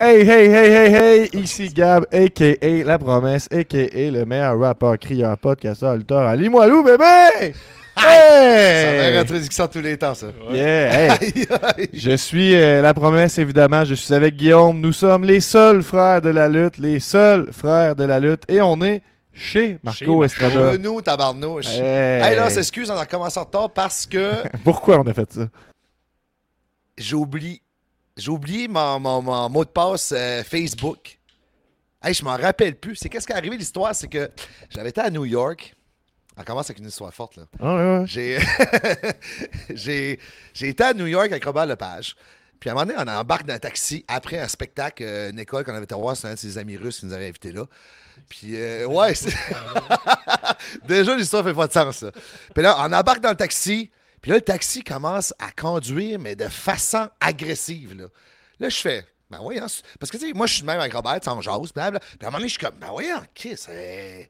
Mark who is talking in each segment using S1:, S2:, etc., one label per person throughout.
S1: Hey, hey, hey, hey, hey, ici Gab, a.k.a. La Promesse, a.k.a. le meilleur rappeur, crieur, podcasteur, lutteur à Limoilou, bébé!
S2: Ça
S1: Hey!
S2: introduction tous les temps, ça.
S1: Yeah, hey. Je suis euh, La Promesse, évidemment, je suis avec Guillaume. Nous sommes les seuls frères de la lutte, les seuls frères de la lutte, et on est chez
S3: Chez
S1: Marco
S3: Marco.
S1: Estrada.
S2: Renaud tabarnouche. Hey,
S1: Hey.
S2: là, on s'excuse, on a commencé en retard parce que
S1: Pourquoi on a fait ça?
S2: j'ai oublié, j'ai oublié mon, mon- mon mot de passe euh, Facebook. Hey, je m'en rappelle plus. C'est qu'est-ce qui est arrivé l'histoire, c'est que j'avais été à New York. On commence avec une histoire forte, là.
S1: Ah, ouais, ouais.
S2: J'ai j'ai j'ai été à New York avec Robert Lepage. Puis à un moment donné, on embarque dans un taxi après un spectacle, euh, une école qu'on avait été voir, c'est un de ses amis russes qui nous avait invités là. Puis, euh, ouais, c'est- déjà l'histoire fait pas de sens. là. Puis là, on embarque dans le taxi. Puis là, le taxi commence à conduire, mais de façon agressive. Là, là je fais, ben oui, hein, c'est- parce que tu sais, moi, je suis de même avec Robert, tu sais, on jase, blablabla. Puis à un moment donné, je suis comme, ben oui, hein, Chris, euh,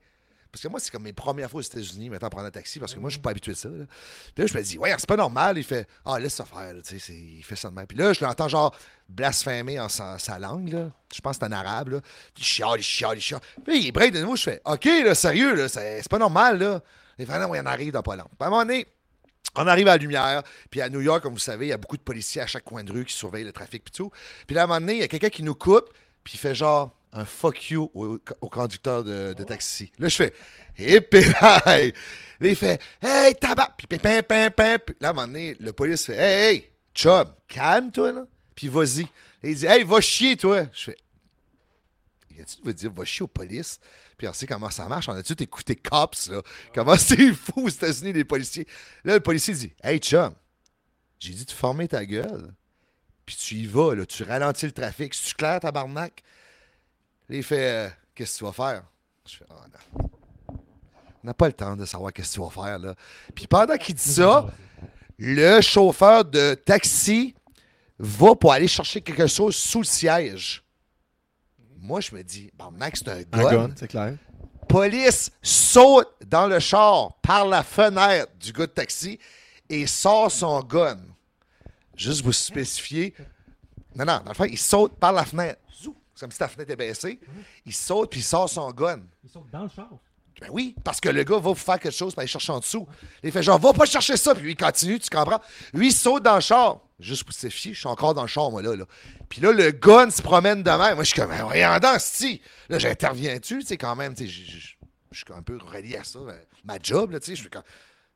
S2: parce que moi, c'est comme mes premières fois aux États-Unis, maintenant, prendre un taxi, parce que moi, je suis pas habitué de ça. Là. Puis là, je me dis, ouais, c'est pas normal. Il fait, ah, laisse ça faire, là, tu sais, c'est- il fait ça de même. Puis là, je l'entends genre blasphémer en sa, sa langue, là. Je pense que c'est en arabe, là. Il chiale, il chiale, il chiale. Puis il break de nouveau, je fais, OK, là, sérieux, là, c'est c'est pas normal, là. Il fait, non, ouais, on arrive dans pas long. Puis à un moment donné, on arrive à la lumière, puis à New York, comme vous savez, il y a beaucoup de policiers à chaque coin de rue qui surveillent le trafic, puis tout. Puis là, à un moment donné, il y a quelqu'un qui nous coupe, puis il fait genre un fuck you au, au conducteur de, de taxi. Là, je fais hip hip, hi. Là, il fait hey, tabac, puis pim, pim, pim, pim. Puis Là, à un moment donné, le police fait hey, hey, chum, calme-toi, là, puis vas-y. Là, Il dit hey, va chier, toi. Je fais y a-tu de vous dire, va chier aux polices? Puis on sait comment ça marche. On a tout écouté Cops, là. Comment c'est fou aux États-Unis, les policiers. Là, le policier dit, Hey, chum, j'ai dit de former ta gueule. Puis tu y vas, là. Tu ralentis le trafic. C'est-tu clair, tabarnak? Là, il fait, Euh, Qu'est-ce que tu vas faire? Je fais, Oh non. On n'a pas le temps de savoir qu'est-ce que tu vas faire, là. Puis pendant qu'il dit ça, le chauffeur de taxi va pour aller chercher quelque chose sous le siège. Moi, je me dis, bon, Max, c'est un
S1: Un
S2: gun.
S1: gun, c'est clair.
S2: Police saute dans le char par la fenêtre du gars de taxi et sort son gun. Juste vous spécifier. Non, non, dans le fond, il saute par la fenêtre. Zou! C'est comme si ta fenêtre était baissée. Il saute puis il sort son gun.
S3: Ils sont dans le char.
S2: Ben oui, parce que le gars va vous faire quelque chose, ben il cherche en dessous. Il fait genre, va pas chercher ça, puis lui, il continue, tu comprends? Lui, il saute dans le char. Juste pour se fier, je suis encore dans le char, moi, là. là. Puis là, le gun se promène de même. Moi, je suis comme, Ben, voyons donc, si. Là, j'interviens-tu, tu sais, quand même, tu sais, je je- je suis un peu relié à ça, ben, ma job, là, tu sais, je suis comme,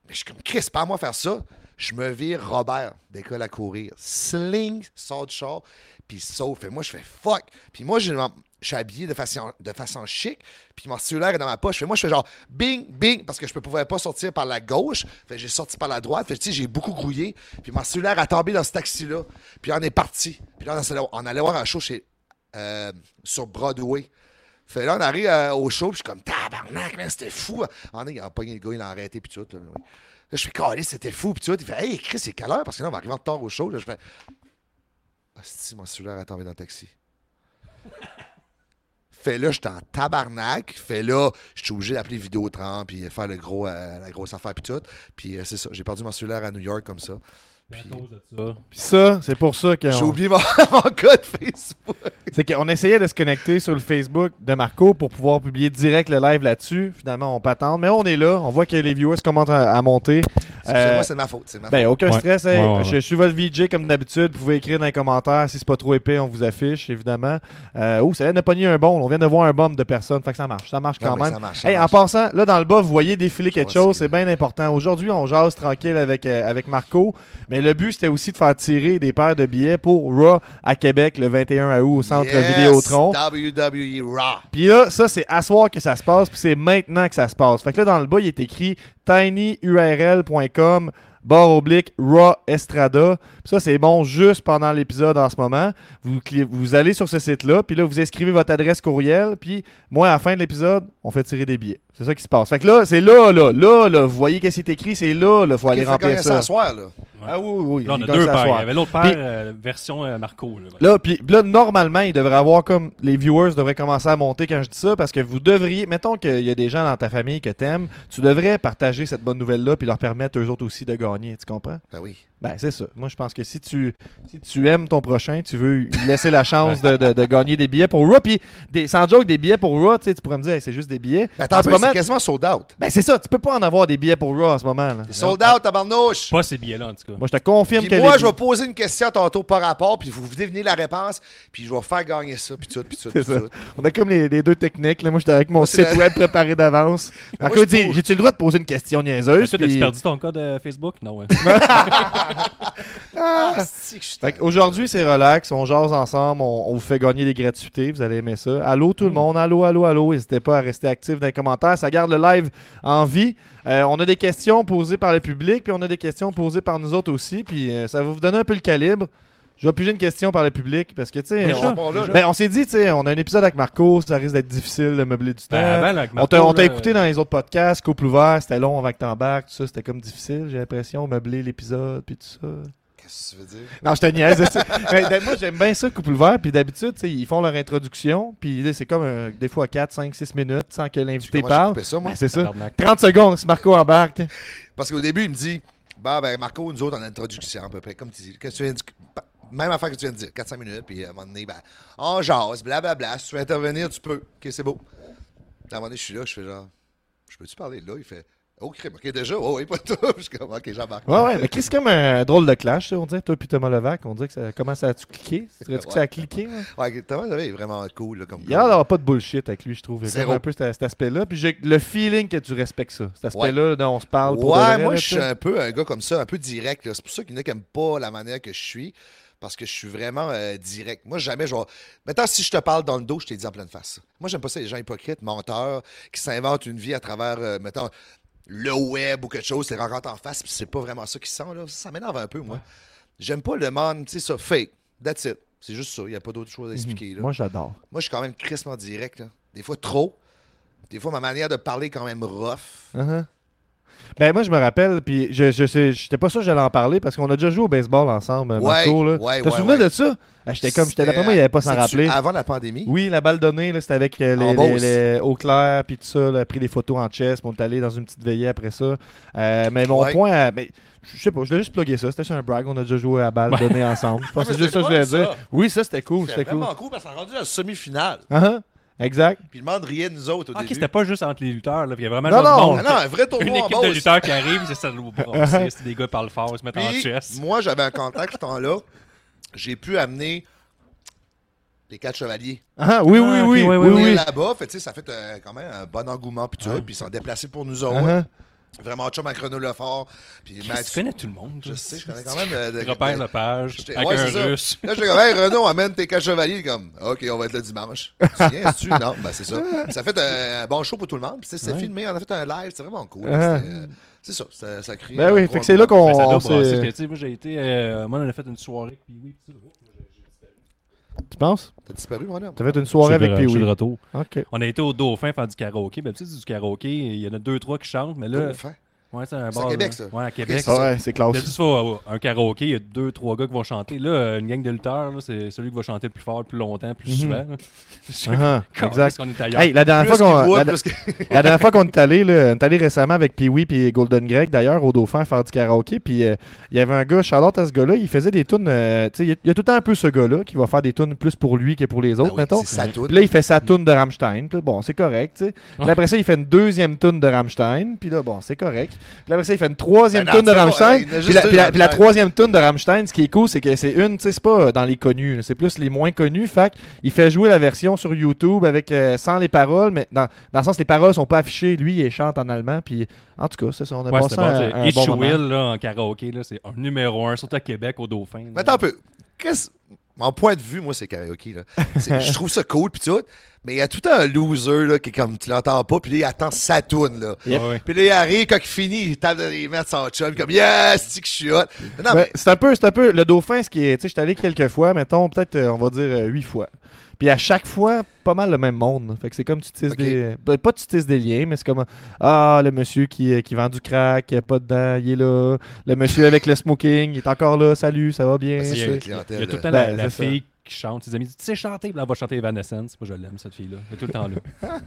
S2: Mais je suis comme, Chris, pas à moi faire ça. Je me vire Robert d'école à courir. Sling, sort du char, puis sauf. Et moi, je fais fuck. Puis moi, j'ai mon- je suis habillé de façon, de façon chic, puis mon cellulaire est dans ma poche. Fait moi, je fais genre bing, bing, parce que je ne pouvais pas sortir par la gauche. Fait que j'ai sorti par la droite. Fait que, tu sais, j'ai beaucoup grouillé. Puis mon cellulaire a tombé dans ce taxi-là. Puis on est parti. Puis là, on s'allait- on allait voir un show chez, euh, sur Broadway. Fait là, on arrive euh, au show, puis je suis comme tabarnak, man, c'était fou. On est, il a pogné le gars, il l'a arrêté, puis tout. Là, Ouais. Là, je suis calé, c'était fou, puis tout. Il fait, hey, Chris, c'est quelle heure? Parce que là, on va arriver en retard au show. Là, je fais, si mon cellulaire est tombé dans le taxi. Fait là, j'étais en tabarnak. Fait là, je suis obligé d'appeler Vidéotron, puis faire le gros, euh, la grosse affaire, puis tout. Puis euh, c'est ça, j'ai perdu mon cellulaire à New York comme ça.
S3: C'est Ben, à cause de ça.
S1: Puis ça, c'est Euh, pour ça
S2: J'ai
S1: qu'on
S2: oublié mon, mon code Facebook.
S1: c'est qu'on essayait de se connecter sur le Facebook de Marco pour pouvoir publier direct le live là-dessus. Finalement, on peut attendre. Mais on est là. On voit que les viewers commencent à, à monter.
S2: Excusez-moi, c'est de ma faute. C'est de ma faute.
S1: Ben, aucun
S3: Ouais.
S1: stress. hey.
S3: Ouais, ouais, ouais.
S1: Je, je suis votre VJ comme d'habitude. Vous pouvez écrire dans les commentaires. Si c'est pas trop épais, on vous affiche, évidemment. Euh, oh, ça vient de pogner un bon. On vient de voir un bomb de personnes. Fait que ça marche. Ça marche
S2: Non,
S1: quand
S2: mais
S1: même.
S2: ça marche, ça
S1: Hey, en
S2: marche.
S1: passant, là, dans le bas, vous voyez défiler quelque
S2: Ouais,
S1: chose.
S2: c'est
S1: C'est bien important. Aujourd'hui, on jase tranquille avec, euh, avec Marco. Mais le but, c'était aussi de faire tirer des paires de billets pour Raw à Québec le 21 août au centre
S2: Yes, E
S1: Vidéotron.
S2: WWE Raw.
S1: Puis là, ça, c'est à soir que ça se passe, puis c'est maintenant que ça se passe. Fait que là, dans le bas, il est écrit tinyurl.com barre oblique Raw Estrada. Puis ça, c'est bon juste pendant l'épisode en ce moment. Vous, cli- vous allez sur ce site-là, puis là, vous inscrivez votre adresse courriel, puis moi, à la fin de l'épisode, on fait tirer des billets. C'est ça qui se passe. Fait que là, c'est là, là, là, là. Vous voyez qu'est-ce qui est écrit, c'est là, là. Faut
S2: Il
S1: aller
S2: faut gagner
S1: remplir
S2: ça
S1: ça.
S2: à soir, là.
S1: Ah oui, oui, oui.
S3: Là, on
S1: il
S3: a
S1: gagne
S3: deux
S1: ça à
S3: paires. Il y
S1: soir.
S3: avait l'autre paire,
S1: Puis-
S3: euh, version euh, Marco. Là.
S1: Là, puis là, normalement, il devrait avoir comme les viewers devraient commencer à monter quand je dis ça parce que vous devriez, mettons qu'il y a des gens dans ta famille que t'aimes, tu devrais partager cette bonne nouvelle là puis leur permettre eux autres aussi de gagner, tu comprends
S2: Ben oui.
S1: Ben c'est ça. Moi je pense que si tu si tu aimes ton prochain, tu veux lui laisser la chance de, de- de gagner des billets pour Raw puis des sans joke des billets pour Raw, tu sais, tu pourrais me dire Hey, c'est juste des billets.
S2: Ben, Attends,
S1: en
S2: un
S1: ce
S2: peu,
S1: moment,
S2: c'est quasiment sold out.
S1: ben c'est ça, tu peux pas en avoir des billets pour Raw en ce moment là.
S2: C'est sold out, tabarnouche.
S3: Pas ces billets-là, en tout cas.
S1: Moi je te confirme
S2: Puis
S1: que
S2: moi,
S1: les-
S2: je vais poser une question tantôt par rapport, puis vous devinez la réponse, puis je vais faire gagner ça, puis tout, puis tout, puis
S1: C'est ça.
S2: tout.
S1: On a comme les, les deux techniques. Là. Moi, j'étais avec mon
S2: Moi, c'est
S1: site
S2: la-
S1: web préparé d'avance.
S2: Moi,
S1: Marco
S2: je
S1: dit
S2: trouve-
S1: J'ai-tu le droit de poser une question niaiseuse
S3: Ensuite, as-tu
S1: Puis-
S3: perdu ton code euh, Facebook? Non, ouais.
S2: Ah, si, que je suis
S1: Fait Aujourd'hui, c'est relax. On jase ensemble. On, on vous fait gagner des gratuités. Vous allez aimer ça. Allô, tout le monde. Allô, allô, allô. N'hésitez pas à rester actif dans les commentaires. Ça garde le live en vie. Euh, on a des questions posées par le public, puis on a des questions posées par nous autres aussi. Puis euh, ça va vous donner un peu le calibre. Je vais piger une question par le public parce que, tu sais,
S3: Déjà?
S1: on,
S2: bon, là, là.
S1: ben, on s'est dit, tu sais, on a un épisode avec Marco. Ça risque d'être difficile de meubler du temps.
S3: Ben, avant, là, avec
S1: On t'a,
S3: Marco,
S1: on t'a
S3: là,
S1: écouté dans les autres podcasts, Couple ouvert, c'était long avant que t'embarques, tout ça, c'était comme difficile, j'ai l'impression, meubler l'épisode, puis tout ça.
S2: Qu'est-ce que tu veux dire?
S1: Non, je te niaise. c'est- Mais, ben, moi, j'aime bien ça, Couple ouvert, puis d'habitude, tu sais, ils font leur introduction, puis là, c'est comme euh, des fois 4, 5, 6 minutes sans que l'invité
S2: Comment j'ai
S1: parle.
S2: coupé ça, moi?
S1: Ben, c'est ça.
S3: Tabarnak.
S1: 30 secondes si Marco embarque.
S2: Parce qu'au début, il me dit, bah ben Marco, nous autres, en introduction, à peu près, comme tu dis, que tu viens de- même affaire que tu viens de dire, 4-5 minutes, puis à un moment donné, ben, on jase, blablabla, si tu veux intervenir, tu peux, ok, c'est beau. À un moment donné, je suis là, je fais genre, je peux-tu parler de là? Il fait, oh, crime, ok, déjà, oh, oui, pas tout, je suis comme, ok, j'embarque.
S1: Ouais, ouais, mais c'est comme un drôle de clash, ça, on dirait, toi puis Thomas Levac, on dirait que ça commence à tu cliquer. Tu dirais-tu que ça a cliqué? ouais?
S2: Ouais, Thomas Levac est vraiment cool, là, comme
S1: Il y a l'air d'avoir pas de bullshit avec lui, je trouve. J'aime
S2: Zéro.
S1: un peu cet, cet aspect-là. Puis j'ai le feeling que tu respectes ça. Cet aspect-là, dont on se parle pour de
S2: Ouais,
S1: vrai,
S2: moi,
S1: là,
S2: je suis
S1: tu sais.
S2: un peu un gars comme ça, un peu direct. là. C'est pour ça qu'il y en a qui n'aiment pas la manière que je suis, parce que je suis vraiment euh, direct. Moi, jamais, je vais. Maintenant, si je te parle dans le dos, je t'ai dit en pleine face. Moi, j'aime pas ça, les gens hypocrites, menteurs, qui s'inventent une vie à travers, euh, mettons, le web ou quelque chose, c'est rencontre en face, puis c'est pas vraiment ça qu'ils sont, là. Ça m'énerve un peu, moi. J'aime pas le monde, tu sais, ça, fake. That's it. C'est juste ça, il n'y a pas d'autre
S1: Mhm.
S2: chose à expliquer. là.
S1: Moi, j'adore.
S2: Moi, je suis quand même crissement direct, là. Des fois, trop. Des fois, ma manière de parler est quand même rough.
S1: Uh-huh. Ben, moi, je me rappelle, puis je, je sais, j'étais pas sûr que j'allais en parler parce qu'on a déjà joué au baseball ensemble, euh,
S2: Ouais,
S1: Marco. Là.
S2: ouais,
S1: T'as
S2: ouais,
S1: souvenir
S2: ouais.
S1: de ça? Ah, j'étais comme, j'étais d'après moi, il avait pas s'en
S2: C'est-tu
S1: rappeler.
S2: Avant la pandémie.
S1: Oui, la balle donnée, là, c'était avec euh, les,
S2: En Beauce.
S1: les- les- Eau-Claire, puis tout ça. là, pris des photos en chess, puis on est allé dans une petite veillée après ça. Euh, mais mon
S2: Ouais.
S1: point, euh, mais, je sais pas, je l'ai juste plugué ça. C'était sur un brag, on a déjà joué à la balle donnée ensemble. Je pense que c'est
S2: mais
S1: juste ça que je
S2: c'est
S1: voulais
S2: fun,
S1: dire.
S2: ça.
S1: Oui, ça, c'était cool,
S2: C'était
S1: c'était cool.
S2: vraiment cool parce qu'on a rendu à la semi-finale.
S1: Uh-huh, Exact.
S2: Puis le monde riait de nous autres au
S3: Ah, ok,
S2: début.
S3: c'était pas juste entre les lutteurs. Là, puis il y a vraiment
S1: Non,
S3: genre du
S1: non,
S3: monde.
S2: Ah non, un vrai tournoi
S3: Une
S2: en
S3: équipe de
S2: boss.
S3: lutteurs qui arrive, c'est ça le loup. C'est des gars qui parlent fort, ils se mettent en
S2: Puis,
S3: chess.
S2: moi, j'avais un contact ce temps-là. J'ai pu amener les quatre chevaliers.
S1: Ah, oui, oui,
S3: Ah, ok,
S1: oui, oui,
S3: ouais, ouais,
S2: On est
S1: oui.
S2: là-bas, fait, tu sais, ça fait euh, quand même un bon engouement. Puis, tu vois, puis ils sont déplacés pour nous autres.
S1: Uh-huh.
S2: Vraiment chum à Chrono Lefort. Puis
S3: Chris,
S2: Mathieu-
S3: Tu connais tout le monde.
S2: ben, Je
S3: là.
S2: sais, je connais quand même. euh, de-
S3: Repère
S2: de-
S3: Lepage,
S2: J'étais-
S3: avec
S2: ouais, c'est ça.
S3: un russe.
S2: Là, j'étais comme, hey, Renaud, amène tes quatre chevaliers. Comme, OK, on va être là dimanche. Tu viens, tu Non, ben, c'est ça. Ça a fait euh, un bon show pour tout le monde. Puis, tu sais, c'est filmé, on a fait un live, c'est vraiment cool.
S1: Ah.
S2: C'était, euh, C'est ça, ça, ça crée.
S1: Ben
S2: un
S1: oui,
S2: gros
S1: fait que c'est là
S2: moment.
S1: qu'on
S3: Ben, ça doit
S1: on
S3: brasser,
S1: s'est-
S3: parce que, tu sais, moi, j'ai été. euh, moi, on a fait une soirée. Puis oui, puis ça.
S1: Tu penses?
S2: T'as disparu, mon homme.
S1: T'as fait une soirée
S3: Je suis
S1: avec
S3: de- je suis de
S1: Pee-Wee.
S3: retour.
S1: OK.
S3: On a été au Dauphin faire du karaoké. Ben, tu sais, du karaoké, il y en a deux, trois qui chantent, mais là.
S2: Dauphin.
S3: Ouais, c'est un
S2: C'est à
S3: bar.
S2: Québec,
S3: là.
S2: ça.
S3: Ouais, à Québec.
S2: Ah
S1: ouais, c'est classe.
S3: D'habitude, tu vas à un karaoké, il y a deux, trois gars qui vont chanter. Là, une gang de lutteurs, là, c'est celui qui va chanter le plus fort, le plus longtemps, le plus souvent. là. Je-
S1: Ah,
S3: Quand
S1: Mhm. exact.
S3: est-ce qu'on est ailleurs?
S1: Hey, la dernière
S2: Plus
S1: fois qu'on
S2: qu'il boit,
S1: la-
S2: plus qu'il-
S1: La dernière fois qu'on est allé, là, on est allé récemment avec Pee-Wee et Golden Greg, d'ailleurs, au Dauphin, faire du karaoké. Puis euh, il y avait un gars, Charlotte, à ce gars-là, il faisait des tunes. euh, tu sais, il y a- il y a tout le temps un peu ce gars-là qui va faire des tunes plus pour lui que pour les
S2: Ben
S1: autres,
S2: oui,
S1: mettons.
S2: c'est sa toune.
S1: Puis là, il fait sa tune de Rammstein. Puis là, bon, c'est correct. tu sais. Puis après ça, il fait une deuxième tune de Rammstein. Puis là, bon, c'est correct. Puis après ça, il fait une troisième
S2: Ben non,
S1: tune de
S2: c'est bon,
S1: Rammstein.
S2: hey, il y en
S1: Puis la,
S2: a juste deux
S1: puis la- puis la
S2: Rammstein.
S1: troisième tune de Rammstein, ce qui est cool, c'est que c'est une, tu sais, c'est pas dans les connus. là, C'est plus les moins connus. Fait il fait jouer la version sur YouTube avec euh, sans les paroles, mais dans, dans le sens, les paroles sont pas affichées. Lui, il chante en allemand. Puis en tout cas, c'est ça. On a
S3: Ouais,
S1: passé
S3: c'était bon.
S1: un, un
S3: tu sais,
S1: bon
S3: Itch
S1: moment.
S3: Will, là, en karaoké, là, c'est un numéro un, surtout à Québec, au Dauphin. là.
S2: Mais attends un peu. Qu'est-ce. Mon point de vue, moi, c'est karaoké. Là. C'est- Je trouve ça cool, pis tout. Mais il y a tout le temps un loser là, qui, est comme tu l'entends pas, puis là, il attend sa toune. Là.
S3: Ah Ouais, ouais.
S2: Puis là, il arrive, quand il finit, il tape dans les mains de son chum, comme Yes, c'est que je suis hot. Mais Non,
S1: Ben,
S2: mais
S1: c'est un peu, c'est un peu le dauphin, ce qui est, tu sais, je suis allé quelques fois, mettons, peut-être, euh, on va dire euh, huit fois. Puis à chaque fois, pas mal le même monde. Fait que c'est comme tu tisses
S2: Ok.
S1: des. ben, pas tu tisses des liens, mais c'est comme Ah, le monsieur qui, euh, qui vend du crack, qui a pas dedans, il est là. Le monsieur avec le smoking, il est encore là, salut, ça va bien.
S2: Ben, c'est
S1: tu
S2: une
S1: sais.
S3: Il
S2: clientèle,
S3: y a tout le
S2: là.
S3: temps la,
S1: Ben,
S3: la
S1: c'est ça.
S3: fille qui chante. Ses amis disent Tu sais chanter, Puis là, elle va chanter Evanescence. Moi, je l'aime, cette fille-là. Elle est tout le temps là.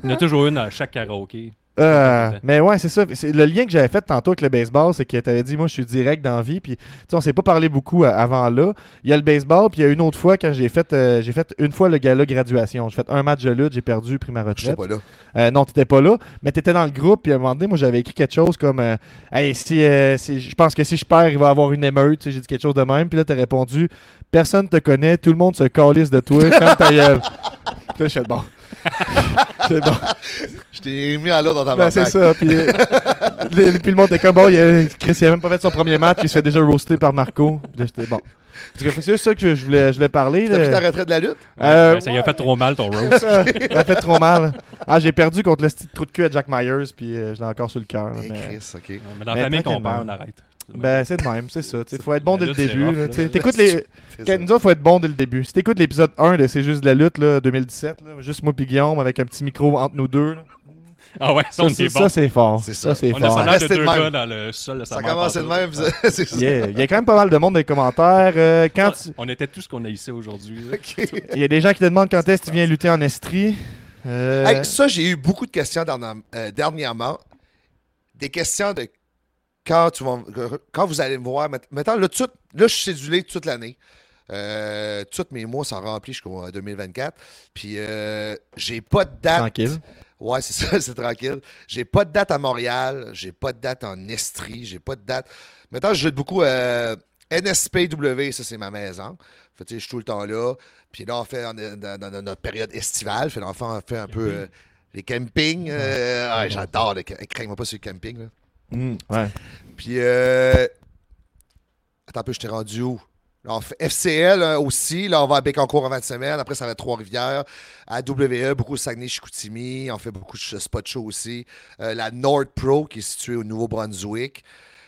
S3: Il y en a toujours une à chaque karaoké.
S1: Euh, mais ouais, c'est ça. C'est le lien que j'avais fait tantôt avec le baseball, c'est que tu avais dit, moi, je suis direct dans la vie. Puis, tu sais, on s'est pas parlé beaucoup euh, avant là. Il y a le baseball, puis il y a une autre fois, quand j'ai fait, euh, j'ai fait une fois le gala graduation. J'ai fait un match de lutte, j'ai perdu, pris ma
S2: Je sais
S1: retraite.
S2: pas là.
S1: Euh, non, t'étais pas là, mais t'étais dans le groupe. Puis à un moment donné, moi, j'avais écrit quelque chose comme euh, Hey, si, euh, si- je pense que si je perds, il va y avoir une émeute. Tu sais, J'ai dit quelque chose de même. Puis là, t'as répondu Personne te connaît, tout le monde se calisse de toi, ferme ta gueule. Puis là, je suis bon. C'est bon.
S2: Je t'ai mis en l'eau dans ta
S1: Ben,
S2: main.
S1: c'est ça. Puis, euh, le, puis le monde était comme bon, il a, euh, Chris, il a même pas fait son premier match, puis il se fait déjà roaster par Marco. Puis là, j'étais bon. En tout cas, c'est juste ça que je voulais, je voulais parler.
S2: T'as
S1: là.
S2: pris ta retraite de la lutte?
S1: Euh,
S3: Ouais, Ben, ça lui a fait trop mal, ton roast.
S1: ça, ça a fait trop mal. Ah, j'ai perdu contre le petit trou de cul à Jack Myers, puis euh, je l'ai encore sur le cœur. là,
S2: Eh,
S1: mais-
S2: Chris, ok.
S3: Ouais, Mais dans
S1: Mais
S3: la famille qu'on
S1: tranquillement.
S3: perd, on arrête.
S1: Ben, c'est de même, c'est ça. Il faut être bon dès
S3: La
S1: le
S3: lutte, c'est
S1: début.
S3: rough,
S1: là,
S3: là.
S1: t'sais. T'écoutes les.
S2: C'est ça.
S1: Quand nous autres, faut être bon dès le début. Si t'écoutes l'épisode 1 de C'est juste de la lutte, là, 2017, là, juste moi puis Guillaume, avec un petit micro entre nous deux. là.
S3: Ah ouais, ça,
S1: Ça,
S3: on
S1: c'est
S3: est
S1: ça,
S3: bon.
S1: c'est fort.
S2: C'est
S1: Ça,
S2: ça.
S1: c'est
S3: On a
S1: fort.
S3: ça l'air de
S2: Restez de
S3: deux
S2: même.
S3: gars dans le sol de sa
S2: Ça
S3: mère
S2: commence de
S3: partout.
S2: même.
S3: Ouais.
S2: ça- C'est ça.
S1: Yeah. Il y a quand même pas mal de monde dans les commentaires. Euh, quand tu-
S3: On était tout ce qu'on a ici aujourd'hui. là.
S2: Ok.
S1: Il y a des gens qui te demandent quand est-ce que tu viens lutter en Estrie. Euh,
S2: Hey, ça, j'ai eu beaucoup de questions dernièrement- euh, dernièrement. Des questions de quand, tu vas- quand vous allez me voir. mett- Mettons, là, tout, là je suis cédulé toute l'année. Euh, tous mes mois sont remplis jusqu'en 2024. Puis, euh, j'ai pas de date.
S1: Tranquille.
S2: Ouais, c'est ça, c'est tranquille. J'ai pas de date à Montréal, j'ai pas de date en Estrie, j'ai pas de date. Maintenant, je joue beaucoup euh, NSPW, ça c'est ma maison. Fait, que, tu sais, je suis tout le temps là. Puis là, on fait en- dans, dans- dans notre période estivale, fait, enfin, on fait un peu euh, les campings. euh, ah, j'adore les campings. Craigne-moi pas sur les campings. là.
S3: Hmm.
S1: Mm, ouais.
S2: Puis, euh, attends un peu, je t'ai rendu où? Là, on fait FCL euh, aussi. Là, on va à Bécancourt en 20 semaines. Après, ça va à Trois-Rivières. À WE, beaucoup au Saguenay-Chicoutimi. On fait beaucoup de ch- spots show aussi. Euh, la Nord Pro, qui est située au Nouveau-Brunswick.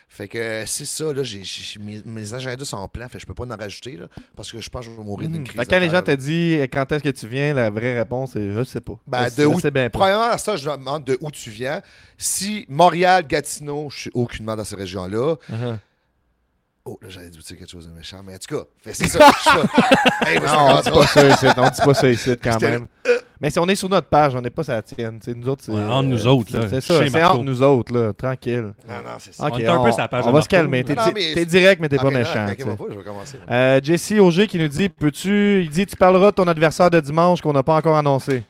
S2: Fait que euh, c'est ça, là, j'ai, j'ai- mes, mes agendas sont en plan, fait que je peux pas en rajouter, là, parce que je pense que je vais mourir d'une
S1: Mm.
S2: crise.
S1: Fait que quand les gens
S2: d'affaires,
S1: te
S2: là.
S1: disent euh, quand est-ce que tu viens, la vraie réponse est je sais pas.
S2: Ben,
S1: Je-
S2: de
S1: je
S2: où-
S1: sais bien pas.
S2: Premièrement, à ça, je leur demande de où tu viens. Si Montréal, Gatineau, je suis aucunement dans ces régions-là.
S1: Uh-huh.
S2: Oh, là, j'allais dire quelque chose de méchant, mais en tout cas, fait, c'est ça. je suis pas- Hey, moi, ça
S1: Non, on
S2: commence
S1: dit
S2: pas.
S1: pas ça ici, on dit pas ça ici quand
S2: J'étais- euh.
S1: même. Mais si on est sur notre page, on n'est pas sur la tienne. tu sais, nous autres, c'est. euh,
S3: Ouais, entre nous autres, là,
S1: C'est
S3: chez
S1: ça, c'est
S3: Marco.
S1: entre nous autres, là, tranquille.
S2: Non, non, c'est ça.
S1: Ok,
S3: On est un peu sur la page
S1: on va
S3: de
S1: se
S3: Marco.
S1: calmer. T'es
S2: Non,
S1: t'es-
S2: mais-
S1: t'es direct, mais Ah, t'es pas
S2: Ah, mais non,
S1: méchant.
S2: t'inquiète
S1: tu sais.
S2: pas, je vais commencer.
S1: Euh, Jesse Auger qui nous dit Peux-tu. Il dit Tu parleras de ton adversaire de dimanche qu'on n'a pas encore annoncé.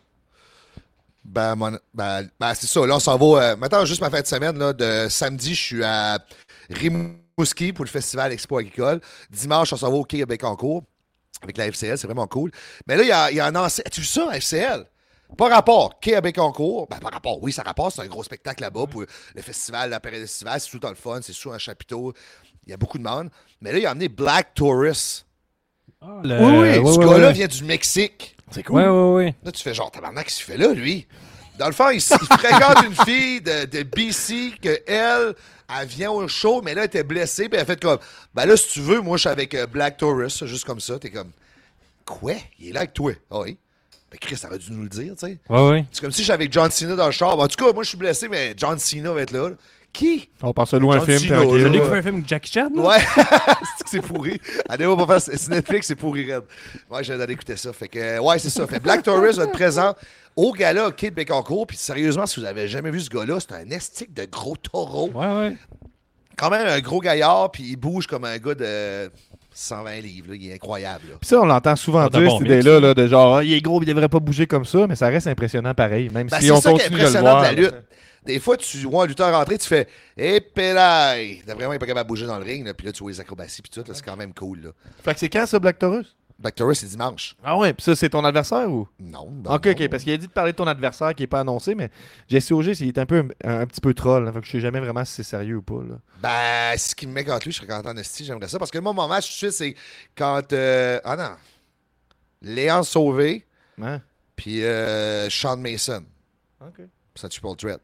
S2: Ben, mon- ben, ben, c'est ça. Là, on s'en va. euh, maintenant, juste ma fin de semaine, là, de samedi, je suis à Rimouski pour le festival Expo Agricole. Dimanche, on s'en va au Québec en cours avec la FCL. C'est vraiment cool. Mais là, il y a, il y a un ancien. As-tu vu ça, la FCL? Pas rapport, Quai à Bécancourt, ben, pas rapport, oui, ça rapporte, c'est un gros spectacle là-bas. pour Le festival, la période estivale, c'est tout dans le fun, c'est sous un chapiteau, il y a beaucoup de monde. Mais là, il a amené Black Taurus.
S3: Ah,
S1: Oui, oui.
S2: Ce gars-là
S1: Euh, ouais.
S2: vient du Mexique.
S1: C'est
S3: Oui,
S1: cool.
S3: oui, oui.
S2: Là, tu fais genre, tabarnak, qu'est-ce qu'il fait là, lui? Dans le fond, il, s- il fréquente une fille de, de BC que elle, elle vient au show, mais là, elle était blessée, puis elle a fait comme, ben là, si tu veux, moi, je suis avec euh, Black Taurus, juste comme ça. T'es comme, quoi? Il est là avec toi? Ah oui. Ben, Chris, ça aurait dû nous le dire, tu sais.
S3: Ouais, ouais.
S2: C'est comme si j'avais John Cena dans le char. Ben, en tout cas, moi, je suis blessé, mais John Cena va être là. là. Qui?
S1: On passe loin un
S2: John
S1: film.
S2: Cena,
S1: puis
S2: là.
S1: ok.
S3: Celui qui fait un film avec Jackie Chan, là?
S2: Ouais, c'est que c'est pourri. Allez, on va pas faire. C'est Netflix, c'est pourri, Red. Ouais, j'ai hâte d'aller écouter ça. Fait que, euh, ouais, c'est ça. Fait Black Taurus va être présent au gala Kid Bécancourt. Puis sérieusement, si vous avez jamais vu ce gars-là, c'est un estique de gros taureau.
S3: Ouais, ouais.
S2: Quand même un gros gaillard, puis il bouge comme un gars de 120 livres. là. Il est incroyable. là.
S1: Puis ça, on l'entend souvent
S3: Ah, t'as
S1: dire,
S3: bon
S1: cette
S3: mix.
S1: idée-là, là, de genre, Ah, il est gros, il devrait pas bouger comme ça, mais ça reste impressionnant pareil, même
S2: Ben,
S1: si
S2: c'est
S1: on
S2: ça qui est
S1: continue de le
S2: impressionnant
S1: voir.
S2: de la lutte. Des fois, tu vois un lutteur rentrer, tu fais Hé, pélaille! T'as vraiment il est pas capable de bouger dans le ring, là, puis là, tu vois les acrobaties, puis tout, là, c'est quand même cool. Là.
S1: Fait que c'est quand ça, Black Taurus?
S2: Black Taurus, c'est dimanche.
S1: Ah ouais, puis ça, c'est ton adversaire ou?
S2: Non. ben
S1: Ok,
S2: non.
S1: ok, parce qu'il a dit de parler de ton adversaire qui n'est pas annoncé, mais Jesse Auger, il est un, peu, un, un petit peu troll. là, fait que je sais jamais vraiment si c'est sérieux ou pas. là.
S2: Ben, ce qui me met contre lui, je serais content de si j'aimerais ça. Parce que moi, mon match, tout de suite, c'est quand. euh, Ah non. Léon Sauvé,
S1: Hein?
S2: puis euh, Sean Mason.
S1: Ok.
S2: Ça Triple Threat.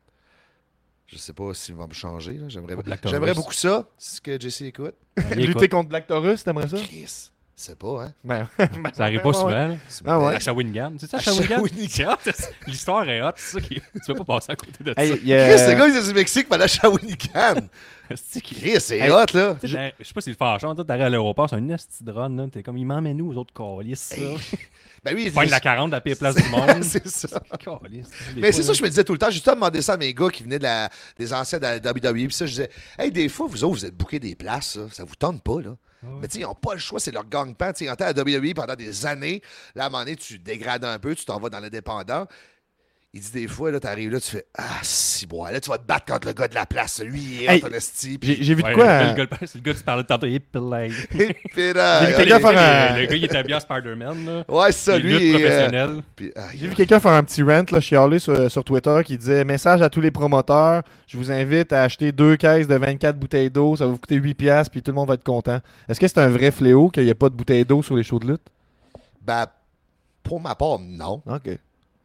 S2: Je sais pas s'il va me changer. là. J'aimerais
S3: Black Taurus.
S2: j'aimerais beaucoup ça. C'est ce que Jesse écoute.
S3: Allez,
S1: Lutter contre Black Taurus, t'aimerais ça?
S2: Chris. C'est pas, hein?
S1: Ben,
S3: écoute, Ça arrive pas souvent, là.
S2: C'est
S1: Ah ouais.
S3: À Shawinigan. C'est ça,
S2: À
S3: Shawinigan?
S2: Shawinigan.
S3: L'histoire est hot, c'est ça qui... Tu peux pas passer à côté de
S1: Hey, euh,
S3: ça.
S1: il y a-
S2: Chris, ce gars, il est du Mexique, mais à Shawinigan.
S3: C'est qui-
S2: Chris, c'est
S1: Hey.
S2: hot, là.
S3: Tu sais, t'arri- Je sais pas si c'est fâchant, toi, t'arrives à l'aéroport, c'est un esti de run, là. T'es comme, il m'emmène nous aux autres colis, ça.
S2: Ben oui,
S3: Pas de la 40 à la pire place du monde.
S2: c'est ça.
S3: Câlisse, des
S2: Mais
S3: fois,
S2: c'est ça, que je me disais tout le temps. J'ai tout le temps demandé ça à mes gars qui venaient de la- des anciens de la WWE. Puis ça, je disais, hey, des fois, vous autres, vous êtes bouqués des places, là. ça vous tente pas, là.
S1: Ah
S2: Mais tu sais, ils n'ont pas le choix, c'est leur gang-pan. Tu sais, quand t'es à la WWE pendant des années, là, à un moment donné, tu dégrades un peu, tu t'en vas dans l'indépendant. Il dit des fois, là, t'arrives là, tu fais Ah, si, bois, là, tu vas te battre contre le gars de la place. Lui, il est
S1: Hey.
S2: hot, en esti, puis-
S1: J'ai j'ai vu
S3: Ouais,
S1: de quoi?
S3: le
S1: hein?
S3: gars- le gars- C'est le gars qui parlait tantôt, il est plein.
S2: Puis là,
S1: J'ai vu
S2: euh,
S1: quelqu'un
S2: les-
S1: faire un-
S3: Le gars, il est habillé en Spider-Man, là.
S2: Ouais, c'est ça,
S3: Il lutte
S2: lui. il est, euh,
S3: professionnel.
S2: puis- ah,
S1: J'ai vu quelqu'un faire un petit rant, là, chialer sur, sur Twitter, qui disait Message à tous les promoteurs, je vous invite à acheter deux caisses de 24 bouteilles d'eau, ça va vous coûter 8$, piastres, puis tout le monde va être content. Est-ce que c'est un vrai fléau qu'il n'y a pas de bouteilles d'eau sur les shows de lutte
S2: Ben, pour ma part, non.
S1: Ok.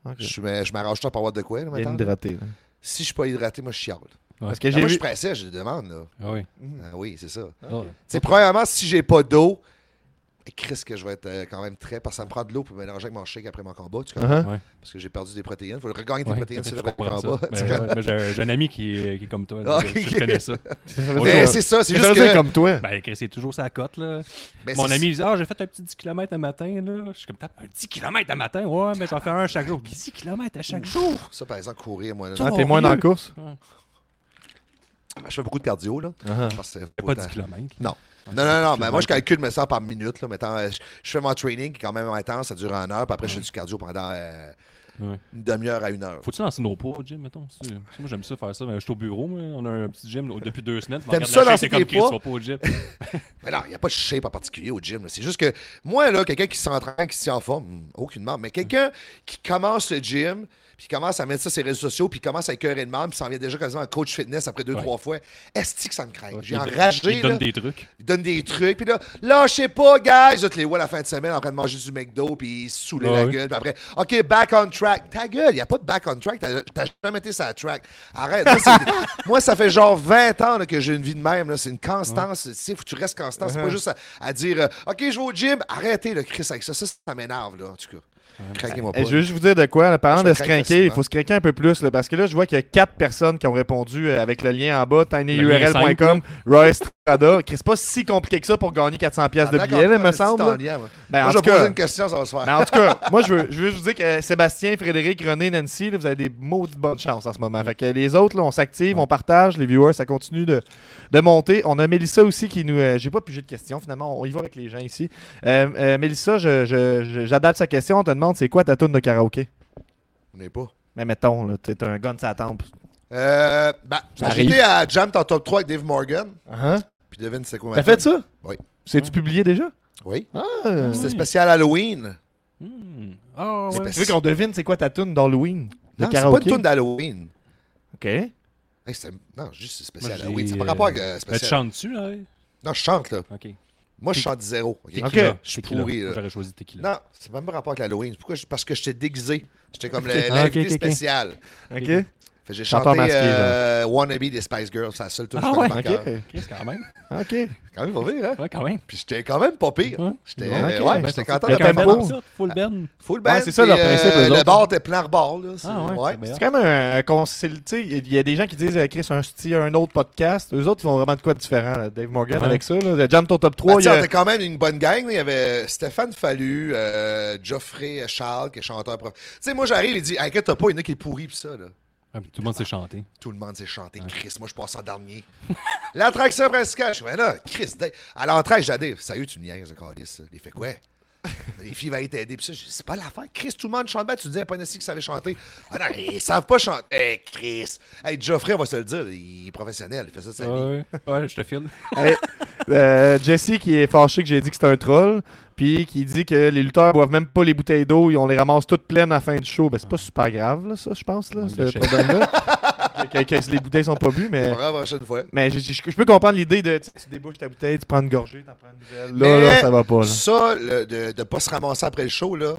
S1: Ok.
S2: Je me- je m'arrange pas pour avoir de quoi, là,
S1: Bien
S2: maintenant.
S1: hydraté. là.
S2: Si je suis pas hydraté, moi, je chiale.
S1: Parce que
S2: Ah,
S1: j'ai vu.
S2: moi, je
S1: Mm.
S2: suis pressé, je le demande, là.
S3: Ah oui.
S2: Ah oui, c'est ça. Tu
S3: Oh.
S2: sais, premièrement, si j'ai pas d'eau, Chris, que je vais être euh, quand même très. Parce que ça me prend de l'eau pour mélanger avec mon shake après mon combat, tu comprends?
S1: Uh-huh.
S3: Ouais.
S2: Parce que j'ai perdu des protéines. Faut regagner des
S3: Ouais,
S2: protéines
S3: je
S2: sur le
S3: comprends ça.
S2: combat.
S3: Ben,
S2: tu
S3: ouais,
S2: comprends?
S3: mais j'ai j'ai un ami qui est, qui est comme toi.
S2: Ah,
S3: là, je- je
S2: ok.
S3: connais ça.
S2: Mais
S3: Ouais.
S2: c'est ça, c'est
S1: C'est
S2: juste
S1: juste
S2: que.
S1: comme toi.
S3: Ben, Chris, c'est toujours sa cote, là.
S2: Ben,
S3: Mon
S2: c'est-
S3: ami, il dit Ah, j'ai fait un petit 10 km un matin, là. Je suis comme, Tape, un 10 km un matin Ouais, mais j'en fais un chaque jour. 10 km à chaque jour
S2: Ça, par exemple, courir, moi. là,
S1: Ah,
S3: Mon
S1: T'es moins
S3: Dieu.
S1: dans la course
S2: Je fais beaucoup de cardio, là. Parce que
S3: Uh-huh. Pas
S2: autant-
S3: 10 km.
S2: Non. Non, non, non, mais moi je
S3: kilomètres.
S2: calcule mes ça par minute. Là, mettons, euh, je, je fais mon training qui est quand même intense, ça dure une heure, puis après je
S3: Uh-huh.
S2: fais du cardio pendant euh,
S3: Ouais.
S2: une demi-heure à une heure.
S3: Faut-tu lancer nos pots au gym, mettons C'est- Moi, j'aime ça faire ça. mais Je suis au bureau, moi. On a un petit gym là, depuis deux semaines. Je me
S2: T'aimes
S3: regarde
S2: ça
S3: la chaîne,
S2: lancer
S3: c'est comme
S2: tes
S3: Chris,
S2: poids?
S3: tu vas pas au gym.
S2: Mais non, il n'y a pas de shape en particulier au gym. là. C'est juste que moi, là, quelqu'un qui s'entraîne, qui s'y en forme, hmm, aucunement, mais quelqu'un qui commence le gym, puis commence à mettre ça sur ses réseaux sociaux, puis commence à écœurer de membre, puis s'en vient déjà quasiment un coach fitness après deux,
S3: Ouais.
S2: trois fois, est-ce que ça me craint? J'ai
S3: Il donne-
S2: enragé.
S3: Il donne
S2: là.
S3: des trucs.
S2: Il donne des trucs, puis là, lâchez pas, guys! Je te les vois la fin de semaine en train de manger du McDo, puis saouler
S3: Ah
S2: la
S3: oui.
S2: gueule, puis après, OK, back on track. Ta gueule, il n'y a pas de back on track, t'as t'as jamais été sur la track. Arrête. Moi, c'est- Moi, ça fait genre 20 ans là, que j'ai une vie de même, là. c'est une constance, tu sais, faut que tu restes constant,
S1: Uh-huh.
S2: c'est pas juste à, à dire, euh, OK, je vais au gym, arrêtez le Chris avec ça, ça, ça m'énerve, là, en tout cas. Craquez-moi pas.
S1: Eh, je veux juste vous dire de quoi. là, parlant
S2: Je me
S1: de se
S2: craque
S1: craquer, il
S2: facilement.
S1: faut se craquer un peu plus. là, parce que là, je vois qu'il y a quatre personnes qui ont répondu euh, avec le lien en bas, tinyurl.com, Roy Strada. C'est pas si compliqué que ça pour gagner 400 pièces de
S2: Pendant qu'on
S1: billets, là,
S2: parle
S1: me
S2: de
S1: semble. là.
S2: titanium, hein.
S1: Ben,
S2: Moi,
S1: en
S2: je vais
S1: tout
S2: poser
S1: cas,
S2: une question, ça va se faire.
S1: mais en tout cas, moi, je veux, je veux juste vous dire que euh, Sébastien, Frédéric, René, Nancy, là, vous avez des maudites bonnes chances en ce moment. Fait que les autres, là, on s'active, on partage, les viewers, ça continue de, de monter. On a Mélissa aussi qui nous. euh, J'ai pas pigé de questions, finalement, on y va avec les gens ici. Euh, euh, Mélissa, je- je- je- j'adapte sa question. On te demande c'est quoi ta tune de karaoké
S2: On n'est pas.
S1: mais mettons, là, t'es un gun sa tempe.
S2: Euh, ben,
S1: Ça
S2: j'étais à Jam en top 3 avec Dave Morgan,
S1: Hein?
S2: puis devine c'est quoi ma
S1: T'as
S2: tune.
S1: fait ça?
S2: Oui.
S1: C'est-tu publié déjà?
S2: Oui.
S1: Ah,
S2: C'était spécial Halloween.
S3: Hmm. Ah,
S2: C'est
S3: ouais.
S1: Tu veux qu'on devine c'est quoi ta tune d'Halloween? De
S2: Non, c'est pas une
S1: karaoké?
S2: tune d'Halloween.
S1: OK.
S2: Hey, c'est- non, juste c'est
S3: Moi,
S2: spécial
S3: j'ai,
S2: Halloween. C'est
S3: euh,
S2: pas rapport avec euh,
S3: Mais tu
S2: spécial.
S3: chantes-tu, là? ouais?
S2: Non, je chante, là.
S3: Ok.
S2: Moi, je chante zéro. ok?
S1: Ok.
S3: Tequila,
S2: Je suis
S3: tequila.
S2: pourri, là.
S3: J'aurais choisi tequila.
S2: Non, c'est même pas rapport avec l'Halloween. Pourquoi? je- Parce que j'étais déguisé. J'étais comme le-
S1: Ok. Ah,
S2: l'invité
S1: ok, ok, ok.
S2: spécial.
S1: OK.
S2: Fait que J'ai
S1: Chanteur
S2: chanté
S1: masqué, Ah
S2: euh, Wannabe des Spice Girls. C'est la seule tune que je connais par
S1: OK.
S2: cœur.
S3: Chris, quand même.
S1: OK.
S2: Quand même pas pire, hein?
S3: Ouais, quand même.
S2: Puis j'étais quand même pas pire.
S3: Ouais.
S2: J'étais
S1: Ouais,
S2: euh,
S1: ok.
S2: ouais,
S1: Ben,
S2: j'étais
S1: c'est ça.
S2: content de Ah.
S1: Le tempo.
S2: performance.
S3: ça, full ben.
S2: Full band,
S1: c'est ça leur
S2: puis, euh,
S1: principe, eux
S2: Le
S1: autres. Ben,
S2: bar était plein rebord. Là, c'est-
S3: Ah ouais,
S2: ouais.
S3: c'est meilleur.
S1: C'est quand même un. un con- c'est le- tu sais, Il y a des gens qui disent euh, Chris, un style, un autre podcast. Eux autres, ils font vraiment de quoi de différent. là. Dave Morgan
S3: Ouais.
S1: avec ça. Là. Le Jam ton top
S2: Ben,
S1: 3. il y
S2: tiens,
S1: a-
S2: on était quand même une bonne gang. là. Il y avait Stéphane Fallu, euh, Geoffrey Charles, qui est chanteur prof. Tu sais, moi, j'arrive et dit Inquiète-toi pas, il y en a qui est pourri, puis ça. Là.
S3: Ah, puis Tout le monde s'est chanté.
S2: Tout le monde s'est chanté. Chris, moi, je passe en dernier. L'attraction principale, je suis là, Chris, Dave. à l'entrée, j'ai dit Sérieux, tu niaises, le calice. là. Il fait quoi Les filles vont t'aider. Puis ça, j'ai dit, c'est pas l'affaire. Chris, tout le monde chante bien. Tu disais à Panassi qu'ils savaient chanter. Ah non, ils savent pas chanter. Hey, Chris. Hey, Geoffrey, on va se le dire. Il est professionnel. Il fait ça de sa vie.
S3: Ouais, ouais, je te file.
S1: Hey, euh, Jesse qui est fâché que j'ai dit que c'était un troll, puis qui dit que les lutteurs boivent même pas les bouteilles d'eau, ils- on les ramasse toutes pleines à la fin du show. Ben, c'est pas super grave, là, ça, je pense, là,
S3: Manque de
S1: ce
S3: chèvre.
S1: problème-là. que, que- que les bouteilles sont pas bues,
S2: On
S1: mais,
S2: verra la prochaine fois.
S1: mais je, je- je peux comprendre l'idée de tu sais, tu débouches ta bouteille, tu prends une gorgée, t'en prends une nouvelle. Là,
S2: Mais
S1: là, ça va pas. Là.
S2: Ça, le- de ne pas se ramasser après le show, là,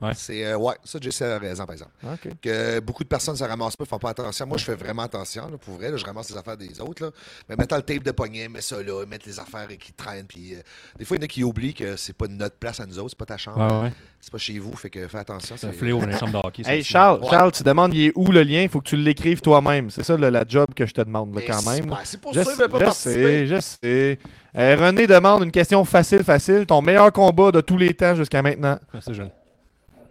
S3: Ouais.
S2: c'est. euh, ouais, ça, Jesse a raison, par exemple.
S1: Ok.
S2: Que beaucoup de personnes se ramassent pas, font pas attention. Moi, je fais vraiment attention, là, pour vrai. là, je ramasse les affaires des autres. Là. Mais mettre le tape de poignet, mets ça là, mettre les affaires qui traînent. Puis, euh, des fois, il y en a qui oublient que c'est pas notre place à nous autres, c'est pas ta chambre,
S3: Ouais, ouais.
S2: c'est pas chez vous. Fait que fais attention.
S3: C'est un
S2: c'est-
S3: fléau dans les chambres de hockey. ça
S1: Hey
S3: aussi.
S1: Charles,
S2: Ouais.
S1: Charles, tu demandes il est où le lien, il faut que tu l'écrives toi-même. C'est ça le- la job que je te demande là,
S2: Mais
S1: quand
S2: c'est
S1: même. hein.
S2: pas- C'est pour
S1: Je,
S2: ça qu'il veut pas
S1: je
S2: participer.
S1: sais, je sais. Euh, René demande une question facile, facile. Ton meilleur combat de tous les temps jusqu'à maintenant.
S3: Ah, ça, je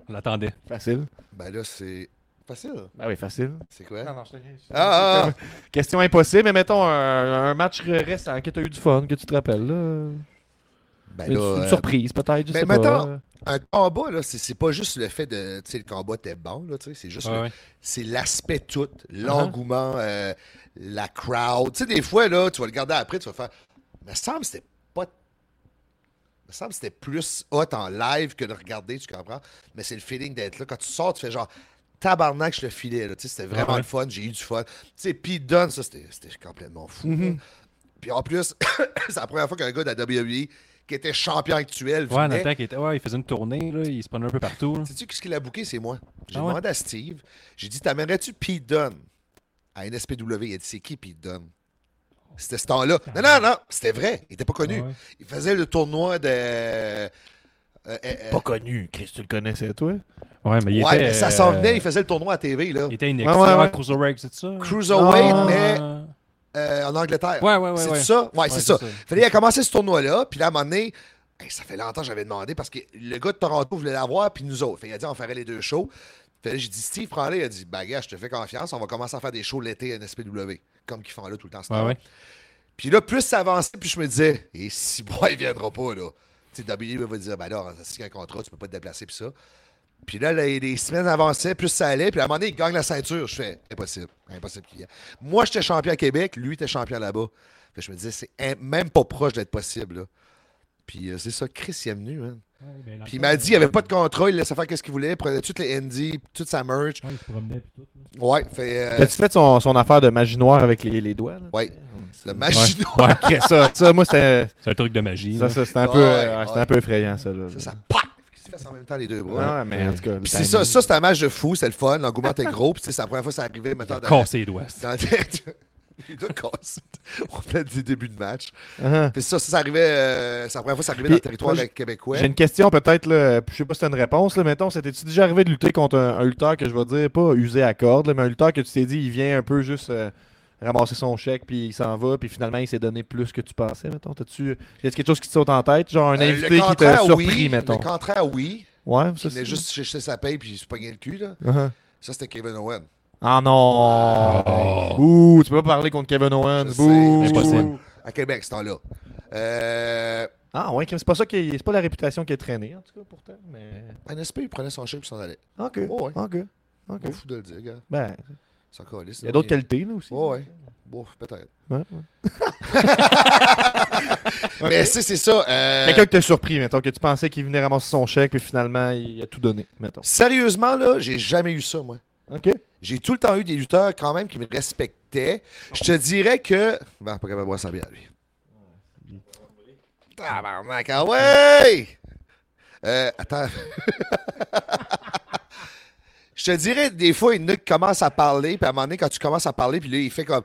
S3: on l'attendait.
S1: Facile.
S2: Ben là, c'est facile.
S1: Ben oui, facile.
S2: C'est quoi?
S1: Non, non, je te-
S2: Ah, ah,
S1: Question impossible, mais mettons un, un match récent que tu as eu du fun, que tu te rappelles. Là.
S2: Ben
S1: Une-
S2: là,
S1: une,
S2: euh,
S1: surprise, peut-être. Je
S2: mais
S1: sais
S2: mettons-
S1: pas. Euh,
S3: hein.
S2: un combat, là, c'est- c'est pas juste le fait de. Tu sais, le combat, t'es bon, là, tu sais. C'est juste le-
S3: Ouais, Uh-huh. ouais.
S2: c'est l'aspect tout, l'engouement, euh, la crowd. Tu sais, des fois, là, tu vas le garder après, tu vas faire. Me semble que c'était pas. Me semble que c'était plus hot en live que de regarder, tu comprends? Mais c'est le feeling d'être là. Quand tu sors, tu fais genre. Tabarnak, je le filais. là. Tu sais, C'était vraiment
S3: Ouais.
S2: le fun. J'ai eu du fun. Tu sais, Pete Dunne, ça, c'était c'était complètement fou. là.
S3: Mm-hmm.
S2: Puis en plus, c'est la première fois qu'un gars de la WWE qui était champion actuel
S3: Ouais,
S2: venait.
S3: Nathan, qui était- ouais, il faisait une tournée, là, il se prenait un peu partout. là.
S2: Sais-tu qu'est-ce qu'il a booké? C'est moi. J'ai
S3: Ah ouais?
S2: demandé à Steve. J'ai dit, t'amènerais-tu Pete Dunne à NSPW? Il a dit, c'est qui Pete Dunne? C'était ce temps-là. Non, non, non, c'était vrai. Il était pas connu.
S3: Ah ouais.
S2: Il faisait le tournoi de. euh, euh, euh,
S1: Pas connu. Hum, Chris, tu le connaissais, toi.
S3: Ouais, mais il
S2: ouais,
S3: était.
S2: mais ça s'en
S3: euh,
S2: venait. Il faisait le tournoi à TV, là.
S3: Il était une
S1: Ouais,
S3: extra,
S1: ouais, ouais.
S3: Cruiserweight, c'est ça?
S2: Cruiserweight,
S1: Ah.
S2: mais
S3: Euh,
S2: euh, en Angleterre.
S3: Ouais, ouais, ouais.
S2: c'est
S3: ouais.
S2: ça? Ouais,
S3: Ouais,
S2: c'est
S3: c'est
S2: ça.
S3: ça.
S2: Fallait, il a commencé ce tournoi-là, puis là, à un moment donné, hey, ça fait longtemps que j'avais demandé, parce que le gars de Toronto voulait l'avoir, puis nous autres. Fait, il a dit, on ferait les deux shows. Fait, là, j'ai dit, Steve, prends-les. Il a dit, bah, gars, je te fais confiance, on va commencer à faire des shows l'été à NSPW, comme qu'ils font là tout le temps. ce
S3: Ouais,
S2: temps-là.
S3: ouais.
S2: Puis là, plus ça avançait, puis je me disais, et si moi, il viendra pas, là. Tu sais, WWE va dire, ben là, on signe un contrat, tu peux pas te déplacer, puis ça. Puis là, les, les semaines avançaient, plus ça allait, puis à un moment donné, il gagne la ceinture. Je fais, impossible, impossible qu'il y ait. Moi, j'étais champion à Québec, lui, était champion là-bas. Fait que je me disais, c'est im- même pas proche d'être possible, là. Puis euh, c'est ça, Chris, il est venu, man.
S3: ben,
S2: Puis il m'a dit, il
S3: euh,
S2: avait pas de contrat, il laissait faire qu'est-ce qu'il voulait, prenait toutes les Indies, toute sa merch.
S3: Ouais, il se promenait pis tout. là.
S2: Ouais, fait. euh,
S1: T'as-tu fait son, son affaire de magie noire avec les, les doigts? Là?
S2: ouais, le machino.
S3: Ouais,
S1: Chris, ça, ça, moi, c'était
S3: c'est un truc de magie.
S1: ça,
S3: là.
S1: ça, c'était un,
S2: Ouais,
S1: peu, euh,
S2: ouais.
S1: c'était un peu effrayant, ça. Là.
S2: Ça, ça pac! Il se fait en même temps les deux bras. hein?
S1: Ouais, mais en tout cas. le
S2: Puis c'est ça,
S1: timing.
S2: ça c'était un match de fou, c'était le fun, l'engouement était gros, puis tu sais, c'est la première fois que ça arrivait maintenant dans,
S3: Casser les doigts.
S2: dans le les deux casses. On fait des débuts de match.
S1: Uh-huh.
S2: Puis ça, ça, ça arrivait, euh, c'est la première fois que ça arrivait
S1: Puis,
S2: dans le territoire
S1: moi,
S2: québécois.
S1: J'ai une question peut-être, là, je sais pas si t'as une réponse, là, mettons, c'était-tu déjà arrivé de lutter contre un, un lutteur que je vais dire, pas usé à corde, là, mais un lutteur que tu t'es dit, il vient un peu juste euh, ramasser son chèque, puis il s'en va, puis finalement il s'est donné plus que tu pensais, mettons, t'as-tu, y a quelque chose qui te saute en tête, genre un
S2: Euh, le
S1: invité qui t'a
S2: contraire,
S1: surpris,
S2: oui,
S1: mettons.
S2: Le contraire, oui.
S1: Ouais, ça
S2: Il venait
S1: c'est...
S2: juste chercher sa paye puis il se pognait le cul. Là.
S1: Uh-huh.
S2: Ça, c'était Kevin Owen.
S1: Ah non! Ouh, tu peux pas parler contre Kevin Owens,
S2: Ah. Je sais,
S1: bouh!
S3: impossible.
S2: À Québec, ce temps-là. Euh,
S1: Ah ouais, c'est pas ça qui, c'est pas la réputation qui est traînée, en tout cas, pourtant, mais...
S2: NSP, il prenait son chip et s'en allait.
S1: Ok,
S2: Oh, ouais.
S1: ok, ok.
S2: Pas fou de le dire, gars.
S1: Ben,
S2: Sans colis,
S1: Il y a d'autres qualités, là, aussi.
S2: Ouais, ouais. Bon, peut-être.
S1: Ouais, ouais.
S2: Mais si, c'est ça. euh,
S1: Quelqu'un que t'as surpris, mettons, que tu pensais qu'il venait ramasser son chèque, puis finalement, il a tout donné, mettons.
S2: Sérieusement, là, j'ai jamais eu ça, moi.
S1: OK?
S2: J'ai tout le temps eu des lutteurs quand même qui me respectaient. Je te dirais que. Ben, pas capable de boire ça bien, lui. Tabarnak, ah ouais! Euh, attends. Je te dirais, des fois, il y en a qui commencent à parler, puis à un moment donné, quand tu commences à parler, puis là, il fait comme.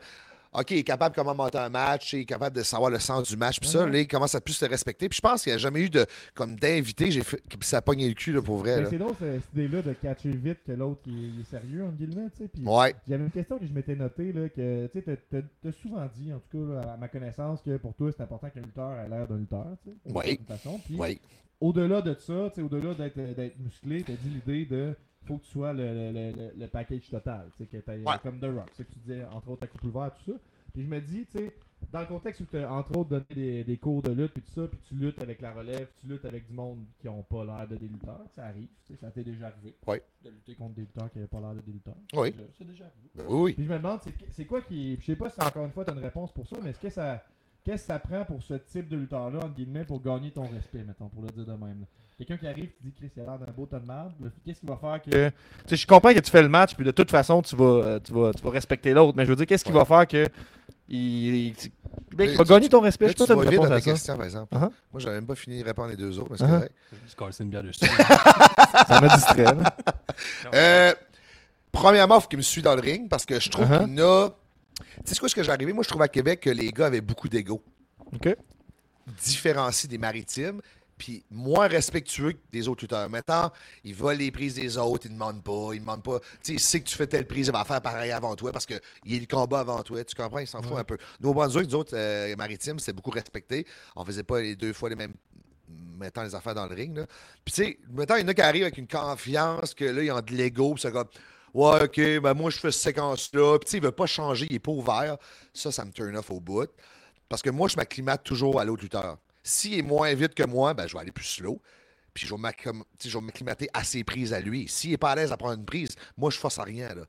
S2: OK, il est capable de commenter un match, il est capable de savoir le sens du match, puis ça, là, il commence à plus te respecter. Puis je pense qu'il n'y a jamais eu de comme d'invité, j'ai fait, puis ça a pogné le cul, là, pour
S4: Mais
S2: vrai. là.
S4: Ben, c'est drôle, ce- cette idée-là de catcher vite que l'autre il est, il est sérieux, en guillemets, tu sais. Puis
S2: Ouais.
S4: j'avais une question que je m'étais notée, là, que tu sais, t'as- t'as- t'as souvent dit, en tout cas, à ma connaissance, que pour toi, c'est important qu'un lutteur ait l'air d'un lutteur, tu sais. d'une
S2: Ouais.
S4: certaine façon. Puis
S2: Oui.
S4: au-delà de ça, tu sais, au-delà d'être, euh, d'être musclé, t'as dit l'idée de faut que tu sois le, le- le- le- le package total, tu sais, que t'aies- euh,
S2: Ouais.
S4: comme The Rock, c'est ce que tu disais, entre autres, à couple ouvert, tout ça. Puis je me dis, tu sais, dans le contexte où tu as, entre autres, donné des, des cours de lutte, puis tout ça, puis tu luttes avec la relève, tu luttes avec du monde qui ont pas l'air de des lutteurs, ça arrive, tu sais, ça t'est déjà arrivé.
S2: Ouais.
S4: De lutter contre des lutteurs qui n'avaient pas l'air de des lutteurs.
S2: Oui.
S4: Ça, C'est déjà arrivé.
S2: Ben oui.
S4: Puis je me demande, c'est- c'est quoi qui. Je sais pas si encore une fois tu as une réponse pour ça, mais est-ce que ça. Qu'est-ce que ça prend pour ce type de lutteur-là, entre guillemets, pour gagner ton respect, mettons, pour le dire de même? là? Quelqu'un qui arrive, qui dit Chris, il a l'air d'un beau tas de marde, qu'est-ce qui va faire que.
S1: Que- Tu sais, je comprends que tu fais le match, puis de toute façon, tu vas, euh, tu vas, tu vas respecter l'autre, mais je veux dire, qu'est-ce qui
S2: Ouais.
S1: va faire que. Il, il- tu-
S2: Mais
S1: il va
S2: tu-
S1: gagner ton respect,
S2: Là,
S1: je
S2: tu
S1: peux
S2: vas
S1: te
S2: vite
S1: répondre
S2: dans
S1: à
S2: ta
S1: ça.
S2: question, par exemple.
S1: Uh-huh.
S2: Moi, j'avais même pas fini de répondre les deux autres, mais c'est
S1: Uh-huh.
S2: correct.
S3: Je vais se casser une bière dessus.
S1: Ça me distrait. là. Uh-huh.
S2: Euh, premièrement, il faut qu'il me suit dans le ring parce que je trouve
S1: Uh-huh.
S2: qu'il y en a. Tu sais, c'est quoi ce que j'ai arrivé? Moi, je trouve à Québec que les gars avaient beaucoup d'ego,
S1: OK?
S2: différenciés des maritimes, puis moins respectueux que des autres lutteurs. Maintenant, ils volent les prises des autres, ils ne demandent pas, ils demandent pas. Tu sais, il sait que tu fais telle prise, il va faire pareil avant toi parce qu'il y a le combat avant toi. Tu comprends? Ils s'en foutent un peu. Nos Brunswick, nous autres euh, maritimes, c'est beaucoup respecté. On faisait pas les deux fois les mêmes mettant les affaires dans le ring. Là. Puis tu sais, mettons, il y en a qui arrivent avec une confiance que là, ils ont de l'ego, puis c'est comme Ouais, ok, ben moi je fais cette séquence-là. Puis tu sais, il veut pas changer, il est pas ouvert. Ça, ça me turn off au bout. Parce que moi, je m'acclimate toujours à l'autre lutteur. S'il est moins vite que moi, ben je vais aller plus slow. Puis je vais m'accom- tu sais, je vais m'acclimater à ses prises à lui. S'il est pas à l'aise à prendre une prise, moi je force à rien. Là.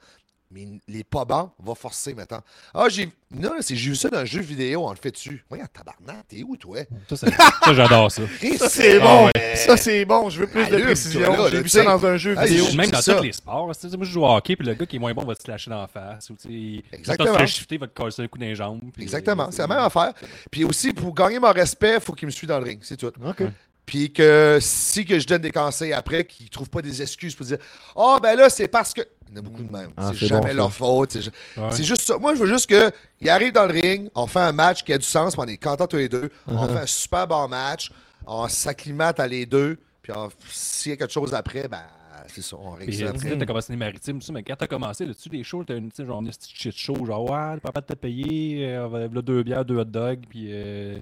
S2: Mais les pas bons va forcer maintenant. Ah, j'ai. Non, là, c'est j'ai vu ça dans un jeu vidéo, on le fait dessus. Ouais, tabarnak, t'es où toi?
S3: Ça, c'est- ça, j'adore ça.
S1: Ça, c'est
S3: Ah
S1: bon!
S3: ouais.
S1: Ça, c'est bon! Je veux plus de
S2: Allure, toi,
S1: précision.
S2: Ben là,
S1: J'ai
S2: là,
S1: vu
S2: tu
S1: ça
S2: sais.
S1: dans un jeu
S2: Ah,
S1: vidéo.
S2: j'ai-
S3: Même dans
S2: c'est ça.
S3: tous les sports. tu sais, Moi, je joue au hockey, puis le gars qui est moins bon va se lâcher d'en face. Ou, tu sais, il-
S2: Exactement.
S3: Il va te shifter, va te casser un coup dans les jambes. puis- euh,
S2: Exactement, c'est la même affaire. Puis aussi, pour gagner mon respect, il faut qu'il me suive dans le ring, c'est tout.
S1: OK.
S2: Puis que si que je donne des conseils après, qu'ils ne trouvent pas des excuses pour dire « Ah, ben là, c'est parce que... » Il y en a beaucoup de même.
S1: Ah,
S2: c'est
S1: c'est
S2: jamais
S1: bon,
S2: leur faute. C'est ju-
S3: Ouais.
S2: c'est juste ça. Moi, je veux juste qu'ils arrivent dans le ring, on fait un match qui a du sens, puis on est contents tous les deux,
S3: Uh-huh.
S2: on fait un super bon match, on s'acclimate à les deux, puis on- s'il y a quelque chose après, ben c'est ça, on règle
S3: Puis,
S2: ça
S3: euh,
S2: après.
S3: tu as commencé les maritimes, tout ça, mais quand t'as commencé, là-dessus, les shows, t'as une petite genre, une petite shit show, genre, ouais, le papa t'a payé, euh, on va- là, deux bières, deux hot dogs, puis. Euh...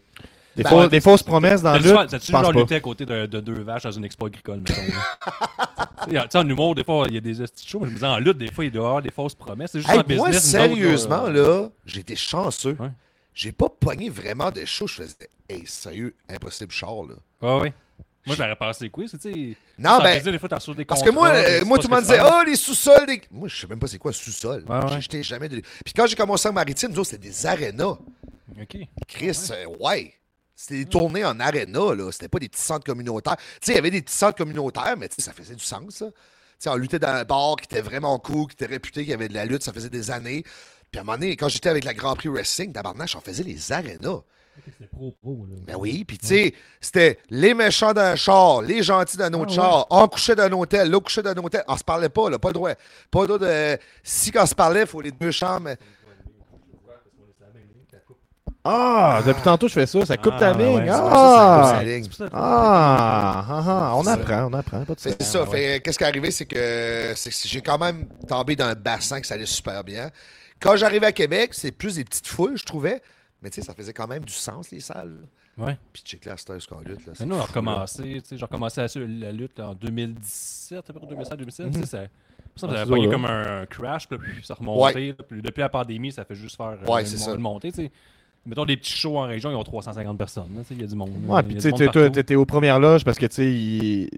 S1: Des,
S2: Ben,
S1: fausses, des fausses promesses dans
S3: T'as-tu
S1: le.
S3: genre-
S1: Je
S3: T'as-tu genre
S1: pense pas.
S3: lutté à côté de, de deux vaches dans une expo agricole, mettons. là? tu sais, en humour, des fois, il y a des petits shows, mais je me disais, en lutte, des fois, il doit y avoir des fausses promesses. C'est juste
S2: Hey,
S3: en business.
S2: moi,
S3: nous autres,
S2: sérieusement,
S3: là,
S2: là, j'étais chanceux.
S3: Ouais.
S2: J'ai pas pogné vraiment de show. Je faisais, hey, sérieux, impossible, Charles. Là.
S3: Ouais, ouais. Moi, j'aurais passé quoi, tu sais.
S2: Non,
S3: ça,
S2: ben,
S3: je disais, des fois, t'as reçu des
S2: Parce que moi,
S3: contrats,
S2: euh,
S3: c'est
S2: moi
S3: pas
S2: tout le monde
S3: ce que
S2: disait,
S3: ça-
S2: oh, les sous-sols. les- Moi, je sais même pas c'est quoi sous-sol.
S3: Ouais, ouais.
S2: J'ai- J'étais jamais. De... Puis quand j'ai commencé en maritime, nous autres, c'était des arénas. ah!
S3: Ok.
S2: Chris, euh, ouais. C'était des tournées en aréna, là. C'était pas des petits centres communautaires. Tu sais, il y avait des petits centres communautaires, mais tu sais, ça faisait du sens, ça. Tu sais, on luttait dans un bar qui était vraiment cool, qui était réputé, qui avait de la lutte, ça faisait des années. Puis à un moment donné, quand j'étais avec la Grand Prix Wrestling, tabarnache, on faisait les arénas.
S4: C'est pro-pro, là.
S2: Ben oui, puis tu sais, c'était les méchants d'un char, les gentils d'un autre
S4: Ah
S2: char, on couchait d'un hôtel, l'autre couchait d'un hôtel, on se parlait pas, là, pas le droit. Pas le droit de. Si qu'on se parlait, il faut les deux chambres.
S1: Ah, depuis tantôt, je fais ça. Ça coupe
S3: Ah,
S1: ta
S3: ouais,
S1: ligne.
S3: c'est
S2: ben ça,
S1: Ah!
S2: c'est ligne.
S3: C'est pour ça,
S1: Ah, ah, ah, on apprend, on apprend. Pas de
S2: C'est
S1: stress.
S2: ça. Fait, euh, qu'est-ce qui est arrivé, c'est que c'est que j'ai quand même tombé dans un bassin que ça allait super bien. Quand j'arrivais à Québec, c'est plus des petites foules, je trouvais. Mais tu sais, ça faisait quand même du sens, les salles. là.
S3: Ouais.
S2: Puis check la star, ce qu'on lutte, là.
S3: Mais
S2: c'est
S3: nous, on a
S2: fou, là.
S3: recommencé, tu sais, j'ai recommencé la, la lutte là, en 2017, à peu près 2017, 2017, tu sais,
S2: Mhm.
S3: ça, ça,
S1: Ah,
S3: ça
S1: c'est
S3: avait pogné
S1: dur,
S3: comme
S2: hein.
S3: un, un crash, puis là, puis ça remontait, là, puis depuis la pandémie, ça fait juste faire euh,
S2: Ouais,
S3: le
S2: c'est
S3: mon-
S2: ça.
S3: le monter, tu sais. Mettons des petits shows en région, ils ont 350 personnes, là, tu sais, il y a du monde. là,
S1: Ouais,
S3: il y
S1: puis tu
S3: a du
S1: sais,
S3: monde
S1: t'es- toi,
S3: partout.
S1: t'étais aux premières loges parce que tu sais, il-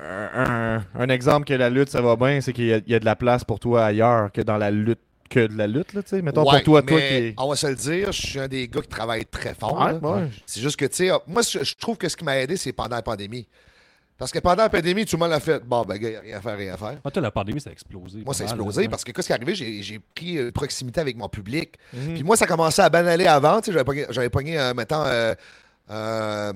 S1: un, un- un exemple que la lutte ça va bien, c'est qu'il y, a- il y a de la place pour toi ailleurs que dans la lutte que de la lutte, là, tu sais. Mettons
S2: Ouais,
S1: pour toi, toi qui
S2: mais
S1: est-
S2: On va se le dire, je suis un des gars qui travaille très fort.
S1: Ouais,
S2: là.
S1: ouais.
S2: C'est juste que, tu sais, moi, je je trouve que ce qui m'a aidé, c'est pendant la pandémie. Parce que pendant la pandémie, tout le monde l'a fait. Bon, ben, gars, y a rien à faire, rien à faire.
S3: Ah, toi, la pandémie, ça a explosé.
S2: Moi, ça a
S3: pas mal,
S2: explosé
S3: là,
S2: parce que, qu'est-ce qui est arrivé? J'ai, j'ai pris euh, proximité avec mon public.
S1: Mhm.
S2: Puis moi, ça commençait à banaler avant. Tu sais, j'avais pogné, j'avais pogné, euh, mettons, euh, euh,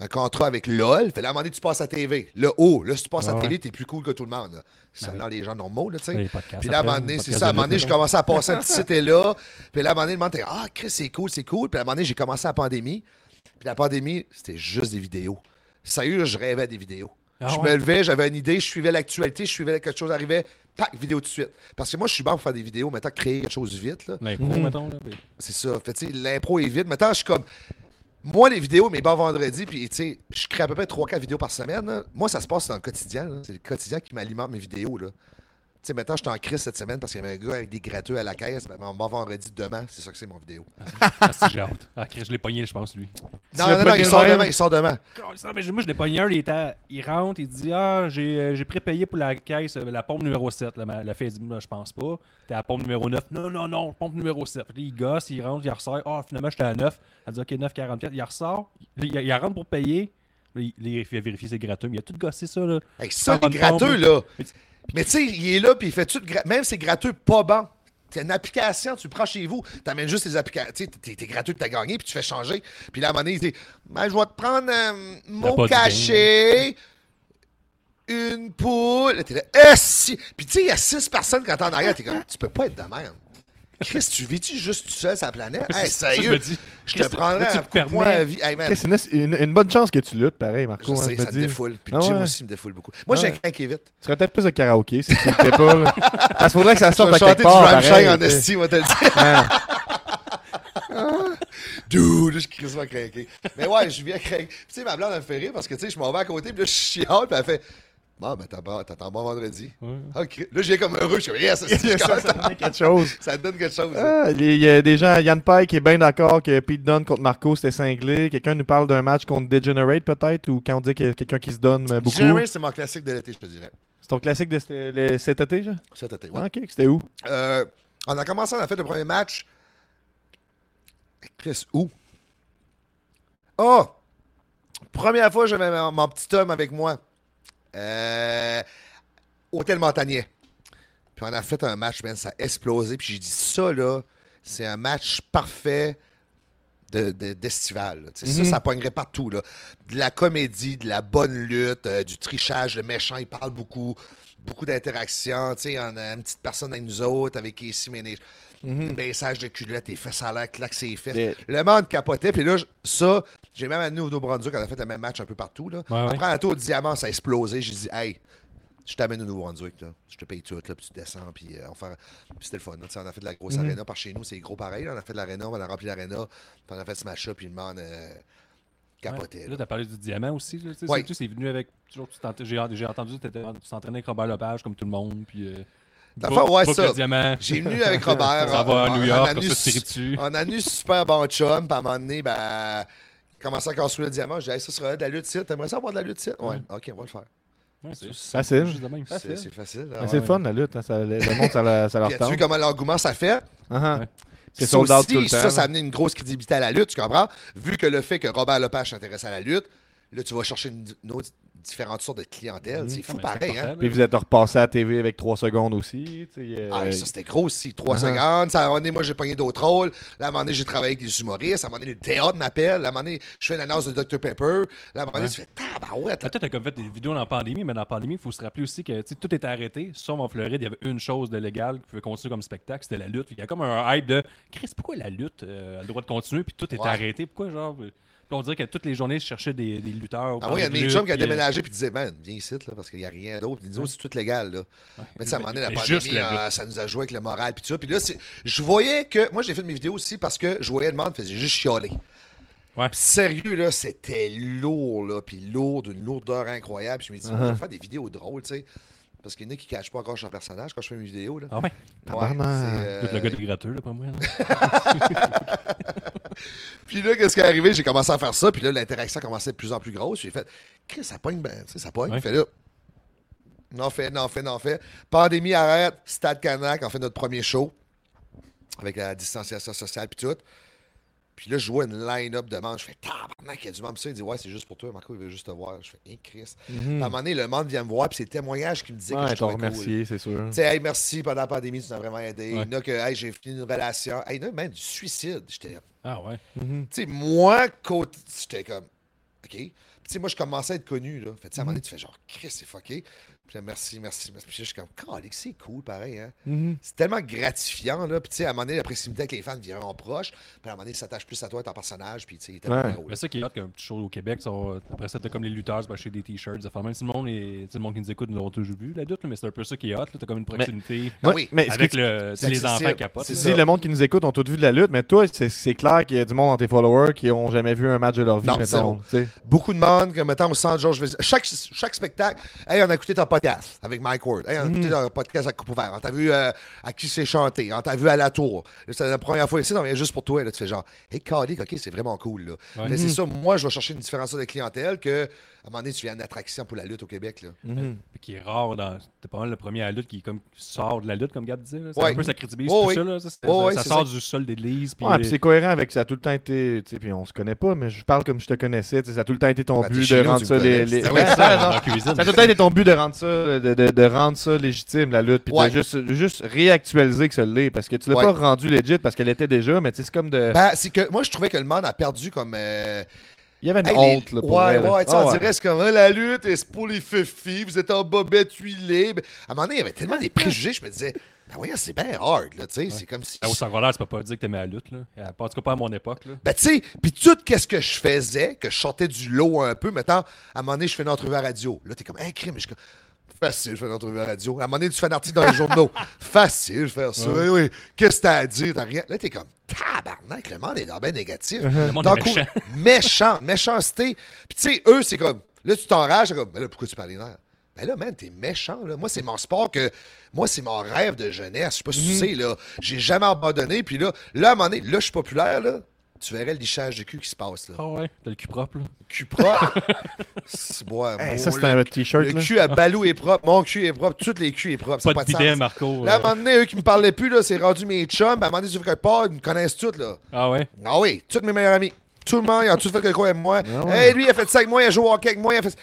S2: un contrat avec LOL. Fait là, à un moment donné, tu passes à TV. Là, oh, là, si tu passes
S1: Ah
S2: à
S1: ouais.
S2: TV, t'es plus cool que tout le monde. là. C'est
S3: Ah oui.
S2: là les gens normaux, là, tu sais.
S3: Les podcasts,
S2: Puis là, à un
S3: après,
S2: moment donné,
S3: les
S2: c'est
S3: podcasts
S2: ça. À un
S3: de
S2: moment donné,
S3: lutte, hein.
S2: je commençais à passer un petit c'était là. Puis là, à un moment donné, le monde était Ah, Chris, c'est cool, c'est cool. Puis à un moment donné, j'ai commencé la pandémie. Puis la pandémie, c'était juste des vidéos. Sérieux, je rêvais des vidéos.
S3: Ah
S2: je
S3: ouais?
S2: me levais, j'avais une idée, je suivais l'actualité, je suivais quelque chose arrivait, tac, vidéo tout de suite. Parce que moi, je suis bon pour faire des vidéos, maintenant, créer quelque chose vite. Là.
S3: L'impro,
S1: Mhm.
S3: mettons. Là, puis-
S2: C'est ça. Fait, tu sais, l'impro est vide. Maintenant, je suis comme. Moi, les vidéos, mes bars vendredi, puis tu sais, je crée à peu près 3-4 vidéos par semaine. là. Moi, ça se passe dans le quotidien. là. C'est le quotidien qui m'alimente mes vidéos. Là. Tu sais, maintenant, je suis en crise cette semaine parce qu'il y avait un gars avec des gratteux à la caisse. Ben, mon bar vendredi demain, c'est ça que c'est mon vidéo.
S3: Ah, si, j'ai hâte. Ah, Chris, je l'ai pogné, je pense, lui.
S1: l'as
S2: Non, non, non,
S1: pogné
S2: il
S1: le
S2: sort
S1: même?
S2: demain, il sort demain.
S3: Ah, mais moi, je l'ai pogné un, il, était- il rentre, il dit Ah, j'ai euh, j'ai prépayé pour la caisse, euh, la pompe numéro 7. Là, ma- la fille elle dit Non, Je pense pas. T'es à la pompe numéro 9. Non, non, non, pompe numéro 7. Puis là, il gosse, il rentre, il ressort. Ah, finalement, j'étais à 9. Elle dit Ok, 9,44. Il ressort, il, il- il rentre pour payer. Là, il, il a vérifié ses gratteux. mais Il a tout gossé ça. Là.
S2: Hey, ça,
S3: Pas
S2: les
S3: de pompe,
S2: gratteux,
S3: là.
S2: là. Mais tu sais, il est là, puis il fait tout. gra- Même c'est gratteux, pas bon. T'as une application, tu prends chez vous, t'amènes juste les applications. Tu sais, t'es- t'es gratteux que t'as gagné, puis tu fais changer. Puis là, à un moment donné, il dit Ben, Je vais te prendre euh,
S3: pas
S2: mon
S3: de gain. hein.
S2: cachet, une poule. Là, T'es là, Eh, si. Puis tu sais, il y a six personnes quand t'es en arrière, t'es comme Tu peux pas être de merde. Chris, tu vis-tu juste tout seul sur la planète? Hey,
S3: Ça, je
S2: sérieux,
S3: me
S2: je,
S3: dis,
S2: te
S3: Chris,
S2: prendrais
S3: là, tu
S2: un
S3: te
S2: coup de poing à
S3: permets.
S2: vie. Hey, man,
S1: Chris, c'est une, une- une bonne chance que tu luttes, pareil, Marco.
S2: je
S1: hein,
S2: sais,
S1: me
S2: ça me
S1: dis.
S2: défoule. Puis
S1: Ah
S2: Jim
S1: ouais.
S2: aussi me défoule beaucoup. Moi, j'ai
S3: Ah
S1: Ouais.
S2: un crack qui est vite.
S1: Tu serais peut-être plus de karaoké si tu n'étais pas. Là. Parce qu'il faudrait que ça
S2: Je
S1: sorte
S2: vais
S1: à quelque
S2: chanter du
S1: part.
S2: Rammstein
S1: pareil, Ah.
S2: en
S1: tu sais.
S2: esti, on va te le dire. Dude, là, je crie souvent craqué. Mais ouais, je viens craquer. Tu sais, ma blonde, elle me fait rire parce que, tu sais, je m'en vais à côté, puis là, je chiale, puis elle fait Bon, ben, t'as pas- t'attends bon vendredi. Ok. Là, je viens comme heureux, je suis yes, esti, je suis
S1: ça, ça
S2: content.
S1: donne quelque chose.
S2: ça te donne quelque chose. hein.
S1: Ah, Il y a des gens, Yann Paille qui est bien d'accord que Pete Dunne contre Marco c'était cinglé. Quelqu'un nous parle d'un match contre Degenerate peut-être ou quand on dit que quelqu'un qui se donne euh, beaucoup.
S2: Jerry, c'est mon classique de l'été, je te dirais.
S1: C'est ton classique de ce- le- cet été, genre?
S2: Cet été, ouais.
S1: Ah, Ok, c'était où?
S2: Euh, on a commencé, on a fait le premier match. Chris, où? Oh! Première fois, j'avais mon, mon petit homme avec moi. Euh, Hôtel Montagnier. Puis on a fait un match, man, ça a explosé. Puis j'ai dit, ça, là, c'est un match parfait de- de- d'estival. là. Tu
S3: Mhm.
S2: sais, Ça, ça pognerait partout. Là. De la comédie, de la bonne lutte, euh, du trichage, le méchant, il parle beaucoup. Beaucoup d'interactions. Tu sais, on a une petite personne avec nous autres, avec Casey Ménage.
S3: Mhm.
S2: Un baissage de culotte, les fesses à l'air, claque ses fesses.
S1: Des-
S2: Le monde capotait. Puis là, je- ça, j'ai même amené au Nouveau-Brunswick, on a fait le même match un peu partout. Là.
S3: Ouais, ouais.
S2: Après, un tour au diamant, ça a explosé. J'ai dit, hey, je t'amène au Nouveau-Brunswick, là. Je te paye tout, là, puis tu descends, puis euh, on fait... Puis c'était le fun, là. Tu sais, On a fait de la
S3: Mhm.
S2: grosse aréna par chez nous, c'est gros pareil, là. On a fait de l'aréna, on a rempli l'aréna, puis on a fait ce match-là, puis le monde euh, capotait,
S3: Là,
S2: là.
S3: t'as parlé du diamant aussi. Là, tu sais,
S2: Ouais.
S3: c'est- tu sais, c'est venu avec. toujours, tu t'entra- J'ai j'ai entendu que t'étais- tu t'entraînais avec Robert Lepage comme tout le monde. Puis. euh,
S2: Dans le
S3: book-
S2: fond, ouais,
S3: book
S2: ça.
S3: le diamant.
S2: J'ai venu avec Robert.
S3: Ça va à
S2: on-
S3: New
S2: on
S3: York,
S2: a
S3: comme
S2: nu-
S3: ça, tu tiris dessus.
S2: On a eu super bon chum, puis à un moment donné, ben, commençait à construire le diamant. J'ai dit, Hey, ça sera de la lutte site. T'aimerais ça avoir de la lutte site? Ouais, ok, on va le faire.
S3: Ouais, c'est
S1: Facile.
S3: juste de même.
S2: C'est c'est facile. là,
S1: Ah, c'est
S2: ouais.
S1: fun la lutte, hein, ça, le le monde ça, leur- ça leur
S2: Puis as-tu vu
S1: tente.
S2: comment l'engouement ça fait?
S1: Ah, ah.
S3: Ouais.
S1: C'est
S2: Ça
S1: sold out
S2: aussi,
S1: tout le temps.
S2: ça, ça
S1: là.
S2: a amené une grosse crédibilité à la lutte, tu comprends? Vu que le fait que Robert Lepage s'intéresse à la lutte, là, tu vas chercher une, une autre différentes sortes de clientèle. C'est fou
S3: Ah, mais
S2: pareil,
S3: c'est
S2: hein?
S3: important,
S1: Puis
S3: là.
S1: vous êtes repassé à la TV avec 3 secondes aussi. tu sais, euh,
S2: Ah, ça, c'était gros aussi. Trois
S1: Ah.
S2: secondes. Ça, à un moment donné, moi, j'ai pogné d'autres rôles. Là, à un moment donné, j'ai travaillé avec des humoristes. À un moment donné, le théâtre m'appelle. Là, À un moment donné, je fais l'annonce de Dr. Pepper. Là, à un moment donné, tu fais tabarouette.
S3: Toi, t'as comme fait des vidéos dans la pandémie, mais dans la pandémie, il faut se rappeler aussi que tu sais, tout était arrêté. Sauf en Floride, il y avait une chose de légal qui pouvait continuer comme spectacle, c'était la lutte. Puis Il y a comme un hype de Chris, pourquoi la lutte euh, a le droit de continuer, puis tout est
S2: Ouais.
S3: arrêté Pourquoi, genre. euh, puis on dirait que toutes les journées, je cherchais des, des lutteurs.
S2: Ah oui, il y a
S3: des euh,
S2: des chums qui a déménagé puis disaient, man, viens ici, là, parce qu'il n'y a rien d'autre. Puis Nous autres, c'est tout légal, là. Mais tu sais, à un moment donné, la
S3: Mais
S2: pandémie,
S3: juste la
S2: euh, ça nous a joué avec le moral, puis tout ça. Puis là, c'est- je voyais que. Moi, j'ai fait mes vidéos aussi parce que je voyais le monde faisait juste chialer.
S3: Ouais.
S2: Puis Sérieux, là, c'était lourd, là. Puis lourd, d'une lourdeur incroyable. Puis je me dis, je vais faire des vidéos drôles, tu sais. Parce qu'il y en a qui ne cachent pas encore son personnage quand je fais mes vidéos, là.
S3: Ah ouais,
S1: Tabarnak.
S2: c'est, euh,
S3: tout le gars de gratteux, là, pas moi. là.
S2: Puis là, qu'est-ce qui est arrivé? J'ai commencé à faire ça, puis là, l'interaction commençait de plus en plus grosse. J'ai fait, Chris, ça pogne, ben, tu sais, ça pogne.
S3: Ouais.
S2: Fait là, non fait, non fait, non fait. Pandémie arrête, Stade Canac, on fait notre premier show. avec la distanciation sociale puis tout. Puis là, je vois une line-up de membres. Je fais tabarnak, il y a du membre. Ça, il dit Ouais, c'est juste pour toi, Marco, il veut juste te voir. Je fais Hé, Chris.
S3: Mhm.
S2: À un moment donné, le monde vient me voir, puis c'est le témoignage qui me disait que
S1: Ouais,
S2: je
S1: t'en
S2: trouvais cool.
S1: remercier, c'est sûr.
S2: Tu sais, hey, merci, pendant la pandémie, tu m'as vraiment aidé.
S3: Ouais.
S2: Il y en a que, hey, j'ai fini une relation. Hey, il y en a même du suicide. J'étais là.
S3: Ah ouais.
S1: Mhm.
S2: Tu sais, moi, côté. J'étais comme. OK. Puis, tu sais, moi, je commençais à être connu, là. Fait, que, tu sais, à un
S1: Mhm.
S2: moment donné, tu fais genre, Chris, c'est fucké. Puis là, merci, merci, merci. Puis je suis comme, Calix, c'est cool, pareil, hein.
S1: Mhm.
S2: C'est tellement gratifiant, là. Puis, tu sais, à un moment donné, la proximité avec les fans devient vraiment proche. Puis, à un moment donné, ils s'attachent plus à toi, à ton personnage. Puis, tu sais, ils t'aiment
S1: Ouais.
S2: gros,
S3: Mais
S2: là.
S3: ça qui est hot comme petit show au Québec, ça, va- après ça, t'as comme les lutteurs, c'est acheter des t-shirts. des affaires. Même si le monde, est, tu sais, le monde qui nous écoute, nous l'ont toujours vu, la doute, là, mais c'est un peu ça qui est hot. là. T'as comme une proximité
S2: Ah
S1: Ouais,
S2: oui.
S1: mais ce que
S3: avec
S1: tu-
S3: le, tu sais,
S2: c'est
S3: les enfants
S2: accessible.
S3: capotent.
S2: C'est
S3: là.
S1: Si le monde qui nous écoute ont tout vu de la lutte, mais toi, c'est- c'est clair qu'il y a du monde dans tes followers qui ont jamais vu un match de leur vie,
S2: Non,
S1: mettons.
S2: zéro.
S1: tu sais.
S2: Beaucoup de monde, comme mettons, au centre Georges Vézina. Chaque, chaque spectacle, hey, on a écouté ton podcast avec Mike Ward. Hey, on a écouté ton podcast à Coupe Ouvert. On t'a vu euh, à qui c'est chanté. On t'a vu à la tour. Là, C'est la première fois ici, on vient juste pour toi. Là, tu fais genre, hey, Calique, OK, c'est vraiment cool. Là.
S3: Ouais.
S2: Mais c'est ça, moi, je vais chercher une différence de clientèle que, à un moment donné, tu viens une attraction pour la lutte au Québec. Là.
S3: Puis qui est rare dans. T'es pas mal le premier à la lutte qui comme, sort de la lutte, comme Gab disait. là. C'est
S2: Ouais.
S3: un peu sa crédibilité,
S2: Oh
S3: tout
S2: oui.
S3: ça. Là. Ça, c'est-
S2: Oh oui,
S3: ça
S2: c'est
S3: sort
S2: ça.
S3: du sol d'église. Puis
S1: Ouais, puis c'est cohérent avec ça a tout le temps été, tu sais, puis on se connaît pas, mais je parle comme je te connaissais, tu sais, ça a tout le temps été ton
S2: Ben, t'es
S1: but
S2: chez
S1: de
S2: nous,
S1: rendre
S2: tu
S1: ça
S2: me
S1: les,
S2: connais. Ah
S1: les-
S2: C'est
S1: Ouais,
S2: vrai,
S1: ça,
S3: dans
S1: non.
S3: la cuisine.
S1: hein. Ça a tout le temps été ton but de rendre ça, de, de- de rendre ça légitime, la lutte, puis
S2: Ouais.
S1: de juste, juste réactualiser que ça l'est, parce que tu l'as
S2: Ouais.
S1: pas rendu legit parce qu'elle était déjà, mais tu sais, c'est comme de.
S2: Ben, c'est que moi, je trouvais que le monde a perdu comme. euh,
S1: Il y avait une
S2: Hey,
S1: honte,
S2: les-
S1: là, pour
S2: ouais,
S1: elle.
S2: ouais, tu sais,
S1: Ah
S2: on
S1: ouais.
S2: dirait, c'est comme, Ah, la lutte, c'est pour les fifis, vous êtes en bobette huilée. Ben, À un moment donné, il y avait tellement des préjugés, je me disais, ben voyons, c'est bien hard, là, tu sais, c'est comme
S1: Ben
S2: si...
S3: Au Sangolard, tu peux pas dire que t'aimais la lutte. Là. À part- En tout cas, pas à mon époque. Là.
S2: Ben, tu sais, puis tout qu'est-ce que je faisais, que je sortais du lot un peu, mettons, à un moment donné, je fais une entrevue à radio. Là, t'es comme, un crime, mais je suis comme, facile, je fais une entrevue à radio. À un moment donné, tu fais un article dans les journaux. facile, faire ça. Oui, oui. Qu'est-ce que t'as à dire? T'as rien. Là, t'es comme, tabarnak, le monde est dans ben négatif.
S1: Uh-huh.
S3: Le monde
S2: D'un
S3: est
S2: coup,
S3: méchant.
S2: méchant, méchanceté. Puis tu sais, eux, c'est comme, là, tu t'enrages, t'es comme, ben là, pourquoi tu parles les nerfs? Ben là, man, t'es méchant, là. Moi, c'est mon sport que. Moi, c'est mon rêve de jeunesse. Je sais pas si tu sais, là. J'ai jamais abandonné. Puis là, là, à un moment donné, là, je suis populaire, là. Tu verrais le lichage de cul qui se passe, là.
S3: Ah ouais, t'as le cul propre. Là.
S2: Cul propre. C'est- ouais,
S1: Hey,
S2: bon,
S1: ça, c'est
S2: le-
S1: un t-shirt,
S2: Le
S1: là.
S2: cul à balou est propre. Mon cul est propre. Tous les culs est propre. Ça
S3: Pas
S2: n'a
S3: de
S2: sens.
S3: bidet, Marco.
S2: Là, à un
S3: euh.
S2: moment donné, eux qui me parlaient plus, là, c'est rendu mes chums. Ben, À un moment donné, tu veux quelque part, ils me connaissent tous, là.
S3: Ah ouais.
S2: Ah oui, tous mes meilleurs amis. Tout le monde, ils ont tous fait quelque chose avec moi.
S1: Ah ouais.
S2: Hey, lui, il a fait ça avec moi, il a joué au hockey avec moi, il a fait ça.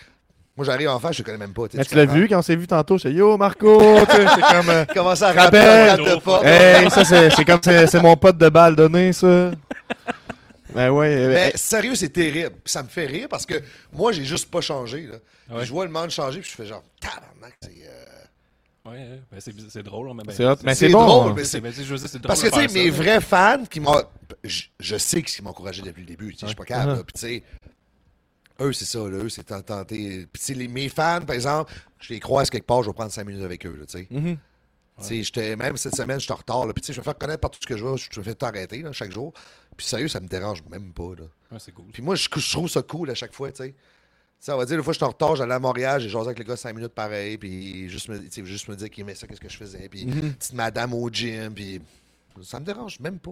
S2: Moi, j'arrive en face, je le connais même pas.
S1: Mais tu l'as vu quand on s'est vu tantôt, c'est Yo Marco, tu sais, c'est comme. euh,
S2: Commence à rappeler
S1: Rappel.
S2: on rate de pas.
S1: Hey, ça, c'est c'est comme c'est c'est mon pote de balle donné, ça. Ben ouais. euh,
S2: Mais sérieux, c'est terrible. Puis ça me fait rire parce que moi, j'ai juste pas changé. Là. Puis
S3: Ouais.
S2: Je vois le monde changer, puis je fais genre, tabarnak, c'est. euh,
S3: Ouais, ouais. Ben, c'est c'est drôle. hein, mais ben,
S1: C'est hot, mais
S2: c'est
S1: c'est bon.
S2: drôle,
S1: hein.
S2: mais-
S3: c'est- c'est- ben, tu sais, je veux dire, c'est drôle
S2: Parce que,
S3: de
S2: tu sais,
S3: faire
S2: mes
S3: ça,
S2: vrais fans qui m'ont. Je, je sais qu'ils m'ont encouragé depuis le début. tu sais, Je suis pas capable. là. Puis, tu sais, eux, c'est ça. Là, eux, c'est tant- tenté. Puis, tu sais, les- mes fans, par exemple, je les croise quelque part, je vais prendre 5 minutes avec eux. là, Tu sais. Tu sais, j'étais- même cette semaine, je suis en retard. là. Puis, tu sais, je vais faire connaître partout ce que je vois. Je me fais t'arrêter là, chaque jour. Puis, sérieux, ça me dérange même pas. Là.
S3: Ouais, c'est cool.
S2: Puis moi, je, je trouve ça cool à chaque fois, tu sais. Tu sais, on va dire, une fois, je suis en retard, j'allais à Montréal, j'ai jasé avec le gars 5 minutes pareil, puis juste me, tu sais, juste me dire qu'il aimait ça, qu'est-ce que je faisais, puis petite madame au gym, puis ça me dérange même pas.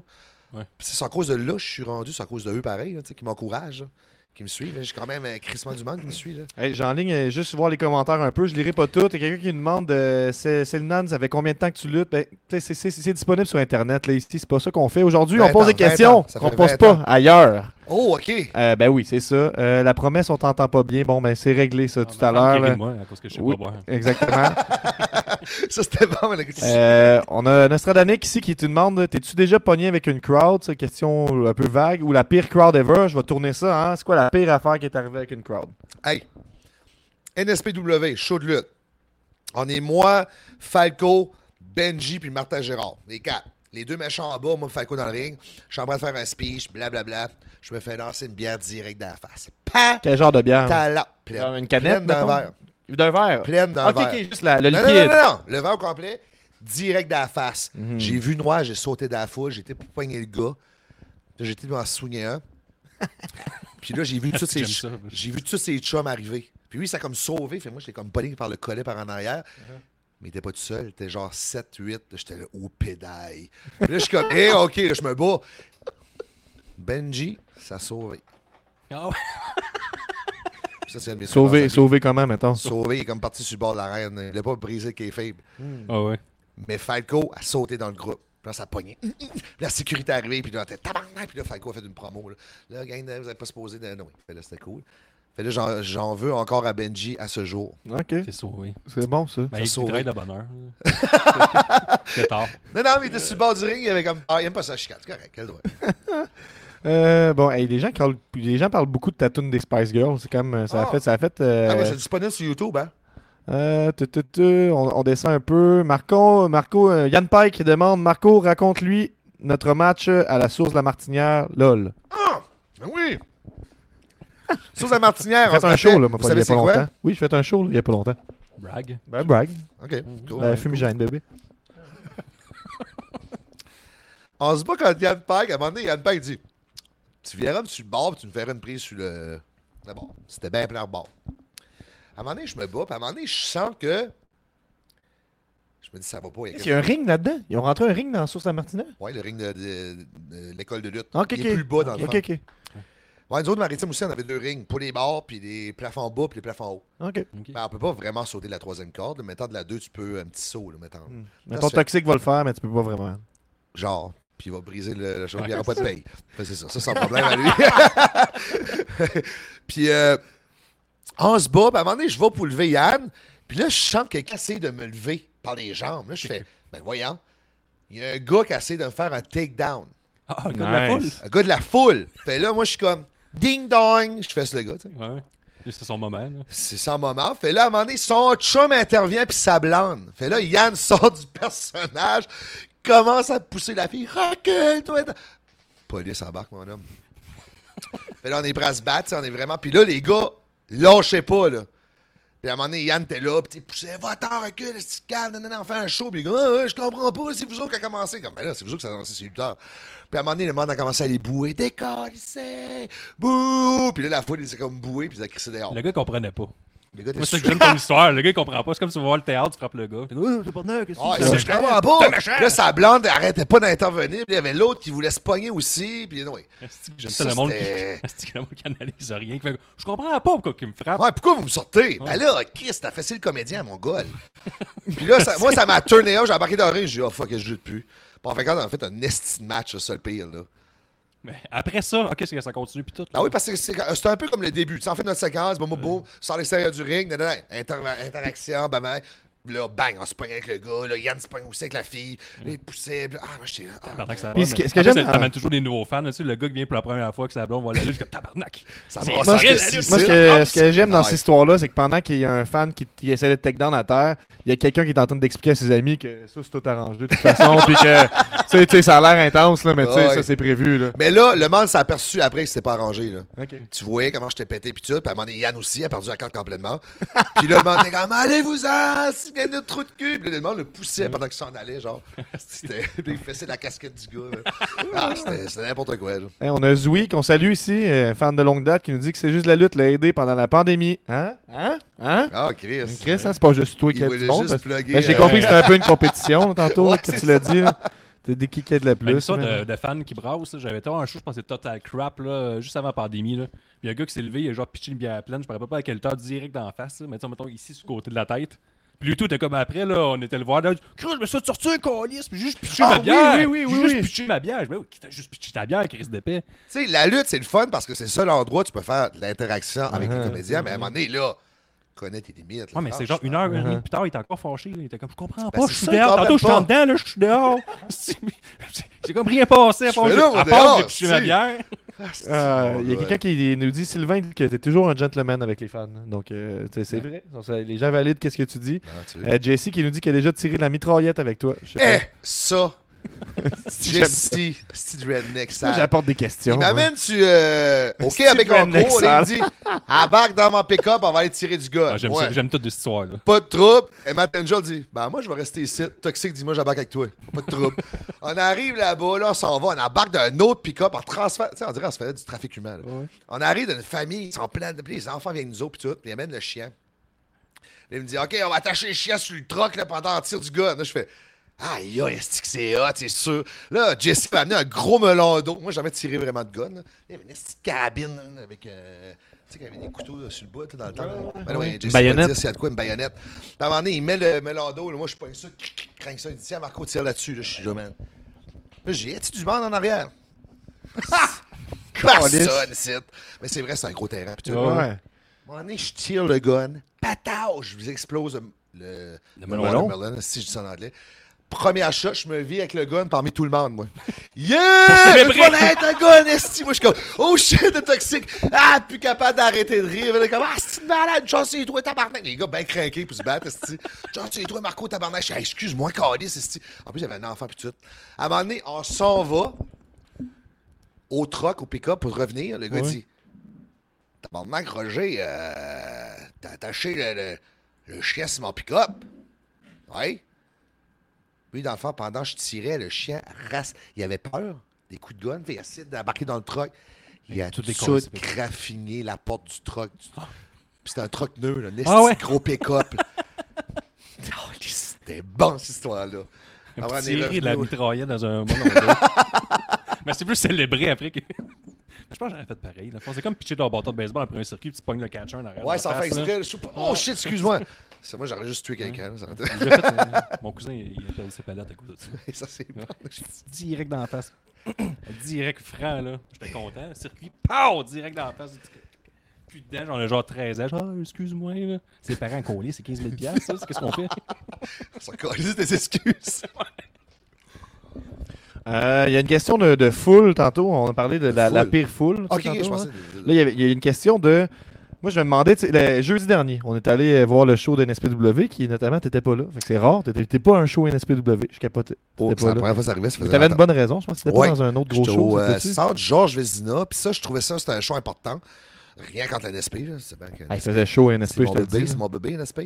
S3: Ouais.
S2: Puis c'est à cause de là que je suis rendu, c'est à cause de eux pareil, là, tu sais, qui m'encouragent, là, qui me suivent. là. J'ai quand même un crissement du monde qui me suit, là.
S1: Hey, J'enligne euh, juste voir les commentaires un peu. Je lirai pas tout. Il y a quelqu'un qui nous demande euh, C'est- Selman, ça fait combien de temps que tu luttes Ben, tu sais, C'est c'est- c'est disponible sur Internet. Là, ici, c'est pas ça qu'on fait. Aujourd'hui, on
S2: 20
S1: pose des
S2: ans, 20
S1: questions
S2: ans. Ça
S1: qu'on
S2: fait
S1: pose
S2: 20
S1: pas
S2: ans.
S1: ailleurs.
S2: Oh, OK!
S1: Euh, ben oui, c'est ça. Euh, la promesse, on t'entend pas bien. Bon, ben c'est réglé ça
S3: Ah,
S1: tout
S3: ma
S1: à
S3: femme
S1: l'heure.
S3: qui rit de
S1: là.
S3: moi, à cause que je sais
S1: Oui,
S3: pas boire.
S1: exactement.
S2: Ça, c'était bon, mais la-
S1: Euh, on a Nostradanic ici qui te demande T'es-tu déjà pogné avec une crowd C'est une question un peu vague. Ou la pire crowd ever Je vais tourner ça. Hein? C'est quoi la pire affaire qui est arrivée avec une crowd
S2: Hey, NSPW, show de lutte. On est moi, Falco, Benji, puis Martin Gérard. Les quatre. Les deux méchants en bas, moi, Falco dans le ring. Je suis en train de faire un speech, blablabla. Je me fais lancer une bière direct dans la face.
S1: Quel genre de bière
S2: Pantalon.
S1: Genre
S2: Pleine.
S1: Une canette
S2: Pleine d'un
S1: mettons?
S2: verre.
S1: D'un verre.
S2: Pleine d'un
S1: ok,
S2: verre.
S1: ok, juste la- le
S2: Non,
S1: liquide.
S2: non, non, non, non. Le verre au complet, direct dans la face. J'ai vu noir, j'ai sauté dans la foule, j'étais pour poigner le gars. J'ai été m'en souvenir un. Puis là, j'ai vu tous ces,
S3: J'aime ça.
S2: j'ai vu tous ces chums arriver. Puis lui, ça a comme sauvé. Fait que moi, j'étais comme pogné par le collet par en arrière. Mais il était pas tout seul, il était genre 7, 8. J'étais là, au pédaille. Puis là, je suis comme, hé, OK, là, je me bats. Benji, ça a sauvé.
S3: Ah ouais.
S2: Puis Ça, c'est un de mes
S1: Sauvé,
S2: souvenirs.
S1: sauvé comment, mettons
S2: Sauvé, il est comme parti sur le bord de la reine. Il n'a pas brisé qu'il est faible.
S3: Ah ouais.
S2: Mais Falco a sauté dans le groupe. Puis là, ça pognait. Hum, hum. Puis la sécurité arrivée, puis là, t'es tabarnak, puis là, fait quoi, fait une promo. Là, là gang, vous n'avez pas supposé. De... Non, Fait là, c'était cool. Fait là, j'en- j'en veux encore à Benji à ce jour.
S1: OK.
S3: C'est sauvé.
S1: C'est bon, ça.
S3: Ben, il
S2: sauvé.
S3: travaille de bonheur. C'est tard.
S2: Non, non, mais il était sur le bord du ring, il avait comme. Ah, il aime pas ça, chicane. C'est correct, elle doit.
S1: Euh, bon, hey, les, gens parlent, les gens parlent beaucoup de ta toune des Spice Girls. C'est comme. euh, Ça a
S2: Ah.
S1: fait. Ça a fait euh,
S2: Ah, mais c'est disponible sur YouTube, hein.
S1: euh, tu, tu, tu, on, on descend un peu. Marco, Marco euh, Yann Pike qui demande Marco, raconte-lui notre match à la source de la Martinière. LOL.
S2: Ben oui! Sous la martinière,
S1: J'ai fait
S2: on
S1: un
S2: se
S1: show, là,
S2: rappelle.
S1: moi, pas- il
S2: Vous
S1: y
S2: savez
S1: a pas
S2: c'est quoi?
S1: longtemps. Oui, je fais un show, là, il y a pas longtemps.
S3: Brag.
S1: Ben, brag.
S2: Ok, cool.
S1: Ben, fumigène, bébé.
S2: On se bat quand Yann Pike, à un moment donné, Yann Pike dit Tu viendras me sur le bord, puis tu me feras une prise sur le, le bord. C'était bien plein de bord. À un moment donné, je me bats, puis à un moment donné, je sens que. Je me dis, ça va pas. Il y a
S1: Il y a un ring là-dedans. Ils ont rentré un ring dans la source de la Martinière.
S2: quelque- Ouais, le ring de, de- de l'école de lutte.
S1: Ok,
S2: Il est
S1: ok.
S2: plus bas dans le
S1: Ok,
S2: fond.
S1: ok.
S2: Ouais, nous autres, maritimes aussi, on avait deux rings pour les bords, puis les plafonds bas, puis les plafonds hauts.
S1: Ok.
S2: Mais on peut pas vraiment sauter de la troisième corde. là. Mettant de la deux, tu peux un petit saut, là, mettant.
S1: Mais
S2: Ça
S1: ton
S2: se fait.
S1: toxique va le faire, mais tu peux pas vraiment.
S2: genre, puis il va briser le, le chose, il n'y aura pas de paye. Fait que c'est ça, ça c'est son problème à lui. puis euh, on se bat, puis à un moment donné, je vais pour lever Yann, puis là, je sens que quelqu'un essaie de me lever par les jambes. Là, je fais, ben voyons, il y a un gars qui essaie de me faire un takedown.
S3: Ah, le gars de la foule.
S1: Nice.
S2: Un gars de la foule. Fait là, moi, je suis comme, ding dong, je fais ce le gars, tu sais.
S3: Ouais. Là, C'est son moment. là.
S2: C'est son moment. Fait là, à un moment donné, son chum intervient puis ça blonde. Fait là, Yann sort du personnage, commence à pousser la fille. Recule-toi! Police embarque, mon homme. fait là, on est prêt à se battre, t'sais, on est vraiment. Puis là, les gars, lâchez pas, là. Puis à un moment donné, Yann était là, puis poussé, va-t'en, recule, est-ce que tu te calmes, non, on fait un show, puis les gars, Ah, ouais, je comprends pas, c'est vous autres qui a commencé. Comme, ben là, c'est vous autres qui avez lancé ces lutteurs. Puis à un moment donné, le monde a commencé à les bouer, décalissez, bouh! Puis là, la foule, ils s'est comme boué, puis ils a crissé dehors.
S3: Le gars comprenait pas.
S2: Les gars étaient
S3: Moi, c'est ça que
S2: super-
S3: j'aime ton histoire. Le gars, il comprend pas. C'est comme si tu vas voir le théâtre, tu frappes le gars. T'es comme,
S2: Ah, ça, je comprends pas. Puis Là, sa blonde elle arrêtait pas d'intervenir. Puis il y avait l'autre qui voulait se pogner aussi. Puis anyway.
S3: Ah, c'est-tu que J'aime
S2: Ça,
S3: ça, le monde qui-
S2: c'était-
S3: Ah, c'est-tu que le monde qui analyse rien. qui fait, Je comprends pas pourquoi il me frappe.
S2: Ouais, pourquoi vous me sortez? Ben là, Chris, t'as fait le comédien, mon gars. Puis là, ça- moi, ça m'a turné up. J'ai embarqué dans le ring. J'ai dit, oh fuck, je joue depuis. Puis en fait, quand on a fait un esti de match, ça, le pire, là.
S3: Mais après ça, ok, c'est que ça continue. Puis tout.
S2: Ah oui, parce que c'est c'est un peu comme le début. Tu sais, en fait notre séquence, bon, bon, bon, sort l'extérieur du ring, nan, nan, nan, inter- interaction, bam, bam. Là, bang, on se pogne avec le gars. Là, Yann se pogne aussi avec la fille. Là, il poussait. puis là, Ah, moi, j'étais. ah.
S3: Tabarnak, ça
S1: Puis
S3: va,
S1: ce
S3: mais-
S1: que- ce que
S3: Après,
S1: j'aime
S3: ça
S1: dans-
S3: amène toujours des nouveaux fans. là, Tu sais, le gars qui vient pour la première fois que sa blonde voit la lutte, je suis comme tabarnak.
S2: Ça
S3: C'est-
S2: brasse
S1: Moi, ce
S2: la
S1: que,
S2: reste,
S1: moi, ce
S2: c'est-
S1: que-
S2: Ah,
S1: ce que j'aime dans
S2: ouais.
S1: cette histoire-là, c'est que pendant qu'il y a un fan qui, qui essaie de take down à terre, il y a quelqu'un qui est en train d'expliquer à ses amis que ça, c'est tout arrangé de toute façon, puis que, tu sais, tu sais, ça a l'air intense, là, mais tu sais,
S2: Ouais.
S1: ça, c'est prévu, là.
S2: Mais là, le monde s'est aperçu après que c'était pas arrangé. Là.
S1: OK.
S2: Tu voyais comment je t'ai pété, puis tout. Puis à un moment donné, Yann aussi a perdu la carte complètement. puis là, le monde était comme Allez-vous-en, c'est bien notre trou de cul. Puis là, le monde le poussait pendant qu'il s'en allait, genre. C'était des fessées de la casquette du gars. là. Ah, c'était c'était n'importe quoi. Là.
S1: Hey, on a Zoui qu'on salue ici, euh, fan de longue date, qui nous dit que c'est juste la lutte l'a aidé pendant la pandémie. Hein? Hein? Hein?
S2: Ah, Chris.
S1: Chris, hein, c'est pas juste toi
S2: Il
S1: qui as du
S2: voulait
S1: monde.
S2: juste
S1: parce-
S2: plugger,
S1: Ben, J'ai
S2: euh,
S1: compris que c'était un peu une compétition là, tantôt,
S2: Ouais,
S1: que
S2: c'est
S1: tu l'as dit. là. T'es des kickets de la
S3: Ben, Une
S1: plus.
S3: sorte
S1: mais-
S3: de, de fan qui brasse. là. J'avais été voir un show, je pense que c'est Total Crap, là, euh, juste avant la pandémie. Là. Puis il y a un gars qui s'est levé, il a genre pitché une bière pleine. Je ne me rappelle pas à quelle heure, direct d'en face. là, Mais tu sais, mettons ici, sur le côté de la tête. Puis lui, tout était comme après, là, on était le voir. Là, Chris, je me suis sorti un colis, puis j'ai juste pitché
S1: Ah,
S3: ma
S1: oui,
S3: bière.
S1: oui, oui,
S3: J'ai
S1: oui,
S3: juste
S1: oui.
S3: pitché ma bière. Je me dis, qui t'a juste pitché ta bière, Chris Dépais?
S2: Tu sais, la lutte, c'est le fun parce que c'est le seul endroit où tu peux faire de l'interaction avec
S1: Mhm.
S2: les comédiens. Mais à un moment donné, là, connais tes limites. là. Ah,
S3: Ouais, mais c'est genre
S2: Franchement.
S3: une heure et demie
S1: Mhm.
S3: plus tard, il était encore fâché. là. Il était comme, je comprends
S2: Ben,
S3: pas,
S2: c'est
S3: je suis
S2: ça, je
S3: dehors.
S2: comprends
S3: Tantôt, je suis
S2: pas.
S3: en dedans, là, je suis dehors. C'est- J'ai comme rien passé à
S2: Je fais là, moi,
S3: À part,
S2: dehors,
S3: j'ai pitché ma
S2: si. Ah,
S3: bière.
S1: Euh, Il y a
S2: Ouais.
S1: quelqu'un qui nous dit, Sylvain, que t'es toujours un gentleman avec les fans. Donc, euh, tu sais, c'est vrai. Donc, ça- les gens valident qu'est-ce que tu dis.
S2: Ah, tu veux.
S1: Euh, Jesse qui nous dit qu'il a déjà tiré de la mitraillette avec toi. Je sais pas.
S3: Hein?
S2: Eh, ça. Jesse, Steve Redneck,
S1: Moi,
S2: ça.
S1: J'apporte des questions.
S2: Il
S1: moi.
S2: m'amène tu euh, OK avec
S1: Superman
S2: un gros, là,
S1: Nexal.
S2: il me dit embarque dans mon pick-up, on va aller tirer du gars.
S3: Ah, J'aime
S2: Ouais.
S3: ça- j'aime toute cette histoire-là.
S2: Pas de trouble. Et Matt Angel dit Ben moi je vais rester ici. Toxique, dis-moi j'embarque avec toi. Pas de trouble. on arrive là-bas, là, on s'en va, on embarque d'un autre pick-up, on transfère. Tu sais, on dirait on se fait du trafic humain. là. On arrive d'une famille, ils sont pleins de puis les enfants viennent nous autres, puis tout, puis ils amènent le chien. Là, il me dit OK, on va attacher le chien sur le troc là, pendant le tir du gars. Là, je fais Aïe, aïe, est-ce que c'est hot, c'est sûr. Là, Jesse m'a amené un gros melon d'eau. Moi, j'ai jamais tiré vraiment de gun. là. Il y avait une petite carabine là, avec. euh, tu sais, qu'il y avait des couteaux là, sur le bout, là, dans le temps. là. Ben, ouais, Jesse m'a
S1: Baïonnette.
S2: dit, s'il y a de quoi, une baïonnette. Puis, à un moment donné, il met le melon d'eau. là, Moi, je pogne ça, crains ça. Il dit Tiens, Marco, tire là-dessus. Là, je suis là, man. Là, j'ai dit du monde en arrière. Personne, c'est. Mais c'est vrai, c'est un gros terrain. Puis tu vois,
S1: Ouais.
S2: mon année, je tire le gun. Patao, je vous explose le, le, le
S1: melon.
S2: watermelon, si je dis ça en anglais. Première shot, je me vis avec le gun parmi tout le monde, moi. Yeah! Je vais être un gun, esti! Moi, je suis comme, oh shit, de toxique! Ah, plus capable d'arrêter de rire. Elle est comme, ah, c'est malade, chance, c'est toi, tabarnak! Les gars, ben craqués pour se battre, esti. Chance, c'est toi, Marco, tabarnak. Je dis, Hey, excuse-moi, calice, esti. En plus, j'avais un enfant, puis tout. À un moment donné, on s'en va au truck, au pick-up, pour revenir. Le gars
S1: Ouais.
S2: dit, Tabarnak, Roger, euh, t'as attaché le, le- le chien sur mon pick-up. Ouais. Lui, dans le fond, pendant que je tirais, le chien race. Il avait peur des coups de gun. fait, Il a essayé d'embarquer dans le truck. Il a tout,
S3: tout décollé, c'est pas-
S2: graffiné la porte du truck. Du- Puis c'était un truck nœud, là, un
S3: Ah ouais.
S2: esti gros pick-up. là. Oh, c'était bon, cette histoire-là.
S3: Un
S2: Après, on est
S3: petit tiré de
S2: revenu
S3: la
S2: au-
S3: mitraillette dans un monde. on va dire. Mais c'est plus célébré après que. Je pense que j'aurais fait pareil. là. Je pense que C'est comme pitcher ton bâton de baseball après un circuit, tu pognes le catcher en arrière.
S2: Ouais,
S3: dans
S2: sans
S3: la
S2: faire
S3: face, là.
S2: exprès. je sais pas. Oh shit, excuse-moi. C'est moi, j'aurais juste tué quelqu'un. ça aurait été-
S3: J'ai fait, euh, Mon cousin, il a perdu ses palettes à cause de ça.
S2: Ça, c'est bon.
S3: Direct dans la face. direct franc, là. J'étais content. Circuit, pow! Direct dans la face. Puis dedans, j'en ai genre 13 ans. Ah, excuse-moi, là. Ses parents collés, c'est 15 000 piastres, ça. C'est qu'est-ce qu'on fait?
S2: Ça juste des excuses.
S1: Euh, Il y a une question de, de foule tantôt. On a parlé de la, la
S2: Foule.
S1: pire foule. tu
S2: Ok,
S1: sais,
S2: je
S1: tantôt, hein.
S2: pensais.
S1: Là, il y avait- il y a une question de. Moi, je me demandais, tu sais, le jeudi dernier, on est allé euh, voir le show de NSPW qui, notamment, t'étais pas là. Fait que c'est rare, t'étais t'étais pas un show NSPW. Je capotais.
S2: Oh,
S1: T'étais
S2: c'est la
S1: pas là.
S2: première fois que ça arrivait, ça
S1: Mais
S2: faisait
S1: t'avais une
S2: longtemps.
S1: bonne raison, je pense. T'étais
S2: Ouais.
S1: pas dans un autre gros
S2: J'étais au
S1: show.
S2: euh,
S1: c'était-tu?
S2: centre Georges Vézina, puis ça, je trouvais ça, c'était un show important. Rien contre la NSP, là, c'est bien que.
S1: Ah, il faisait chaud à
S2: c'est
S1: NSP, je
S2: mon
S1: te le
S2: bébé,
S1: dis.
S2: c'est mon bébé, NSP.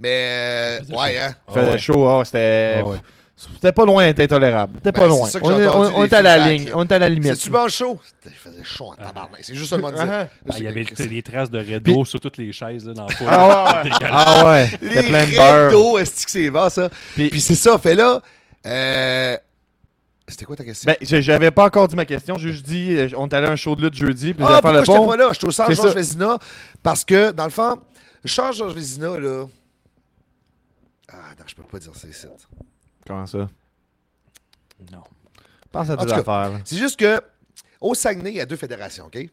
S2: Mais, euh, ouais, hein.
S1: Il faisait
S3: ouais.
S1: chaud, ah, c'était.
S3: Ah ouais.
S1: C'était pas loin d'être intolérable. C'était pas
S2: Ben, c'est
S1: loin.
S2: ça que
S1: On
S2: j'ai
S1: est-
S2: entendu
S1: on- on
S2: des
S1: est à la
S2: feedbacks,
S1: ligne.
S2: là.
S1: On est à la limite.
S2: C'est-tu bon chaud? Il faisait chaud en tabarnak. C'est juste seulement de dire.
S1: Ah,
S3: Ah, il y avait
S2: les
S3: les traces de Redo sur toutes les chaises, là, dans le four.
S1: Ah ouais, ouais. Ah ouais. C'était plein de beurre.
S2: rectos, est-ce que c'est bon, ça?
S1: Puis-
S2: Puis c'est ça, fait là. euh, C'était quoi ta question?
S1: Ben, je- j'avais pas encore dit ma question. J'ai juste dit, euh, on est allé à un show de lutte jeudi, puis je
S2: Ah,
S1: vais faire
S2: pourquoi
S1: le
S2: j'étais
S1: pont.
S2: pas là? J'étais au centre
S1: C'est
S2: Georges
S1: ça.
S2: Vézina parce que, dans le fond, le centre Georges Vézina, là... Ah, non, je peux pas dire ça ici.
S1: Comment ça?
S3: Non.
S1: Pense à
S2: En
S1: tes
S2: tout cas,
S1: affaires. là.
S2: C'est juste que, au Saguenay, il y a deux fédérations, OK?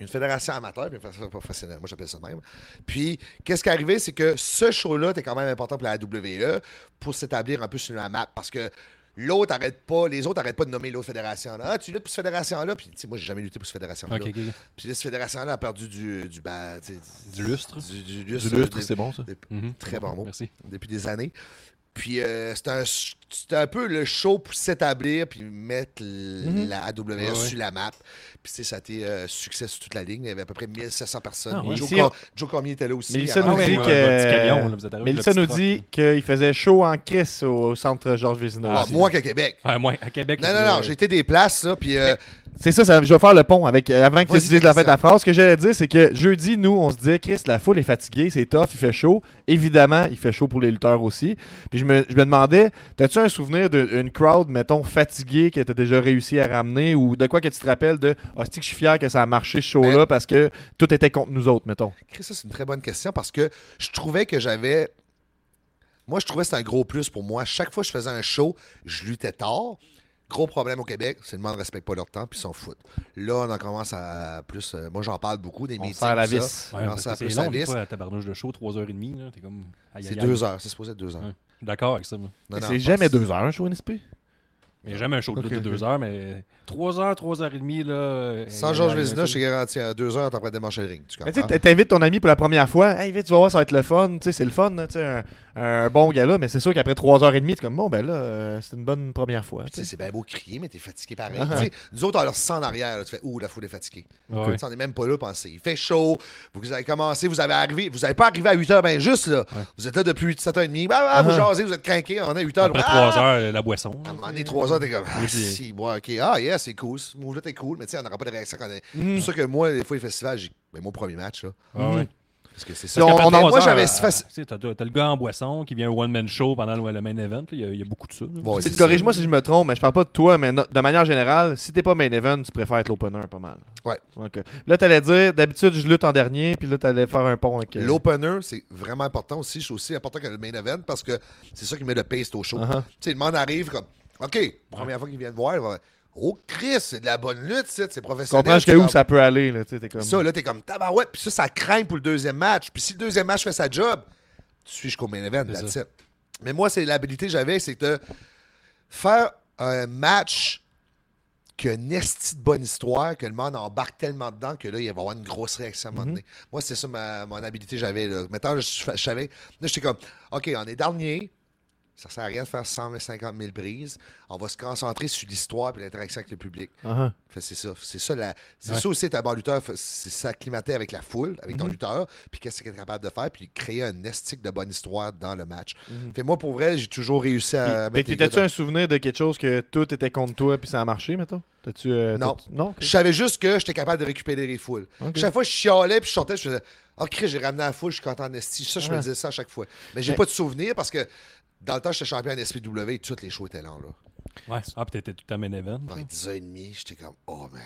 S2: Une fédération amateur et une fédération professionnelle. Moi, j'appelle ça de même. Puis, qu'est-ce qui est arrivé, c'est que ce show-là était quand même important pour la WWE pour s'établir un peu sur la map parce que l'autre arrête pas, les autres arrêtent pas de nommer l'autre fédération. là. Ah, tu luttes pour cette fédération-là? Puis, tu sais, moi, j'ai jamais lutté pour cette fédération-là.
S3: Ok, ok.
S2: Puis, là, cette fédération-là a perdu du, du, ba- tu sais,
S3: Du lustre.
S2: du, du
S1: Du
S2: lustre,
S1: lustre,
S2: des-
S1: c'est bon ça.
S2: des-
S3: Mhm.
S2: Très bon mot.
S3: Merci.
S2: depuis des années. Puis euh, c'est un, c'est un peu le show pour s'établir puis mettre l-
S1: Mhm.
S2: la AWS
S3: Ouais, ouais.
S2: sur la map. Puis tu sais, ça a été euh, succès sur toute la ligne. Il y avait à peu près 1700 personnes.
S3: Ah, ouais.
S2: Joe,
S1: Ici,
S2: Com- Joe Cormier était là aussi. Ah,
S1: Mélissa
S2: avant.
S1: nous dit
S3: ouais,
S1: que.
S3: ouais, euh, votre petit camion, là, vous êtes arrivé
S1: Euh, Mélissa
S3: avec le
S1: nous
S3: petit
S1: dit qu'il faisait chaud en crise au, au centre Georges
S2: Ah,
S1: Vézina. aussi.
S2: moins qu'à Québec.
S3: Ah, moi, à Québec.
S2: Non, non, non,
S3: euh,
S2: j'ai été des places, là, puis euh,
S1: C'est ça, ça- je vais faire le pont avec euh, avant que
S2: Vas-y,
S1: tu dises la fin de
S2: Christian.
S1: ta phrase. Ce que j'allais dire, c'est que jeudi, nous, on se disait, Chris, la foule est fatiguée, c'est tough, il fait chaud. Évidemment, il fait chaud pour les lutteurs aussi. Puis je me, je me demandais, as-tu un souvenir d'une crowd, mettons, fatiguée que tu as déjà réussi à ramener ou de quoi que tu te rappelles de Ah, c'est que je suis fier que ça a marché ce
S2: Ben,
S1: show-là parce que tout était contre nous autres, mettons.
S2: Chris, ça, c'est une très bonne question parce que je trouvais que j'avais. Moi, je trouvais que c'était un gros plus pour moi. Chaque fois que je faisais un show, je luttais tard. Gros problème au Québec, c'est le monde ne respecte pas leur temps puis ils s'en foutent. Là, on en commence à plus. euh, moi, j'en parle beaucoup des
S1: On
S2: meetings,
S1: serre la
S2: tout ça.
S1: vis.
S3: euh, Ouais,
S2: Non,
S3: parce
S2: ça
S3: que
S2: peut
S3: c'est
S2: ça
S3: long, des
S2: lisse.
S3: fois, à tabarnouche de show, 3h30, là. T'es comme. aïe,
S2: C'est
S3: aïe,
S2: deux heures. C'est supposé être deux heures.
S3: Ouais. aïe. D'accord avec ça, moi.
S2: Non, non,
S1: C'est
S2: je
S1: jamais
S2: pense-
S1: deux heures, un show NSP.
S3: Mais jamais un show de
S1: Ok,
S3: de
S1: ok.
S3: deux heures, mais trois heures, trois heures et demie, là. euh,
S2: Sans
S3: euh,
S2: Georges
S3: euh,
S2: Vézina,
S3: euh,
S2: je suis garanti à deux heures, t'es en train de démarcher le ring. Tu
S1: Mais tu sais,
S2: comprends?
S1: t- t'invites ton ami pour la première fois, hey, vite, tu vas voir, ça va être le fun, tu sais, c'est le fun, hein, tu sais, un, un bon gars-là, mais c'est sûr qu'après 3h30, t'es comme, bon, ben là, euh, c'est une bonne première fois.
S2: Puis, tu sais, c'est bien beau crier, mais t'es fatigué pareil.
S1: Ah,
S2: Tu sais, Nous autres, on leur sent en arrière. là, tu fais, ouh, la foule est fatiguée.
S3: Ouais.
S2: Tu sais, On n'est même pas là, pensez. Il fait chaud. Vous avez commencé, vous avez arrivé. Vous n'avez pas arrivé à 8h, ben juste là. Vous êtes là depuis 7h30. Bah, bah, Vous
S1: Ah.
S2: jasez, vous êtes craqué. On est 8h.
S3: Après trois heures, la boisson. là.
S2: On est 3h, t'es comme. Ah,
S3: Oui, c'est-
S2: si, bon, ok. Ah, yeah, c'est cool. Ce move-là, t'es cool. Mais tu sais, on n'aura pas de réaction quand on est.
S1: Mm.
S2: C'est pour ça que moi, des fois, les festivals, j'ai. Mais mon premier match, là.
S3: Ah ouais.
S2: Parce que c'est
S1: Si
S2: ça.
S1: on-
S2: Moi,
S1: on en-
S2: moi,
S3: Trois
S2: j'avais.
S3: heures, euh, tu sais, T'as t'as- t'as le gars en boisson qui vient au one-man show pendant le, le main event. là, Il y, a- il y a beaucoup de ça. là.
S2: Bon,
S1: Tu sais,
S2: c'est
S1: Corrige-moi si je me trompe, mais je parle pas de toi, mais no- de manière générale, si t'es pas main event, tu préfères être l'opener pas mal.
S2: Ouais.
S1: Donc, euh, là, t'allais dire, d'habitude, je lutte en dernier, puis là, t'allais faire un pont avec. euh,
S2: L'opener, c'est vraiment important aussi. C'est aussi important que le main event parce que c'est ça qui met le pace au show.
S1: Uh-huh.
S2: Tu sais, le monde arrive comme OK, première fois qu'ils viennent voir, ils vont- Oh, Chris, c'est de la bonne lutte, c'est
S1: Tu
S2: c'est professionnel.
S1: comprends jusqu'à
S2: tu
S1: où
S2: vas-
S1: ça peut aller. Là, tu sais, t'es comme...
S2: Ça, là, t'es comme tabarouette, puis ça, ça craint pour le deuxième match. Puis si le deuxième match fait sa job, tu suis jusqu'au main event,
S3: C'est
S2: that's it. Mais moi, c'est l'habilité que j'avais, c'est de faire un match qui a une esti de bonne histoire, que le monde embarque tellement dedans que là, il va y avoir une grosse réaction à un moment donné. Moi, c'est ça ma, mon habilité que j'avais. là. Mettons, je, je savais, là, j'étais comme, OK, on est dernier, ça sert à rien de faire 150 000 prises, on va se concentrer sur l'histoire et l'interaction avec le public.
S1: Ah,
S2: Fait que C'est ça. C'est ça, la... c'est
S1: Ouais. Mhm.
S2: ça aussi, être un bon lutteur, faut- c'est s'acclimater avec la foule, avec ton lutteur, puis qu'est-ce qu'il est capable de faire, puis créer un estique de bonne histoire dans le match.
S1: Mhm.
S2: Fait que moi, pour vrai, j'ai toujours réussi
S1: ah.
S2: à
S1: Fait que
S2: les
S1: t'étais-tu
S2: gars
S1: un souvenir de quelque chose que tout était contre toi puis ça a marché, mettons? T'as-tu, euh,
S2: Non.
S1: t'as-tu- Non?
S2: dans- Je savais juste que j'étais capable de récupérer les foules.
S1: Ok.
S2: Chaque fois, je chialais, puis je sortais, je faisais « Oh, Chris, j'ai ramené la foule, je suis content en esti. » Ça, je me
S1: Ouais.
S2: disais ça à chaque fois. Mais j'ai
S1: Mais-
S2: pas de souvenir parce que dans le temps, j'étais champion en SPW et toutes les shows étaient longs. Là.
S3: Ouais. Ah, puis t'étais tout à main event.
S2: Dans 10h30, j'étais comme « Oh, man,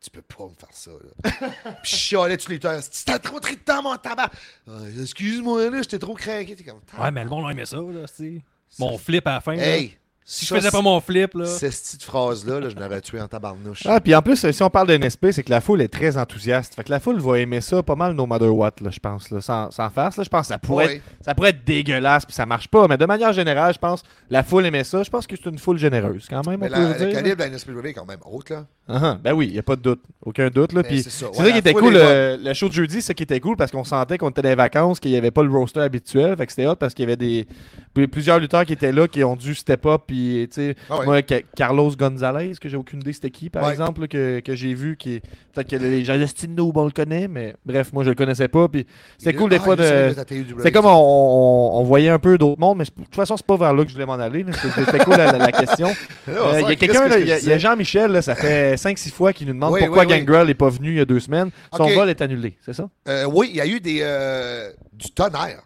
S2: tu peux pas me faire ça. » là. Puis je chialais tous les temps. « C'était trop pris de temps, mon tabac! Euh, Excuse-moi, là, j'étais trop craqué. » T'es comme «
S3: Ouais, mais le monde aimait ça, là, c'est. Mon flip à la
S1: euh,
S3: fin. là.
S2: Hey! »
S3: Si je faisais pas mon flip, là.
S2: Cette petite phrase-là, là, je l'aurais tué en tabarnouche.
S1: Ah, puis en plus, si on parle d'NSP, c'est que la foule est très enthousiaste. Fait que la foule va aimer ça pas mal no matter what, là, je pense. Là. Sans, sans farce, là, je pense que ça pourrait,
S2: Ouais.
S1: être, ça pourrait être dégueulasse puis ça marche pas. Mais de manière générale, je pense la foule aimait ça. Je pense que c'est une foule généreuse quand même,
S2: mais
S1: on
S2: la-
S1: peut le
S2: le
S1: dire.
S2: calibre de la NSPW est quand même haute, là.
S1: Ah, ah, ben oui, il a pas de doute. Aucun doute. Là,
S2: Mais
S1: puis
S2: Ben, c'est
S1: c'est
S2: ça.
S1: ça,
S2: Ouais, la
S1: qui était
S2: foule
S1: cool.
S2: est
S1: Le, le show de jeudi, c'est ça qui était cool parce qu'on sentait qu'on était dans les vacances, qu'il n'y avait pas le roster habituel. Fait que c'était hot parce qu'il y avait des, pl- plusieurs lutteurs qui étaient là qui ont dû step up. Puis, tu sais,
S2: Ah ouais.
S1: moi, Ca- Carlos Gonzalez, que j'ai aucune idée c'était qui, par
S2: Ouais.
S1: exemple, là, que, que j'ai vu. qui est- Peut-être que les gens estiment nous, on le connaît, mais bref, moi, je le connaissais pas. Puis c'était
S2: Il-
S1: cool des
S2: ah,
S1: fois
S2: il est sur la
S1: de.
S2: liste la TUW.
S1: C'est comme on, on- on voyait un peu d'autres mondes, mais je- de toute façon, c'est pas vers là que je voulais m'en aller. là. C'était c'était cool la- la- la question.
S2: Là, on
S1: Euh, Il
S2: sent
S1: y a
S2: Ah, Chris
S1: quelqu'un,
S2: que
S1: là,
S2: ce
S1: il y a,
S2: que je
S1: il y a
S2: disais.
S1: Jean-Michel, là, ça fait 5-6 fois qu'il nous demande
S2: Oui,
S1: pourquoi
S2: oui, oui.
S1: Gangrel n'est pas venu il y a deux semaines. Son
S2: Ok.
S1: vol est annulé, c'est ça?
S2: Euh, Oui, il y a eu des, euh, du tonnerre.